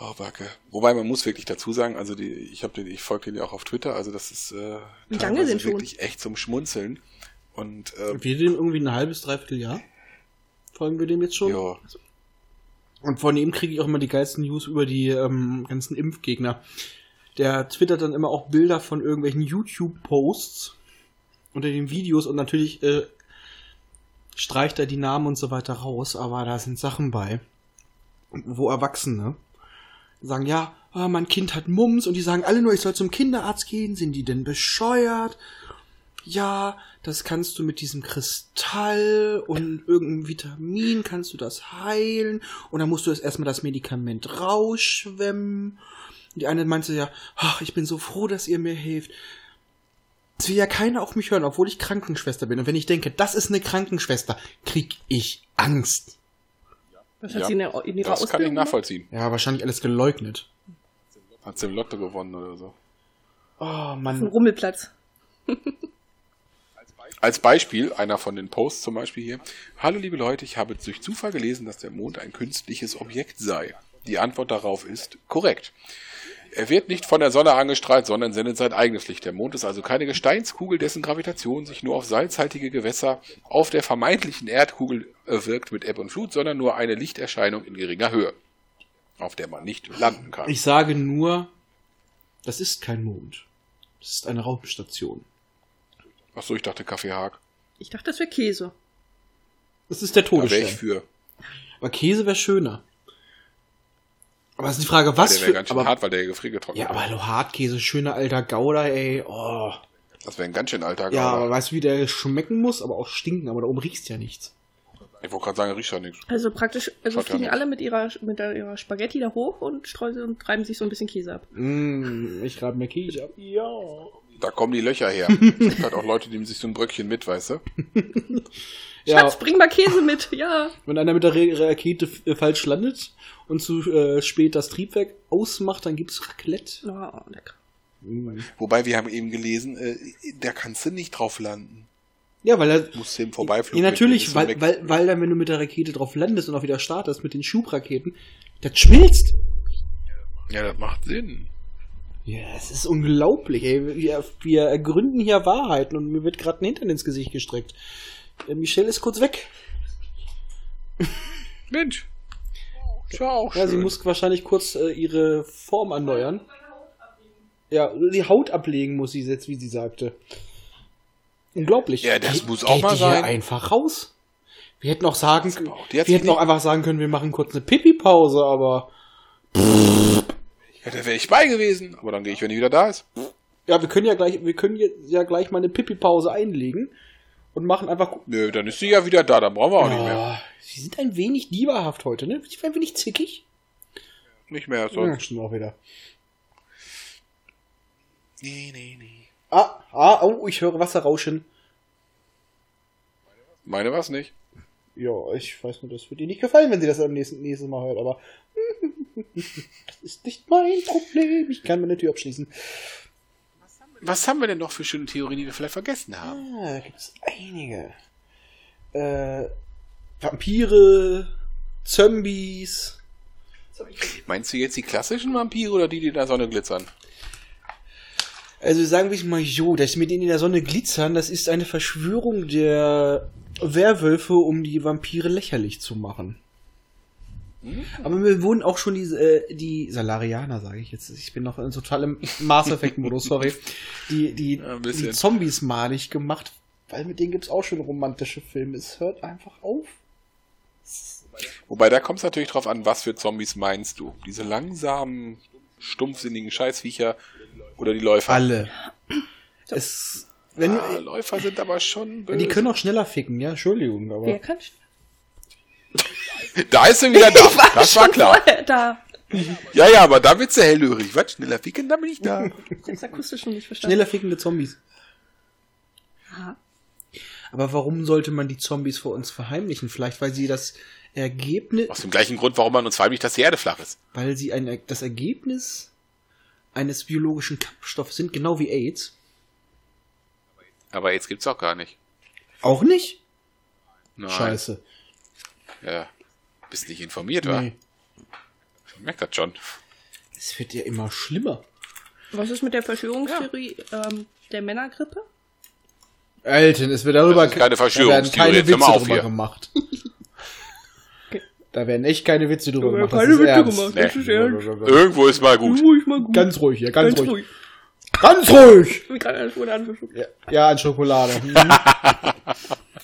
Speaker 6: oh, Backe. Wobei, man muss wirklich dazu sagen, also die, ich habe den, ich folge den ja auch auf Twitter, also das ist äh,
Speaker 5: Wie lange
Speaker 6: teilweise
Speaker 5: denn schon?
Speaker 6: wirklich echt zum Schmunzeln. Und äh,
Speaker 2: Wir dem irgendwie ein halbes, dreiviertel Jahr. Folgen wir dem jetzt schon.
Speaker 6: ja,
Speaker 2: Und von ihm kriege ich auch immer die geilsten News über die ähm, ganzen Impfgegner. Der twittert dann immer auch Bilder von irgendwelchen YouTube-Posts unter den Videos und natürlich äh, streicht er die Namen und so weiter raus, aber da sind Sachen bei, wo Erwachsene sagen, ja, ah, mein Kind hat Mumps und die sagen alle nur, ich soll zum Kinderarzt gehen, sind die denn bescheuert? ja, das kannst du mit diesem Kristall und irgendeinem Vitamin kannst du das heilen und dann musst du jetzt erstmal das Medikament rausschwemmen. Die eine meinte ja, ach, ich bin so froh, dass ihr mir hilft. Es will ja keiner auf mich hören, obwohl ich Krankenschwester bin. Und wenn ich denke, das ist eine Krankenschwester, krieg ich Angst.
Speaker 5: Was
Speaker 6: Ja,
Speaker 5: hat sie in, der, in ihrer
Speaker 6: das kann ich
Speaker 5: Ausbildung gemacht?
Speaker 6: nachvollziehen.
Speaker 2: Ja, wahrscheinlich alles geleugnet.
Speaker 6: Hat sie im Lotto gewonnen oder so.
Speaker 2: Oh
Speaker 5: Auf dem
Speaker 2: Mann.
Speaker 5: Rummelplatz.
Speaker 6: Als Beispiel, einer von den Posts zum Beispiel hier. Hallo liebe Leute, ich habe durch Zufall gelesen, dass der Mond ein künstliches Objekt sei. Die Antwort darauf ist korrekt. Er wird nicht von der Sonne angestrahlt, sondern sendet sein eigenes Licht. Der Mond ist also keine Gesteinskugel, dessen Gravitation sich nur auf salzhaltige Gewässer auf der vermeintlichen Erdkugel äh, wirkt mit Ebb und Flut, sondern nur eine Lichterscheinung in geringer Höhe, auf der man nicht landen kann.
Speaker 2: Ich sage nur, das ist kein Mond. Das ist eine Raumstation.
Speaker 6: Achso, ich dachte Kaffeehag.
Speaker 5: Ich dachte, das wäre Käse.
Speaker 2: Das ist der
Speaker 6: Da wäre
Speaker 2: Todesstern.
Speaker 6: ich für.
Speaker 2: Aber Käse wäre schöner. Aber es ist die Frage, was
Speaker 6: der wäre
Speaker 2: für.
Speaker 6: ganz schön
Speaker 2: aber,
Speaker 6: hart, weil der gefriergetrocknet
Speaker 2: ja, aber
Speaker 6: ist.
Speaker 2: hallo, Hartkäse, schöner alter Gouda, ey. Oh.
Speaker 6: Das wäre ein ganz schön alter
Speaker 2: Ja,
Speaker 6: Gouda.
Speaker 2: aber weißt du, wie der schmecken muss, aber auch stinken, aber da oben riechst ja nichts.
Speaker 6: Ich wollte gerade sagen, riecht ja nichts.
Speaker 5: Also praktisch, also
Speaker 6: Schaut ja
Speaker 5: fliegen
Speaker 6: nicht.
Speaker 5: alle mit ihrer, mit der, ihrer Spaghetti da hoch und streuen und treiben sich so ein bisschen Käse ab.
Speaker 2: Mm, ich grabe mir Käse ab. Ja.
Speaker 6: Da kommen die Löcher her. Es gibt halt auch Leute, die nehmen sich so ein Bröckchen mit, weißt du?
Speaker 2: Ja,
Speaker 5: Schatz, bring mal Käse mit, ja.
Speaker 2: wenn einer mit der Re- Rakete f- äh, falsch landet und zu äh, spät das Triebwerk ausmacht, dann gibt's Raclette.
Speaker 5: Oh, lecker.
Speaker 2: Mm.
Speaker 6: Wobei, wir haben eben gelesen, äh, da kannst du nicht drauf landen.
Speaker 2: Ja, weil er.
Speaker 6: Musst du im Vorbeiflug.
Speaker 2: Ja, natürlich,
Speaker 6: bist du
Speaker 2: weil,
Speaker 6: weg.
Speaker 2: weil, weil dann, wenn du mit der Rakete drauf landest und auch wieder startest mit den Schubraketen, das schmilzt.
Speaker 6: Ja, das macht Sinn.
Speaker 2: Ja, es ist unglaublich. Ey. Wir, wir ergründen hier Wahrheiten und mir wird gerade ein Hintern ins Gesicht gestreckt. Äh, Michelle ist kurz weg.
Speaker 6: Mensch. Ist ja auch
Speaker 2: Ja, sie
Speaker 6: Oh, schön.
Speaker 2: muss wahrscheinlich kurz äh, ihre Form erneuern. Ja, die Haut ablegen muss sie jetzt, wie sie sagte. Unglaublich.
Speaker 6: Ja, das
Speaker 2: Geht-
Speaker 6: muss auch
Speaker 2: geht
Speaker 6: mal
Speaker 2: die hier
Speaker 6: sein.
Speaker 2: einfach raus. Wir hätten auch sagen,
Speaker 6: aber auch- die
Speaker 2: wir
Speaker 6: hat sich
Speaker 2: hätten auch
Speaker 6: nicht-
Speaker 2: einfach sagen können, wir machen kurz eine Pipi-Pause, aber
Speaker 6: ja, da wäre ich bei gewesen. Aber dann gehe ich, wenn die wieder da ist.
Speaker 2: ja, wir können ja gleich, wir können jetzt ja gleich mal eine Pipi-Pause einlegen und machen einfach
Speaker 6: Nö, dann ist sie ja wieder da. Dann brauchen wir auch nicht mehr.
Speaker 2: Ja, Sie sind ein wenig dieberhaft heute, ne? Sie sind ein wenig zickig.
Speaker 6: Nicht mehr als
Speaker 2: Ja,
Speaker 6: sonst.
Speaker 2: stimmt auch wieder.
Speaker 6: Nee, nee, nee.
Speaker 2: Ah, ah, oh, ich höre Wasser rauschen.
Speaker 6: Meine war's nicht.
Speaker 2: Ja, ich weiß nur, das wird ihr nicht gefallen, wenn sie das am nächsten nächstes Mal hört, aber das ist nicht mein Problem. Ich kann meine Tür abschließen.
Speaker 6: Was haben wir denn noch für schöne Theorien, die wir vielleicht vergessen haben?
Speaker 2: Ah, da gibt es einige. Äh, Vampire, Zombies.
Speaker 6: Meinst du jetzt die klassischen Vampire oder die, die in der Sonne glitzern?
Speaker 2: Also sagen wir es mal so, das mit denen in der Sonne glitzern, das ist eine Verschwörung der Werwölfe, um die Vampire lächerlich zu machen.
Speaker 6: Mhm.
Speaker 2: Aber wir wurden auch schon die, äh, die Salarianer, sage ich jetzt. Ich bin noch in totalem Mass Effect-Modus, sorry. Die, die,
Speaker 6: Ja, ein bisschen.
Speaker 2: die Zombies malig gemacht, weil mit denen gibt's auch schon romantische Filme. Es hört einfach auf.
Speaker 6: Wobei, da kommt es natürlich drauf an, was für Zombies meinst du? Diese langsamen, stumpfsinnigen Scheißviecher oder die Läufer?
Speaker 2: Alle. Es, wenn,
Speaker 6: Ah, Läufer sind aber schon böse.
Speaker 2: die können auch schneller ficken, ja, Entschuldigung, aber.
Speaker 5: Wer kann sch-
Speaker 6: da ist sie wieder da. das war klar.
Speaker 5: Vorher da.
Speaker 6: Ja, ja, aber da wird's ja hellhörig. Was? Schneller ficken, da bin ich da.
Speaker 5: Ich hab's akustisch noch nicht verstanden.
Speaker 2: Schneller fickende Zombies.
Speaker 5: Aha.
Speaker 2: Aber warum sollte man die Zombies vor uns verheimlichen? Vielleicht, weil sie das Ergebnis,
Speaker 6: Aus dem gleichen Grund, warum man uns heimlich, dass die Erde flach ist.
Speaker 2: weil sie ein, das Ergebnis eines biologischen Kampfstoffs sind, genau wie AIDS.
Speaker 6: Aber jetzt gibt's auch gar nicht.
Speaker 2: Auch nicht?
Speaker 6: Nein.
Speaker 2: Scheiße.
Speaker 6: Ja. Bist nicht informiert, wa?
Speaker 2: Nee.
Speaker 6: Ich merk das schon.
Speaker 2: Es wird ja immer schlimmer.
Speaker 5: Was ist mit der Verschwörungstheorie ähm, der Männergrippe?
Speaker 2: Elton, es wird darüber
Speaker 6: Das ist
Speaker 2: da
Speaker 6: keine
Speaker 2: werden
Speaker 6: Verschwörungstheorie, jetzt hör mal auf hier.
Speaker 2: gemacht. da werden echt keine Witze drüber
Speaker 5: Da werden
Speaker 2: gemacht. das
Speaker 5: keine
Speaker 2: ist
Speaker 5: Witze
Speaker 2: ernst.
Speaker 5: gemacht,
Speaker 6: das
Speaker 5: ist ernst.
Speaker 6: Irgendwo ist mal gut.
Speaker 5: Ruhig mal gut.
Speaker 2: Ganz ruhig hier, ganz,
Speaker 5: Ganz
Speaker 2: ruhig. Ganz ruhig!
Speaker 5: Ich kann alles ohne Anverschluss.
Speaker 2: Ja, ja an Schokolade. Hm.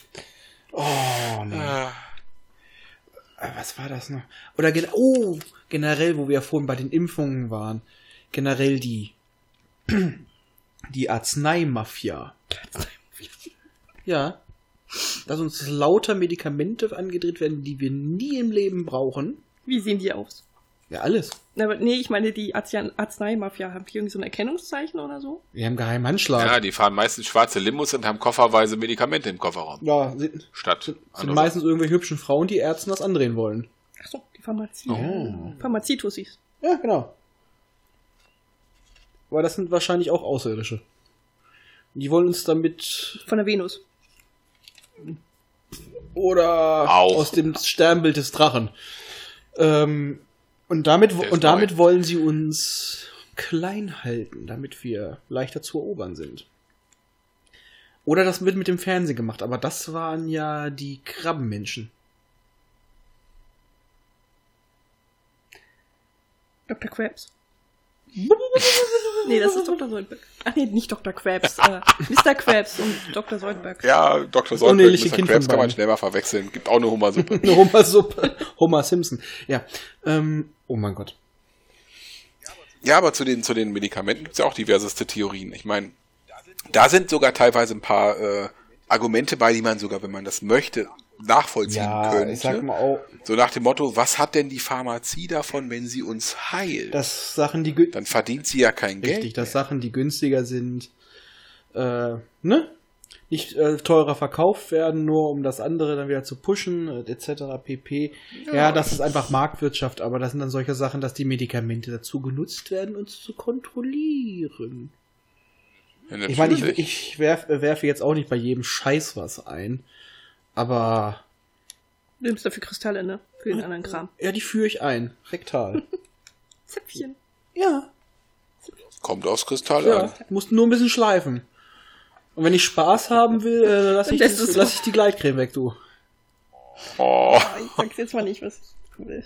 Speaker 2: oh, nee. Ah, was war das noch? Oder gen oh, generell, wo wir ja vorhin bei den Impfungen waren, generell die die Arzneimafia. Ja, dass uns lauter Medikamente angedreht werden, die wir nie im Leben brauchen.
Speaker 5: Wie sehen die aus?
Speaker 2: Ja, alles.
Speaker 5: Na, Aber nee, ich meine, die Arzi- Arzneimafia, haben die irgendwie so ein Erkennungszeichen oder so?
Speaker 2: Wir haben geheimen Handschlag.
Speaker 6: Ja, die fahren meistens schwarze Limos und haben kofferweise Medikamente im Kofferraum.
Speaker 2: Ja, sind,
Speaker 6: Statt
Speaker 2: sind, sind
Speaker 6: andere
Speaker 2: meistens irgendwelche hübschen Frauen, die Ärzten das andrehen wollen.
Speaker 5: Ach so, die Pharmazie.
Speaker 2: Oh.
Speaker 5: Pharmazietussis.
Speaker 2: Ja, genau. Aber das sind wahrscheinlich auch Außerirdische. Die wollen uns damit
Speaker 5: Von der Venus.
Speaker 2: oder
Speaker 6: Auch.
Speaker 2: aus dem Sternbild des Drachen. Ähm, und damit,
Speaker 6: Der ist
Speaker 2: und damit
Speaker 6: neu.
Speaker 2: wollen sie uns klein halten, damit wir leichter zu erobern sind. Oder das wird mit dem Fernsehen gemacht, aber das waren ja die Krabbenmenschen.
Speaker 5: Dr. Krabs. Nee, das ist Dr. Soldberg. Ach nee, nicht Dr. Krabs. Äh, Mr. Krabs und Dr. Soldberg.
Speaker 6: Ja, Dr. Soldberg,
Speaker 2: uneheliche
Speaker 6: Mr.
Speaker 2: Kind
Speaker 6: Krabs
Speaker 2: von
Speaker 6: kann man
Speaker 2: beiden.
Speaker 6: schnell mal verwechseln. Gibt auch eine Hummersuppe.
Speaker 2: Eine Homer-Suppe. Homer Simpson. Ja. Ähm, oh mein Gott.
Speaker 6: ja, aber zu den, zu den Medikamenten gibt's ja auch diverseste Theorien. Ich meine, da sind sogar teilweise ein paar äh, Argumente bei, die man sogar, wenn man das möchte, nachvollziehen könnte.
Speaker 2: auch,
Speaker 6: so nach dem Motto, was hat denn die Pharmazie davon, wenn sie uns heilt?
Speaker 2: dass Sachen, die gü-
Speaker 6: Dann verdient sie ja kein
Speaker 2: richtig,
Speaker 6: Geld.
Speaker 2: dass Sachen, die günstiger sind, äh, ne? Nicht äh, teurer verkauft werden, nur um das andere dann wieder zu pushen, äh, etc. pp. Ja, das ist einfach Marktwirtschaft, aber das sind dann solche Sachen, dass die Medikamente dazu genutzt werden, uns zu kontrollieren.
Speaker 6: Ja,
Speaker 2: Ich meine, ich,
Speaker 6: natürlich.
Speaker 2: ich werf, äh, werfe jetzt auch nicht bei jedem Scheiß was ein, aber
Speaker 5: Du nimmst dafür Kristalle, ne? Für den anderen Kram.
Speaker 2: ja, die führe ich ein, rektal.
Speaker 5: Zäpfchen.
Speaker 2: ja,
Speaker 6: kommt aus Kristall
Speaker 2: Ja,
Speaker 6: an.
Speaker 2: musst nur ein bisschen schleifen. Und wenn ich Spaß haben will, äh, lass, ich,
Speaker 5: Das ist so.
Speaker 2: lass ich die Gleitcreme weg, du.
Speaker 6: Oh.
Speaker 5: Aber ich sag's jetzt mal nicht, was ich will.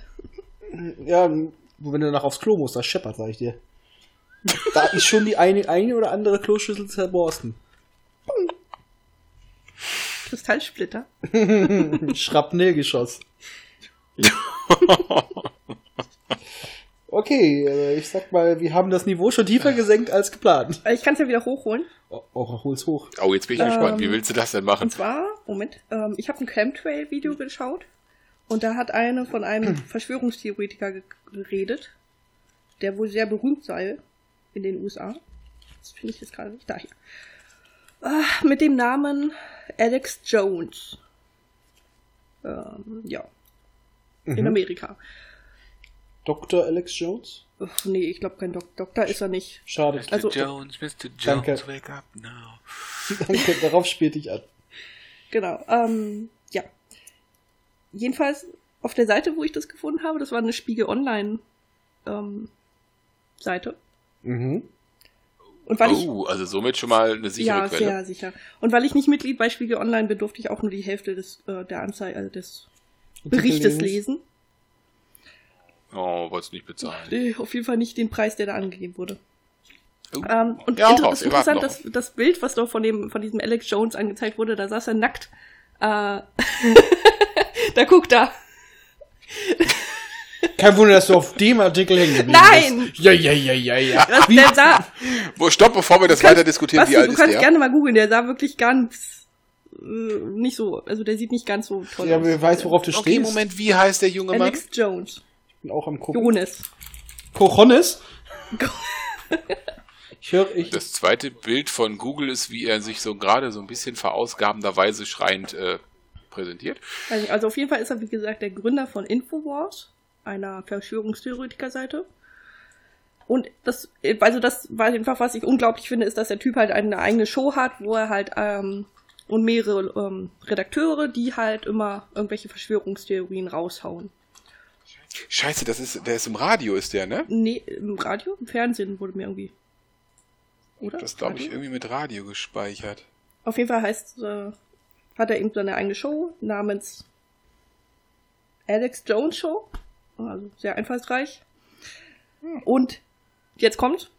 Speaker 2: Ja, wenn du danach aufs Klo musst, das scheppert, sag ich dir. Da ist schon die eine, eine oder andere Kloschüssel zerborsten.
Speaker 5: Kristallsplitter.
Speaker 2: Schrapnellgeschoss. okay, äh, ich sag mal, wir haben das Niveau schon tiefer gesenkt als geplant.
Speaker 5: Äh, Ich kann's ja wieder hochholen.
Speaker 2: Oh, oh hol's hoch.
Speaker 6: Oh, jetzt bin ich
Speaker 5: Ähm,
Speaker 6: gespannt. Wie willst du das denn
Speaker 5: Und
Speaker 6: machen?
Speaker 5: zwar, Moment, ähm, ich habe ein Chemtrail-Video geschaut und da hat eine von einem Verschwörungstheoretiker ge- geredet, der wohl sehr berühmt sei in den USA. Das finde ich jetzt gerade nicht daher. Ah, mit dem Namen Alex Jones. Ähm, ja. In
Speaker 2: Genau.
Speaker 5: Amerika.
Speaker 2: Dr. Mhm. Alex Jones?
Speaker 5: Ach, nee, ich glaube, kein Dok Doktor ist er nicht.
Speaker 2: Schade.
Speaker 5: Also,
Speaker 2: Danke. Danke, darauf spielte ich an.
Speaker 5: Genau. Ähm, ja. Jedenfalls auf der Seite, wo ich das gefunden habe, das war eine Spiegel Online ähm, Seite.
Speaker 2: Mhm.
Speaker 5: Und weil ich
Speaker 6: Oh, also somit schon mal eine sichere
Speaker 5: ja
Speaker 6: Quelle.
Speaker 5: sehr sicher. Und weil ich nicht Mitglied bei Spiegel Online äh, bin, durfte ich auch nur die Hälfte des äh, der Anzeige also des Berichtes lesen.
Speaker 6: Oh, wolltest du nicht bezahlen.
Speaker 5: Nee, Äh, auf jeden Fall nicht den Preis, der da angegeben wurde.
Speaker 6: Uh,
Speaker 5: Ähm, und
Speaker 6: ja,
Speaker 5: inter
Speaker 6: auch raus,
Speaker 5: ist
Speaker 6: wir warten
Speaker 5: interessant,
Speaker 6: noch.
Speaker 5: dass das Bild, was da von dem, von diesem Alex Jones angezeigt wurde, da saß er nackt. Äh, da guckt er.
Speaker 2: Kein Wunder, dass du auf dem Artikel hängen geblieben
Speaker 5: Nein!
Speaker 2: bist. Ja, ja, ja, ja, ja.
Speaker 5: Was, der sah,
Speaker 6: Wo, stopp, bevor wir das
Speaker 5: kannst-
Speaker 6: weiter diskutieren,
Speaker 5: Basti,
Speaker 6: wie alt
Speaker 5: du
Speaker 6: ist
Speaker 5: kannst
Speaker 6: der?
Speaker 5: gerne mal googeln, der sah wirklich ganz äh, nicht so, also der sieht nicht ganz so toll
Speaker 2: Ja,
Speaker 5: aus.
Speaker 2: wer weiß, worauf du
Speaker 6: okay,
Speaker 2: stehst. Äh,
Speaker 6: Moment, wie heißt der junge Mann?
Speaker 5: Alex Jones.
Speaker 2: Ich bin auch am Gucken.
Speaker 5: Jones.
Speaker 2: Cochones? Ich höre, ich,
Speaker 6: Das zweite Bild von Google ist, wie er sich so gerade so ein bisschen verausgabenderweise schreiend äh, präsentiert.
Speaker 5: Weiß nicht, Also auf jeden Fall ist er, wie gesagt, der Gründer von Infowars, einer Verschwörungstheoretiker-Seite. Und das, also das war einfach, was ich unglaublich finde, ist, dass der Typ halt eine eigene Show hat, wo er halt ähm, und mehrere ähm, Redakteure, die halt immer irgendwelche Verschwörungstheorien raushauen.
Speaker 6: Scheiße, das ist, der ist im Radio, ist der, ne?
Speaker 5: Nee, im Radio, im Fernsehen wurde mir irgendwie. Oder?
Speaker 6: Das glaube ich
Speaker 5: Radio?
Speaker 6: irgendwie mit Radio gespeichert.
Speaker 5: Auf jeden Fall heißt, äh, hat er eben seine eigene Show namens Alex Jones Show. Also sehr einfallsreich.
Speaker 6: Hm.
Speaker 5: Und jetzt kommt,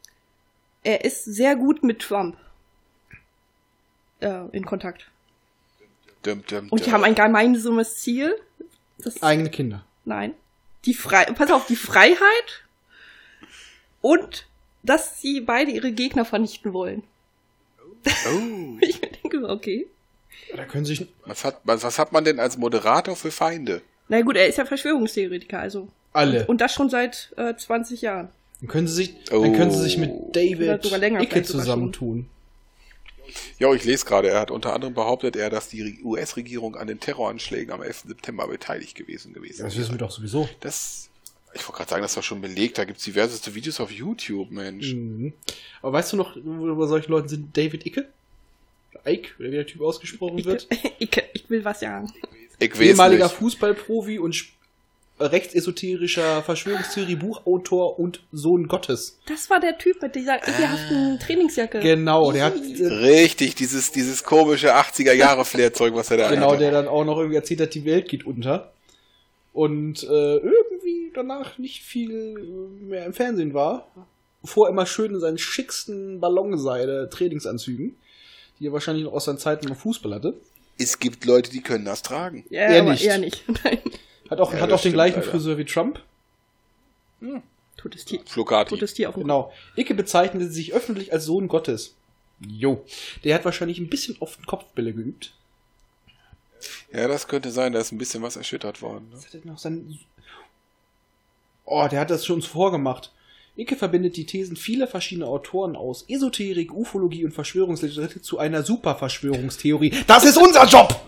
Speaker 5: er ist sehr gut mit Trump äh, in Kontakt.
Speaker 6: Dum, dum,
Speaker 5: Und die
Speaker 6: dum.
Speaker 5: haben ein gemeinsames Ziel. Das,
Speaker 2: eigene Kinder.
Speaker 5: nein. Die Frei pass auf, die Freiheit und dass sie beide ihre Gegner vernichten wollen.
Speaker 6: Oh.
Speaker 5: Ich mir denke, so, okay.
Speaker 2: Da können sich
Speaker 6: Was hat, was, was hat man denn als Moderator für Feinde?
Speaker 5: Na gut, er ist ja Verschwörungstheoretiker, also
Speaker 2: alle.
Speaker 5: Und das schon seit äh, 20 Jahren.
Speaker 2: Dann können sie sich,
Speaker 6: Oh.
Speaker 2: dann können sie sich mit
Speaker 5: Oder
Speaker 2: David
Speaker 5: sogar länger
Speaker 2: Icke
Speaker 5: vielleicht sogar
Speaker 2: zusammentun.
Speaker 6: Ja, ich lese gerade, er hat unter anderem behauptet, er, dass die US-Regierung an den Terroranschlägen am 11. September beteiligt gewesen gewesen.
Speaker 2: Das
Speaker 6: wäre.
Speaker 2: wissen wir doch sowieso.
Speaker 6: das ich wollte gerade sagen, das war schon belegt, da gibt's diverseste Videos auf YouTube, Mensch.
Speaker 2: Mhm. Aber weißt du noch, wo bei solchen Leuten sind David Icke? Ike, oder wie der Typ ausgesprochen
Speaker 5: Ich,
Speaker 2: wird.
Speaker 5: ich, ich will was sagen.
Speaker 6: Ich weiß
Speaker 2: ehemaliger
Speaker 6: nicht.
Speaker 2: Fußballprofi und sp- rechtsesoterischer Verschwörungstheorie-Buchautor und Sohn Gottes.
Speaker 5: Das war der Typ mit dieser
Speaker 2: Ah.
Speaker 5: ekelhaften Trainingsjacke.
Speaker 2: Genau, der hat äh,
Speaker 6: Richtig, dieses, dieses komische 80er-Jahre-Flair-Zeug, was er da
Speaker 2: genau,
Speaker 6: anhatte.
Speaker 2: der dann auch noch irgendwie erzählt hat, die Welt geht unter. Und äh, irgendwie danach nicht viel äh, mehr im Fernsehen war. Vor immer schön in seinen schicksten Ballonseide-Trainingsanzügen, die er wahrscheinlich noch aus seinen Zeiten im Fußball hatte.
Speaker 6: Es gibt Leute, die können das tragen.
Speaker 5: ja,
Speaker 2: eher
Speaker 5: aber
Speaker 2: nicht.
Speaker 5: eher nicht. Nein.
Speaker 2: Hat auch,
Speaker 6: Ja,
Speaker 2: hat
Speaker 6: das
Speaker 2: auch den
Speaker 6: stimmt,
Speaker 2: gleichen
Speaker 6: Alter.
Speaker 2: Friseur wie Trump.
Speaker 5: Totes Tier.
Speaker 6: Flocati.
Speaker 5: Totes Tier auf dem Kopf.
Speaker 2: Genau. Icke bezeichnete sich öffentlich als Sohn Gottes. Jo. Der hat wahrscheinlich ein bisschen oft Kopfbälle geübt.
Speaker 6: Ja, das könnte sein, da ist ein bisschen was erschüttert worden. Ne?
Speaker 2: Was hat er denn noch sein. Oh, der hat das schon uns vorgemacht. Icke verbindet die Thesen vieler verschiedener Autoren aus Esoterik, Ufologie und Verschwörungsliteratur zu einer Superverschwörungstheorie. Das ist unser Job!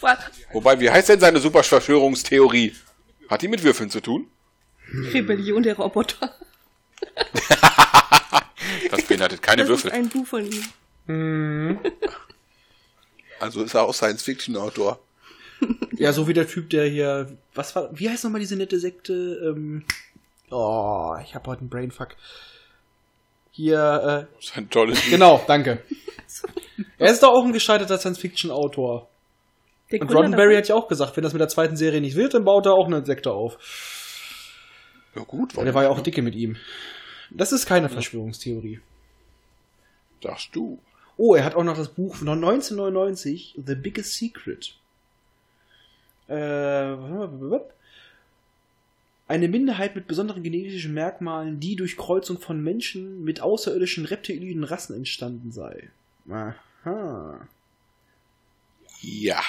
Speaker 5: What?
Speaker 6: Wobei, wie heißt denn seine Superverschwörungstheorie? Hat die mit Würfeln zu tun?
Speaker 5: Rebellion der Roboter.
Speaker 6: Das beinhaltet keine
Speaker 5: das
Speaker 6: Würfel.
Speaker 5: ist ein Buch von ihm.
Speaker 6: Also ist er auch Science-Fiction-Autor.
Speaker 2: Ja, so wie der Typ, der hier. Was war. Wie heißt nochmal diese nette Sekte? Ähm, oh, ich habe heute einen Brainfuck. Hier,
Speaker 6: Das ist ein tolles
Speaker 2: äh, genau, danke. Er ist doch auch ein gescheiterter Science-Fiction-Autor.
Speaker 5: Der
Speaker 2: Und
Speaker 5: Gründer
Speaker 2: Roddenberry
Speaker 5: davon-
Speaker 2: hat ja auch gesagt, wenn das mit der zweiten Serie nicht wird, dann baut er auch eine Sekte auf.
Speaker 6: Ja gut,
Speaker 2: Weil der war ja auch dicke mit ihm. Das ist keine Verschwörungstheorie.
Speaker 6: sagst du?
Speaker 2: Oh, er hat auch noch das Buch von 1999, The Biggest Secret. Äh, warte mal, wup, wup. eine Minderheit mit besonderen genetischen Merkmalen, die durch Kreuzung von Menschen mit außerirdischen reptiloiden Rassen entstanden sei. Aha.
Speaker 6: Ja.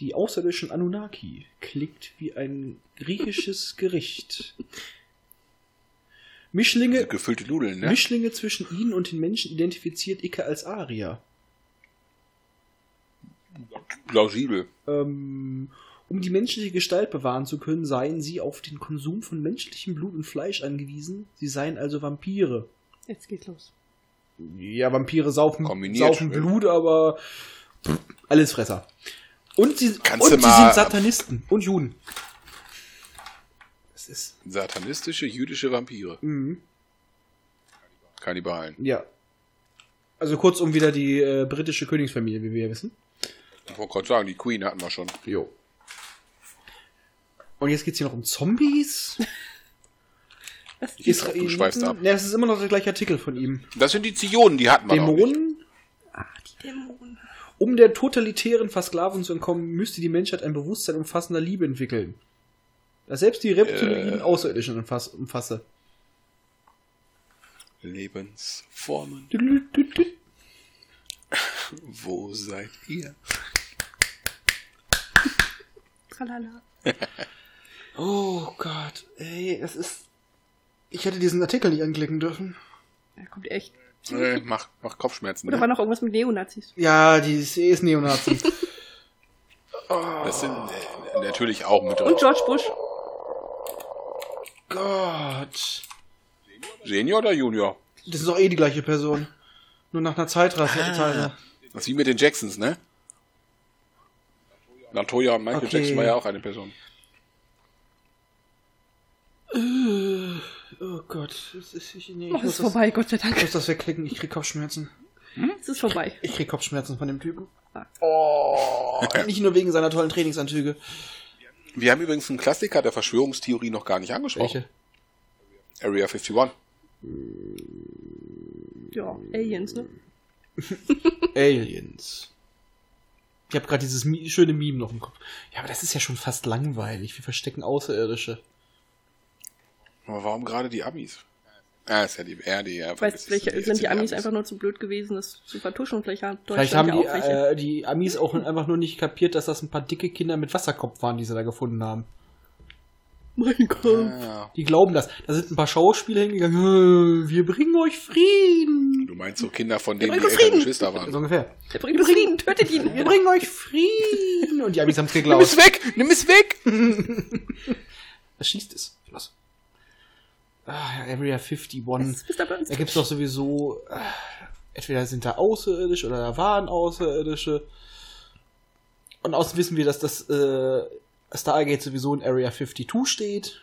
Speaker 2: Die außerirdischen Anunnaki klingt wie ein griechisches Gericht. Mischlinge,
Speaker 6: Gefüllte Nudeln, ne?
Speaker 2: Mischlinge zwischen ihnen und den Menschen identifiziert Icke als Arier.
Speaker 6: Plausibel.
Speaker 2: Ähm, um die menschliche Gestalt bewahren zu können, seien sie auf den Konsum von menschlichem Blut und Fleisch angewiesen. Sie seien also Vampire.
Speaker 5: Jetzt geht's los.
Speaker 2: Ja, Vampire saufen,
Speaker 6: Kombiniert,
Speaker 2: saufen
Speaker 6: ne?
Speaker 2: Blut, aber pff, alles Fresser. Und sie,
Speaker 6: Kannst
Speaker 2: und
Speaker 6: du
Speaker 2: sie
Speaker 6: mal-
Speaker 2: sind Satanisten und Juden. Das ist.
Speaker 6: Satanistische jüdische Vampire.
Speaker 2: Mhm.
Speaker 6: Kannibalen.
Speaker 2: Ja. Also kurz um wieder die äh, britische Königsfamilie, wie wir ja wissen.
Speaker 6: Ich wollte gerade sagen, die Queen hatten wir schon.
Speaker 2: Jo. Und jetzt geht's hier noch um Zombies?
Speaker 5: Was die-
Speaker 2: Israeliten?
Speaker 6: du schweifst ab.
Speaker 2: Ne, das ist immer noch der gleiche Artikel von ihm.
Speaker 6: Das sind die Zionen, die hatten wir noch nicht.
Speaker 2: Dämonen?
Speaker 5: Ah, die Dämonen.
Speaker 2: Um der totalitären Versklavung zu entkommen, müsste die Menschheit ein Bewusstsein umfassender Liebe entwickeln. Das selbst die Reptiloiden Außerirdischen umfass, umfasse.
Speaker 6: Lebensformen. Wo seid ihr?
Speaker 5: Tralala.
Speaker 2: Oh Gott, ey, das ist. Ich hätte diesen Artikel nicht anklicken dürfen.
Speaker 5: Da kommt echt.
Speaker 6: Äh, mach, mach Kopfschmerzen.
Speaker 5: Oder
Speaker 6: Ne?
Speaker 5: war noch irgendwas mit Neonazis?
Speaker 2: Ja, die ist, die ist Neonazi.
Speaker 6: Das sind äh, natürlich auch Mütter.
Speaker 5: Und George Bush.
Speaker 2: Gott.
Speaker 6: Senior oder Junior?
Speaker 2: Das ist doch eh die gleiche Person. Nur nach einer Zeitrasse. Zeitreise.
Speaker 6: Das ist wie mit den Jacksons, ne? Latoya und Michael
Speaker 2: Okay.
Speaker 6: Jackson war ja auch eine Person.
Speaker 2: Oh Gott. Das ist, ich, nee, ich
Speaker 5: Oh,
Speaker 2: muss
Speaker 5: es ist
Speaker 2: das-
Speaker 5: vorbei, Gott sei
Speaker 2: Ich
Speaker 5: Dank.
Speaker 2: muss das wegklicken, ich krieg Kopfschmerzen.
Speaker 5: Es ist vorbei.
Speaker 2: Ich krieg Kopfschmerzen von dem Typen.
Speaker 5: Ah.
Speaker 2: Oh, nicht nur wegen seiner tollen Trainingsanzüge.
Speaker 6: Wir haben übrigens einen Klassiker der Verschwörungstheorie noch gar nicht angesprochen. Area 51.
Speaker 5: Ja, Aliens, ne?
Speaker 2: Oh. Aliens. Ich habe gerade dieses Mi schöne Meme noch im Kopf. Ja, aber das ist ja schon fast langweilig. Wir verstecken Außerirdische.
Speaker 6: Aber warum gerade die Amis? Ah, ist ja die RD. Ja, vergiss
Speaker 5: Weißt
Speaker 6: es,
Speaker 5: welche,
Speaker 6: jetzt
Speaker 5: sind die Amis einfach nur zu blld gewesen, das zu vertuschen? Vielleicht hat Deutschland
Speaker 2: Vielleicht haben
Speaker 5: ja
Speaker 2: die,
Speaker 5: auch welche.
Speaker 2: äh, die Amis auch einfach nur nicht kapiert, dass das ein paar dicke Kinder mit Wasserkopf waren, die sie da gefunden haben.
Speaker 5: mein Gott.
Speaker 6: Ah,
Speaker 2: Die glauben das. Da sind ein paar Schauspieler hingegangen. "Äh, Wir bringen euch Frieden.
Speaker 6: du meinst so Kinder, von denen
Speaker 5: bringt
Speaker 6: die
Speaker 5: uns
Speaker 6: älteren
Speaker 5: Frieden.
Speaker 6: Geschwister
Speaker 2: So
Speaker 6: waren.
Speaker 2: ungefähr.
Speaker 5: Der bringt uns Frieden, tötet ihn.
Speaker 2: Wir bringen euch Frieden. Und die Amis haben es geglaubt.
Speaker 6: weg! Nimm es weg!
Speaker 2: Das schießt es. Los. Ah, Area 51.
Speaker 5: Das ist Mr. Burns.
Speaker 2: Da gibt's doch sowieso, äh, entweder sind da Außerirdische oder da waren Außerirdische. Und außerdem wissen wir, dass das äh, Stargate sowieso in Area 52 steht.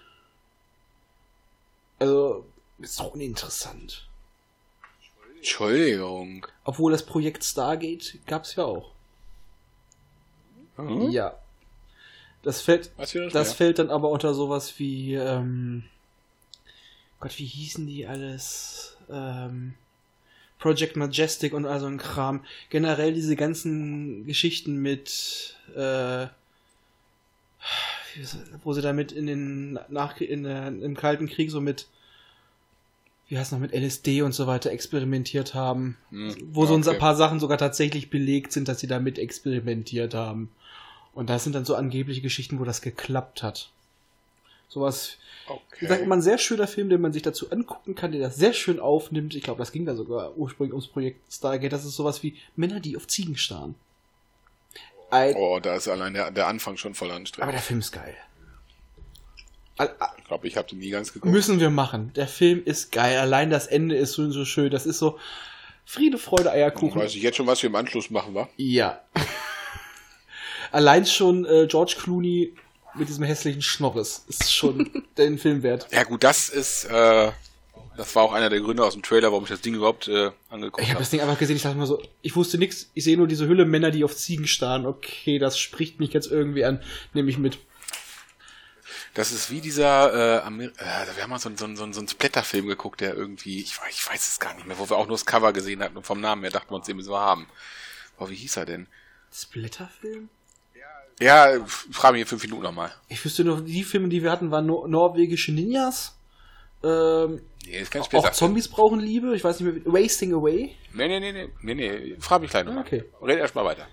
Speaker 2: Also, ist doch uninteressant.
Speaker 6: Entschuldigung.
Speaker 2: Obwohl das Projekt Stargate gab's ja auch.
Speaker 6: Hm?
Speaker 2: Ja. Das fällt,
Speaker 6: Was für
Speaker 2: das
Speaker 6: das
Speaker 2: fällt dann aber unter sowas wie, ähm, Gott, wie hießen die alles? Ähm, Project Majestic und all so ein Kram. Generell diese ganzen Geschichten mit, äh, wie ist- wo sie damit in den nach in der, im Kalten Krieg so mit wie heißt noch mit LSD und so weiter experimentiert haben,
Speaker 6: Hm,
Speaker 2: wo so ein
Speaker 6: okay.
Speaker 2: paar Sachen sogar tatsächlich belegt sind, dass sie damit experimentiert haben. Und das sind dann so angebliche Geschichten, wo das geklappt hat. Sowas,
Speaker 6: Okay.
Speaker 2: wie gesagt, immer ein sehr schöner Film, den man sich dazu angucken kann, der das sehr schön aufnimmt. Ich glaube, das ging da sogar ursprünglich ums Projekt Stargate. Das ist sowas wie Männer, die auf Ziegen starren. Ein,
Speaker 6: Oh, da ist allein der, der Anfang schon voll
Speaker 2: Aber
Speaker 6: anstrengend.
Speaker 2: der Film ist geil. Al- a-
Speaker 6: Ich glaube, ich habe den nie ganz geguckt.
Speaker 2: Müssen wir machen. Der Film ist geil. Allein das Ende ist so, so schön. Das ist so Friede, Freude, Eierkuchen.
Speaker 6: Weiß ich jetzt schon, was wir im Anschluss machen, wa?
Speaker 2: Ja. Allein schon äh, George Clooney mit diesem hässlichen Schnorris ist schon den Film wert.
Speaker 6: Ja gut, das ist, äh, das war auch einer der Gründe aus dem Trailer, warum ich das Ding überhaupt äh, angeguckt
Speaker 2: Ich habe
Speaker 6: habe.
Speaker 2: das Ding einfach gesehen, ich dachte mal so, ich wusste nichts, ich sehe nur diese Hülle Männer, die auf Ziegen starren. Okay, das spricht mich jetzt irgendwie an, nehme ich mit.
Speaker 6: Das ist wie dieser, äh, Amer äh wir haben mal so, einen- so, einen- so, einen- so einen Splatter-Film geguckt, der irgendwie, ich, weiß- ich weiß es gar nicht mehr, wo wir auch nur das Cover gesehen hatten und vom Namen her dachten wir uns, den müssen wir haben. Boah, wie hieß er denn?
Speaker 2: Splatterfilm?
Speaker 6: Ja, f- frag mich in fünf Minuten nochmal.
Speaker 2: Ich wüsste nur, die Filme, die wir hatten, waren no norwegische Ninjas. Ähm,
Speaker 6: Nee, ist kein
Speaker 2: auch
Speaker 6: Splatter.
Speaker 2: Zombies brauchen Liebe, ich weiß nicht mehr, Wasting Away.
Speaker 6: Nee, nee, nee, nee, nee, nee, frag mich gleich nochmal.
Speaker 2: Okay.
Speaker 6: Red erst mal weiter.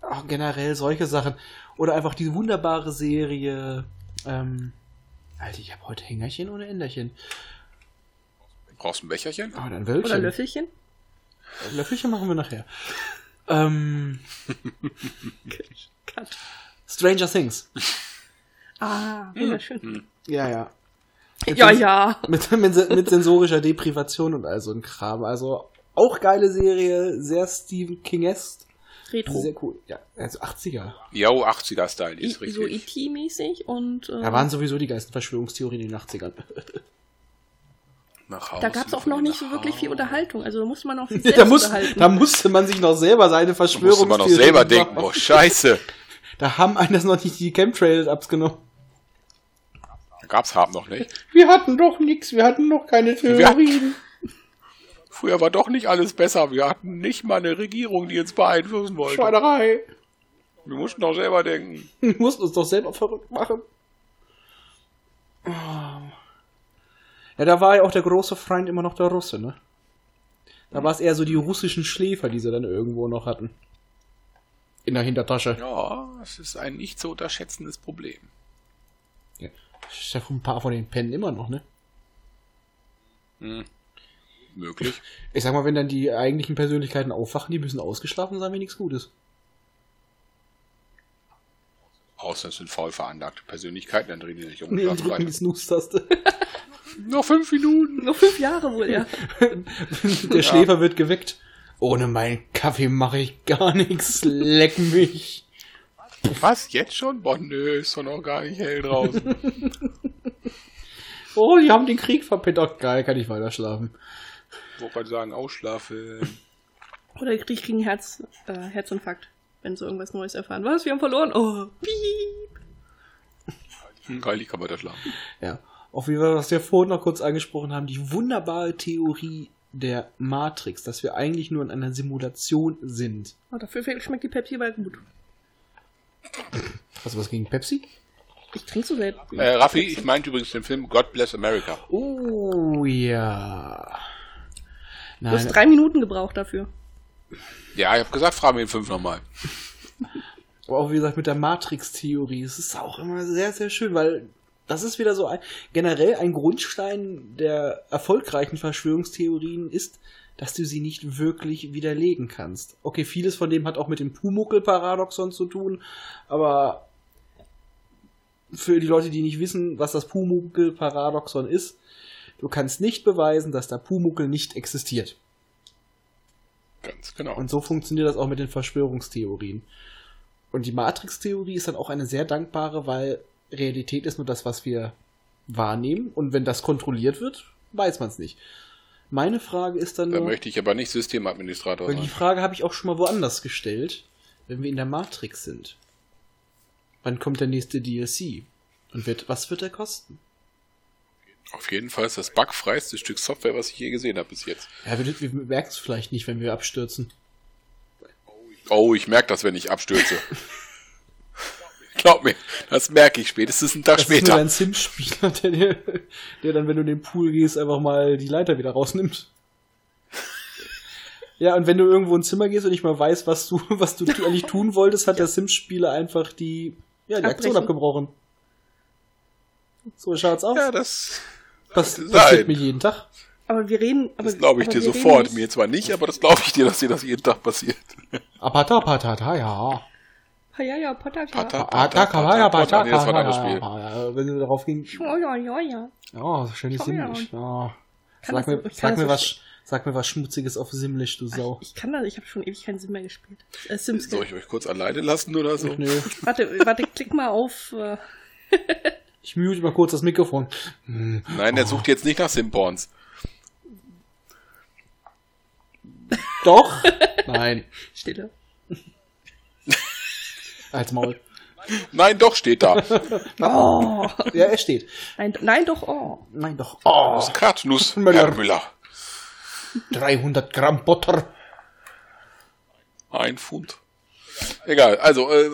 Speaker 2: Auch generell solche Sachen. Oder einfach diese wunderbare Serie. Ähm, Alter, ich habe heute Hängerchen ohne Änderchen.
Speaker 6: Brauchst du ein Becherchen?
Speaker 2: Oh, dann Wölkchen.
Speaker 5: Oder Löffelchen.
Speaker 2: Löffelchen machen wir nachher. ähm,
Speaker 5: Cut.
Speaker 2: Stranger Things.
Speaker 5: Ah,
Speaker 2: Hm.
Speaker 5: wunderschön.
Speaker 2: Ja, ja.
Speaker 5: Ja, ja.
Speaker 2: Mit, mit, mit sensorischer Deprivation und all so ein Kram. Also auch geile Serie, sehr Stephen King-esque.
Speaker 5: Retro.
Speaker 2: Sehr cool. Ja, also 80er.
Speaker 6: Jo, 80er-Style,
Speaker 5: I-
Speaker 6: oh, ist richtig.
Speaker 5: so IT-mäßig und äh,
Speaker 2: Da waren sowieso die geilsten Verschwörungstheorien in den 80ern.
Speaker 6: Nach
Speaker 5: da
Speaker 6: Hause,
Speaker 5: gab es auch noch
Speaker 6: nach
Speaker 5: nicht so wirklich viel Unterhaltung. Also da musste man auch sich selbst
Speaker 2: da, muss,
Speaker 5: unterhalten.
Speaker 2: da musste man sich noch selber seine
Speaker 6: Da musste
Speaker 2: Verschwörungstheorien
Speaker 6: man noch selber denken, oh,
Speaker 2: machen.
Speaker 6: boah, scheiße.
Speaker 2: Da haben einem das noch nicht die Chemtrails abgenommen.
Speaker 6: Gab's Hab noch nicht.
Speaker 2: Wir hatten doch nichts, wir hatten noch keine Theorien.
Speaker 6: Früher war doch nicht alles besser. Wir hatten nicht mal eine Regierung, die uns beeinflussen wollte.
Speaker 2: Schweinerei.
Speaker 6: Wir mussten doch selber denken.
Speaker 2: Wir mussten uns doch selber verrückt machen. Oh. Ja, da war ja auch der große Freund immer noch der Russe, ne? Da war es eher so die russischen Schläfer, die sie dann irgendwo noch hatten. In der Hintertasche.
Speaker 6: Ja, es ist ein nicht zu unterschätzendes Problem.
Speaker 2: Ich hab ein paar von den Pennen immer noch, ne?
Speaker 6: Hm. Möglich.
Speaker 2: Ich sag mal, wenn dann die eigentlichen Persönlichkeiten aufwachen, die müssen ausgeschlafen sein, wie nichts Gutes.
Speaker 6: Außer es sind faul veranlagte Persönlichkeiten, dann drehen die sich um.
Speaker 2: Nee,
Speaker 6: schlafen
Speaker 2: drücken die
Speaker 6: weiter.
Speaker 2: Snooze-Taste.
Speaker 6: Noch fünf Minuten.
Speaker 5: Nur fünf Jahre wohl, ja.
Speaker 2: Der Schläfer wird geweckt. Ohne meinen Kaffee mache ich gar nichts. Leck mich.
Speaker 6: Was? Jetzt schon? Boah, nö, ist doch noch gar nicht hell draußen.
Speaker 2: Oh, die haben den Krieg verpennt. Oh, geil, kann ich weiter schlafen.
Speaker 6: Wobei die sagen, ausschlafen.
Speaker 5: Oder die krieg- kriegen Herz, äh, Herzinfarkt, wenn sie irgendwas Neues erfahren. Was? Wir haben verloren? Oh, piep.
Speaker 6: Hm, geil, ich kann weiter schlafen.
Speaker 2: Ja. Auch wie wir das ja vorhin noch kurz angesprochen haben, die wunderbare Theorie der Matrix, dass wir eigentlich nur in einer Simulation sind.
Speaker 5: Oh, dafür fe- schmeckt die Pepsi aber gut.
Speaker 2: Hast du was gegen Pepsi?
Speaker 5: Ich trinke so selten.
Speaker 6: Äh, Raffi, ich meinte übrigens den Film God Bless America.
Speaker 2: Oh ja.
Speaker 5: Du
Speaker 2: Nein,
Speaker 5: hast drei Minuten gebraucht dafür.
Speaker 6: Ja, ich habe gesagt, fragen wir ihn fünf nochmal.
Speaker 2: Aber auch wie gesagt, mit der Matrix-Theorie, es ist auch immer sehr, sehr schön, weil das ist wieder so ein, generell ein Grundstein der erfolgreichen Verschwörungstheorien ist, dass du sie nicht wirklich widerlegen kannst. Okay, vieles von dem hat auch mit dem Pumuckel-Paradoxon zu tun, aber für die Leute, die nicht wissen, was das Pumuckel-Paradoxon ist, du kannst nicht beweisen, dass der Pumuckel nicht existiert.
Speaker 6: Ganz genau.
Speaker 2: Und so funktioniert das auch mit den Verschwörungstheorien. Und die Matrix-Theorie ist dann auch eine sehr dankbare, weil Realität ist nur das, was wir wahrnehmen. Und wenn das kontrolliert wird, weiß man es nicht. Meine Frage ist dann
Speaker 6: da
Speaker 2: nur,
Speaker 6: möchte ich aber nicht Systemadministrator
Speaker 2: weil die
Speaker 6: sein.
Speaker 2: Frage habe ich auch schon mal woanders gestellt, wenn wir in der Matrix sind. Wann kommt der nächste DLC? Und wird, was wird er kosten?
Speaker 6: Auf jeden Fall ist das bugfreiste Stück Software, was ich je gesehen habe bis jetzt.
Speaker 2: Ja, wir, wir merken es vielleicht nicht, wenn wir abstürzen.
Speaker 6: Oh, ich merke das, wenn ich abstürze. Glaub mir, das merke ich spätestens einen Tag
Speaker 2: Das ist nur
Speaker 6: später.
Speaker 2: ein Sim-Spieler, der, dir- der dann, wenn du in den Pool gehst, einfach mal die Leiter wieder rausnimmt. Ja, und wenn du irgendwo in ein Zimmer gehst und nicht mal weißt, was du, was du tu- eigentlich tun wolltest, hat der Sim-Spieler einfach die, ja, die Aktion
Speaker 5: Abbrechen.
Speaker 2: abgebrochen. So schaut's aus.
Speaker 6: Ja, das,
Speaker 2: Pass,
Speaker 6: sein.
Speaker 2: passiert mir jeden Tag.
Speaker 5: Aber wir reden. Aber,
Speaker 6: das glaube ich
Speaker 5: aber
Speaker 6: dir
Speaker 5: wir
Speaker 6: sofort.
Speaker 5: reden
Speaker 6: Mir
Speaker 5: nicht-
Speaker 6: zwar nicht, aber das glaube ich dir, dass dir das jeden Tag passiert.
Speaker 2: Apata, patata, ja.
Speaker 5: Ja, ja, Patata.
Speaker 6: Pata,
Speaker 2: Apata, kabaya, patata,
Speaker 6: Nee, das war ein anderes
Speaker 2: ja,
Speaker 6: Spiel.
Speaker 2: ja. Wenn du darauf ging,
Speaker 5: Oh, ja, ja, ja.
Speaker 2: Oh, schönes
Speaker 5: Schau her,
Speaker 2: Himmlisch. Oh.
Speaker 5: Kann
Speaker 2: Sag,
Speaker 5: das-
Speaker 2: mir,
Speaker 5: ich kann
Speaker 2: sag,
Speaker 5: das
Speaker 2: mir
Speaker 5: so
Speaker 2: was, sag mir was Schmutziges auf Simlisch, du Sau.
Speaker 5: Also, Ich kann das, ich habe schon ewig keinen Sinn mehr gespielt. Äh, Sims.
Speaker 6: Soll ich euch kurz alleine lassen oder so?
Speaker 2: Nö.
Speaker 5: Warte, warte, klick mal auf. Äh,
Speaker 2: Ich mute mal kurz das Mikrofon. Hm.
Speaker 6: Nein, der sucht jetzt nicht nach Simporns.
Speaker 2: Doch? Nein.
Speaker 5: Stille.
Speaker 2: Als Maul.
Speaker 6: Nein, doch steht da.
Speaker 5: Oh.
Speaker 2: Ja, er steht.
Speaker 5: Nein, nein, doch, oh.
Speaker 2: Nein, doch. Oh,
Speaker 6: Katnuss,
Speaker 2: Müller.
Speaker 6: Herr Müller.
Speaker 2: 300 Gramm Butter.
Speaker 6: Ein Pfund. Egal, also äh,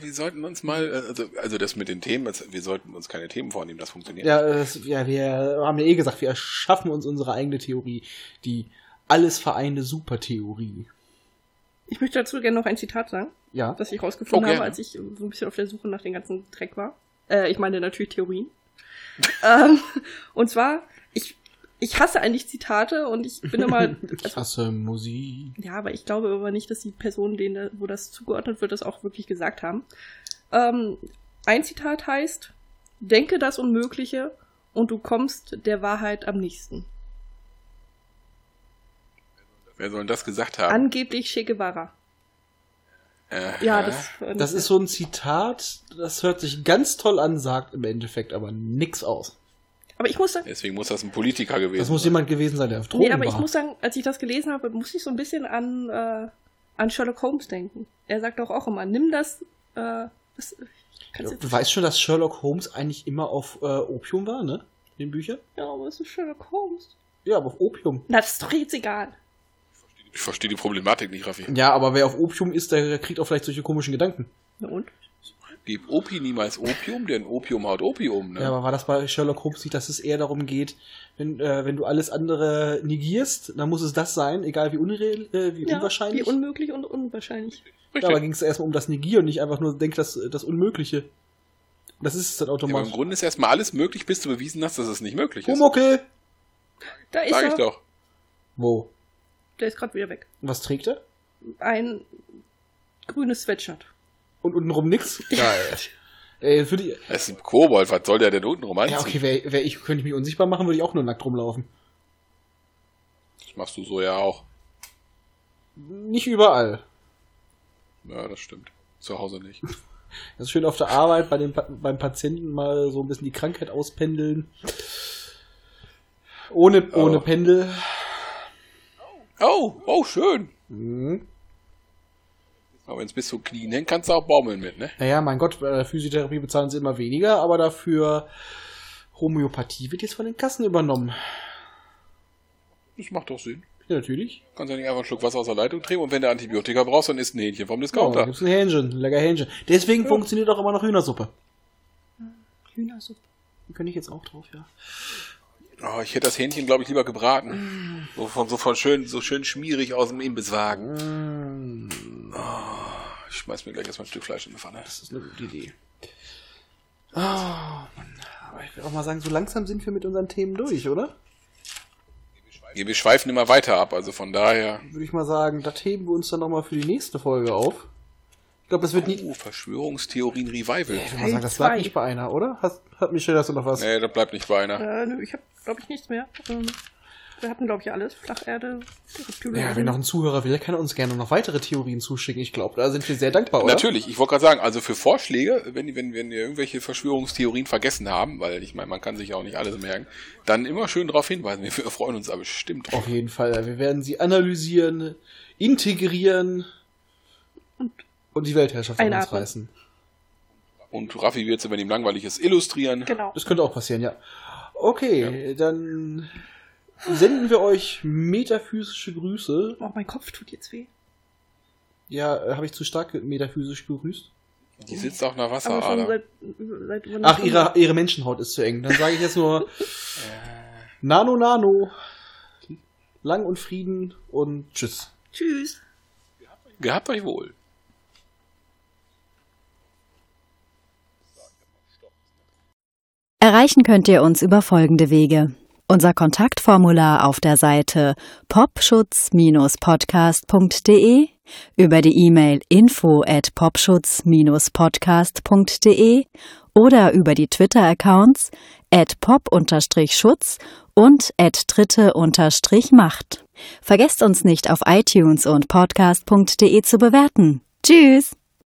Speaker 6: wir sollten uns mal, äh, also, also das mit den Themen, also, wir sollten uns keine Themen vornehmen, das funktioniert.
Speaker 2: Ja, das, ja, wir haben ja eh gesagt, wir erschaffen uns unsere eigene Theorie. Die alles vereinte Supertheorie.
Speaker 5: Ich möchte dazu gerne noch ein Zitat sagen.
Speaker 2: Ja.
Speaker 5: das ich rausgefunden
Speaker 6: Oh, gerne.
Speaker 5: habe, als ich so ein bisschen auf der Suche nach dem ganzen Dreck war. Äh, ich meine natürlich Theorien. ähm, und zwar, ich, ich hasse eigentlich Zitate und ich bin immer. also,
Speaker 2: Ich hasse Musik.
Speaker 5: ja, aber ich glaube aber nicht, dass die Personen, denen, wo das zugeordnet wird, das auch wirklich gesagt haben. Ähm, ein Zitat heißt: Denke das Unmögliche und du kommst der Wahrheit am nächsten.
Speaker 6: Wer soll denn das gesagt haben?
Speaker 5: Angeblich Che Guevara.
Speaker 6: Äh,
Speaker 5: Ja, das,
Speaker 2: Das ist so ein Zitat, das hört sich ganz toll an, sagt im Endeffekt aber nix aus.
Speaker 5: Aber ich muss sagen,
Speaker 6: Deswegen muss das ein Politiker gewesen
Speaker 2: Das muss
Speaker 6: sein.
Speaker 2: jemand gewesen sein, der auf Drogen
Speaker 5: Nee, aber
Speaker 2: war.
Speaker 5: ich muss sagen, als ich das gelesen habe, musste ich so ein bisschen an, äh, an Sherlock Holmes denken. Er sagt doch auch immer, nimm das, äh, Das, kannst
Speaker 2: Du
Speaker 5: jetzt,
Speaker 2: weißt schon, dass Sherlock Holmes eigentlich immer auf äh, Opium war, ne? In den Büchern?
Speaker 5: ja, aber es ist Sherlock Holmes.
Speaker 2: Ja, aber auf Opium.
Speaker 5: Na, das ist doch jetzt egal.
Speaker 6: Ich verstehe die Problematik nicht, Raffi.
Speaker 2: Ja, aber wer auf Opium ist, der kriegt auch vielleicht solche komischen Gedanken.
Speaker 5: Na und?
Speaker 6: Gib Opi niemals Opium, denn Opium haut Opium. Ne?
Speaker 2: Ja, aber war das bei Sherlock Holmes nicht, dass es eher darum geht, wenn, äh, wenn du alles andere negierst, dann muss es das sein, egal wie, unreal, äh, wie
Speaker 5: Ja,
Speaker 2: unwahrscheinlich.
Speaker 5: Wie unmöglich und unwahrscheinlich.
Speaker 2: ja, aber ging es erstmal um das Negieren, nicht einfach nur denk das, das Unmögliche. Das ist es dann
Speaker 6: Ja, aber
Speaker 2: automatisch.
Speaker 6: Im Grunde ist erstmal alles möglich, bis du bewiesen hast, dass es nicht möglich ist.
Speaker 2: Pumuckel!
Speaker 5: Da ist
Speaker 6: Sag ich
Speaker 5: er.
Speaker 6: doch.
Speaker 2: Wo?
Speaker 5: Der ist gerade wieder weg.
Speaker 2: Was trägt er?
Speaker 5: Ein grünes Sweatshirt.
Speaker 2: Und untenrum nix? Geil. Ey, für die,
Speaker 6: Es ist ein Kobold, was soll der denn unten rum anziehen?
Speaker 2: ja, okay, wär, wär ich, könnte ich mich unsichtbar machen, würde ich auch nur nackt rumlaufen.
Speaker 6: Das machst du so ja auch.
Speaker 2: Nicht überall.
Speaker 6: Ja, das stimmt. Zu Hause nicht.
Speaker 2: Das ist schön auf der Arbeit, bei dem, Pa- beim Patienten mal so ein bisschen die Krankheit auspendeln. Ohne,
Speaker 6: Oh.
Speaker 2: ohne Pendel.
Speaker 6: Oh, oh, schön.
Speaker 2: Mhm.
Speaker 6: Aber wenn es bis zum Knien hängt, kannst du auch baumeln mit, ne?
Speaker 2: Naja, mein Gott, äh, Physiotherapie bezahlen sie immer weniger, aber dafür Homöopathie wird jetzt von den Kassen übernommen.
Speaker 6: Das macht doch Sinn.
Speaker 2: Ja, natürlich.
Speaker 6: Kannst ja nicht einfach einen Schluck Wasser aus der Leitung trinken und wenn du Antibiotika brauchst, dann isst ein Hähnchen
Speaker 2: Ja, da
Speaker 6: vom Discounter.
Speaker 2: gibt's ein Hähnchen, lecker Hähnchen. Deswegen funktioniert auch immer noch Hühnersuppe.
Speaker 5: Hühnersuppe.
Speaker 2: Könnte ich jetzt auch drauf, ja.
Speaker 6: Oh, ich hätte das Hähnchen, glaube ich, lieber gebraten.
Speaker 2: Mm.
Speaker 6: So von, so von schön, so schön schmierig aus dem Imbisswagen.
Speaker 2: Mm.
Speaker 6: Oh, Ich schmeiß mir gleich erstmal ein Stück Fleisch in die Pfanne.
Speaker 2: Das ist eine gute Idee. Oh, Mann. Aber ich will auch mal sagen, so langsam sind wir mit unseren Themen durch, oder?
Speaker 6: Wir schweifen immer weiter ab, also von daher.
Speaker 2: Würde ich mal sagen, das heben wir uns dann nochmal für die nächste Folge auf. Ich glaube, das wird nie.
Speaker 6: Oh, Verschwörungstheorien Revival.
Speaker 2: Ich würde mal sagen, das bleibt
Speaker 5: Zwei.
Speaker 2: nicht bei einer, oder? Hast, hat Michelle, hast du noch was?
Speaker 6: Nee, da bleibt nicht bei ne? einer.
Speaker 5: Äh, nö, ich habe, glaube ich, nichts mehr. Ähm, wir hatten, glaube ich, alles. Flacherde, Reptilien.
Speaker 2: Ja, wenn noch ein Zuhörer will, kann er uns gerne noch weitere Theorien zuschicken. Ich glaube, da sind wir sehr dankbar, oder?
Speaker 6: Natürlich, ich wollte gerade sagen, also für Vorschläge, wenn, wenn, wenn wir irgendwelche Verschwörungstheorien vergessen haben, weil ich meine, man kann sich ja auch nicht alles merken, dann immer schön darauf hinweisen. Wir freuen uns aber bestimmt drauf.
Speaker 2: Auf jeden Fall. Wir werden sie analysieren, integrieren und,
Speaker 5: Und
Speaker 2: die Weltherrschaft an uns
Speaker 5: einatmen.
Speaker 2: reißen.
Speaker 6: Und Raffi wird es, wenn ihm langweilig ist, illustrieren.
Speaker 5: Genau.
Speaker 2: Das könnte auch passieren, ja. Okay, dann senden wir euch metaphysische Grüße.
Speaker 5: Oh, mein Kopf tut jetzt weh.
Speaker 2: Ja, äh, habe ich zu stark metaphysisch gegrüßt?
Speaker 6: Die sitzt auch nach
Speaker 5: Aber schon
Speaker 6: Wasserader.
Speaker 5: seit, seit über einer
Speaker 2: Ach,
Speaker 5: Stunde.
Speaker 2: ihre, ihre Menschenhaut ist zu eng. Dann sage ich jetzt nur Nano Nano. Lang und Frieden und Tschüss.
Speaker 5: Tschüss.
Speaker 6: Gehabt euch wohl.
Speaker 7: Erreichen könnt ihr uns über folgende Wege. Unser Kontaktformular auf der Seite popschutz-podcast.de, über die E-Mail info at popschutz-podcast.de oder über die Twitter-Accounts at pop-schutz und at dritte-macht. Vergesst uns nicht auf iTunes und podcast.de zu bewerten. Tschüss!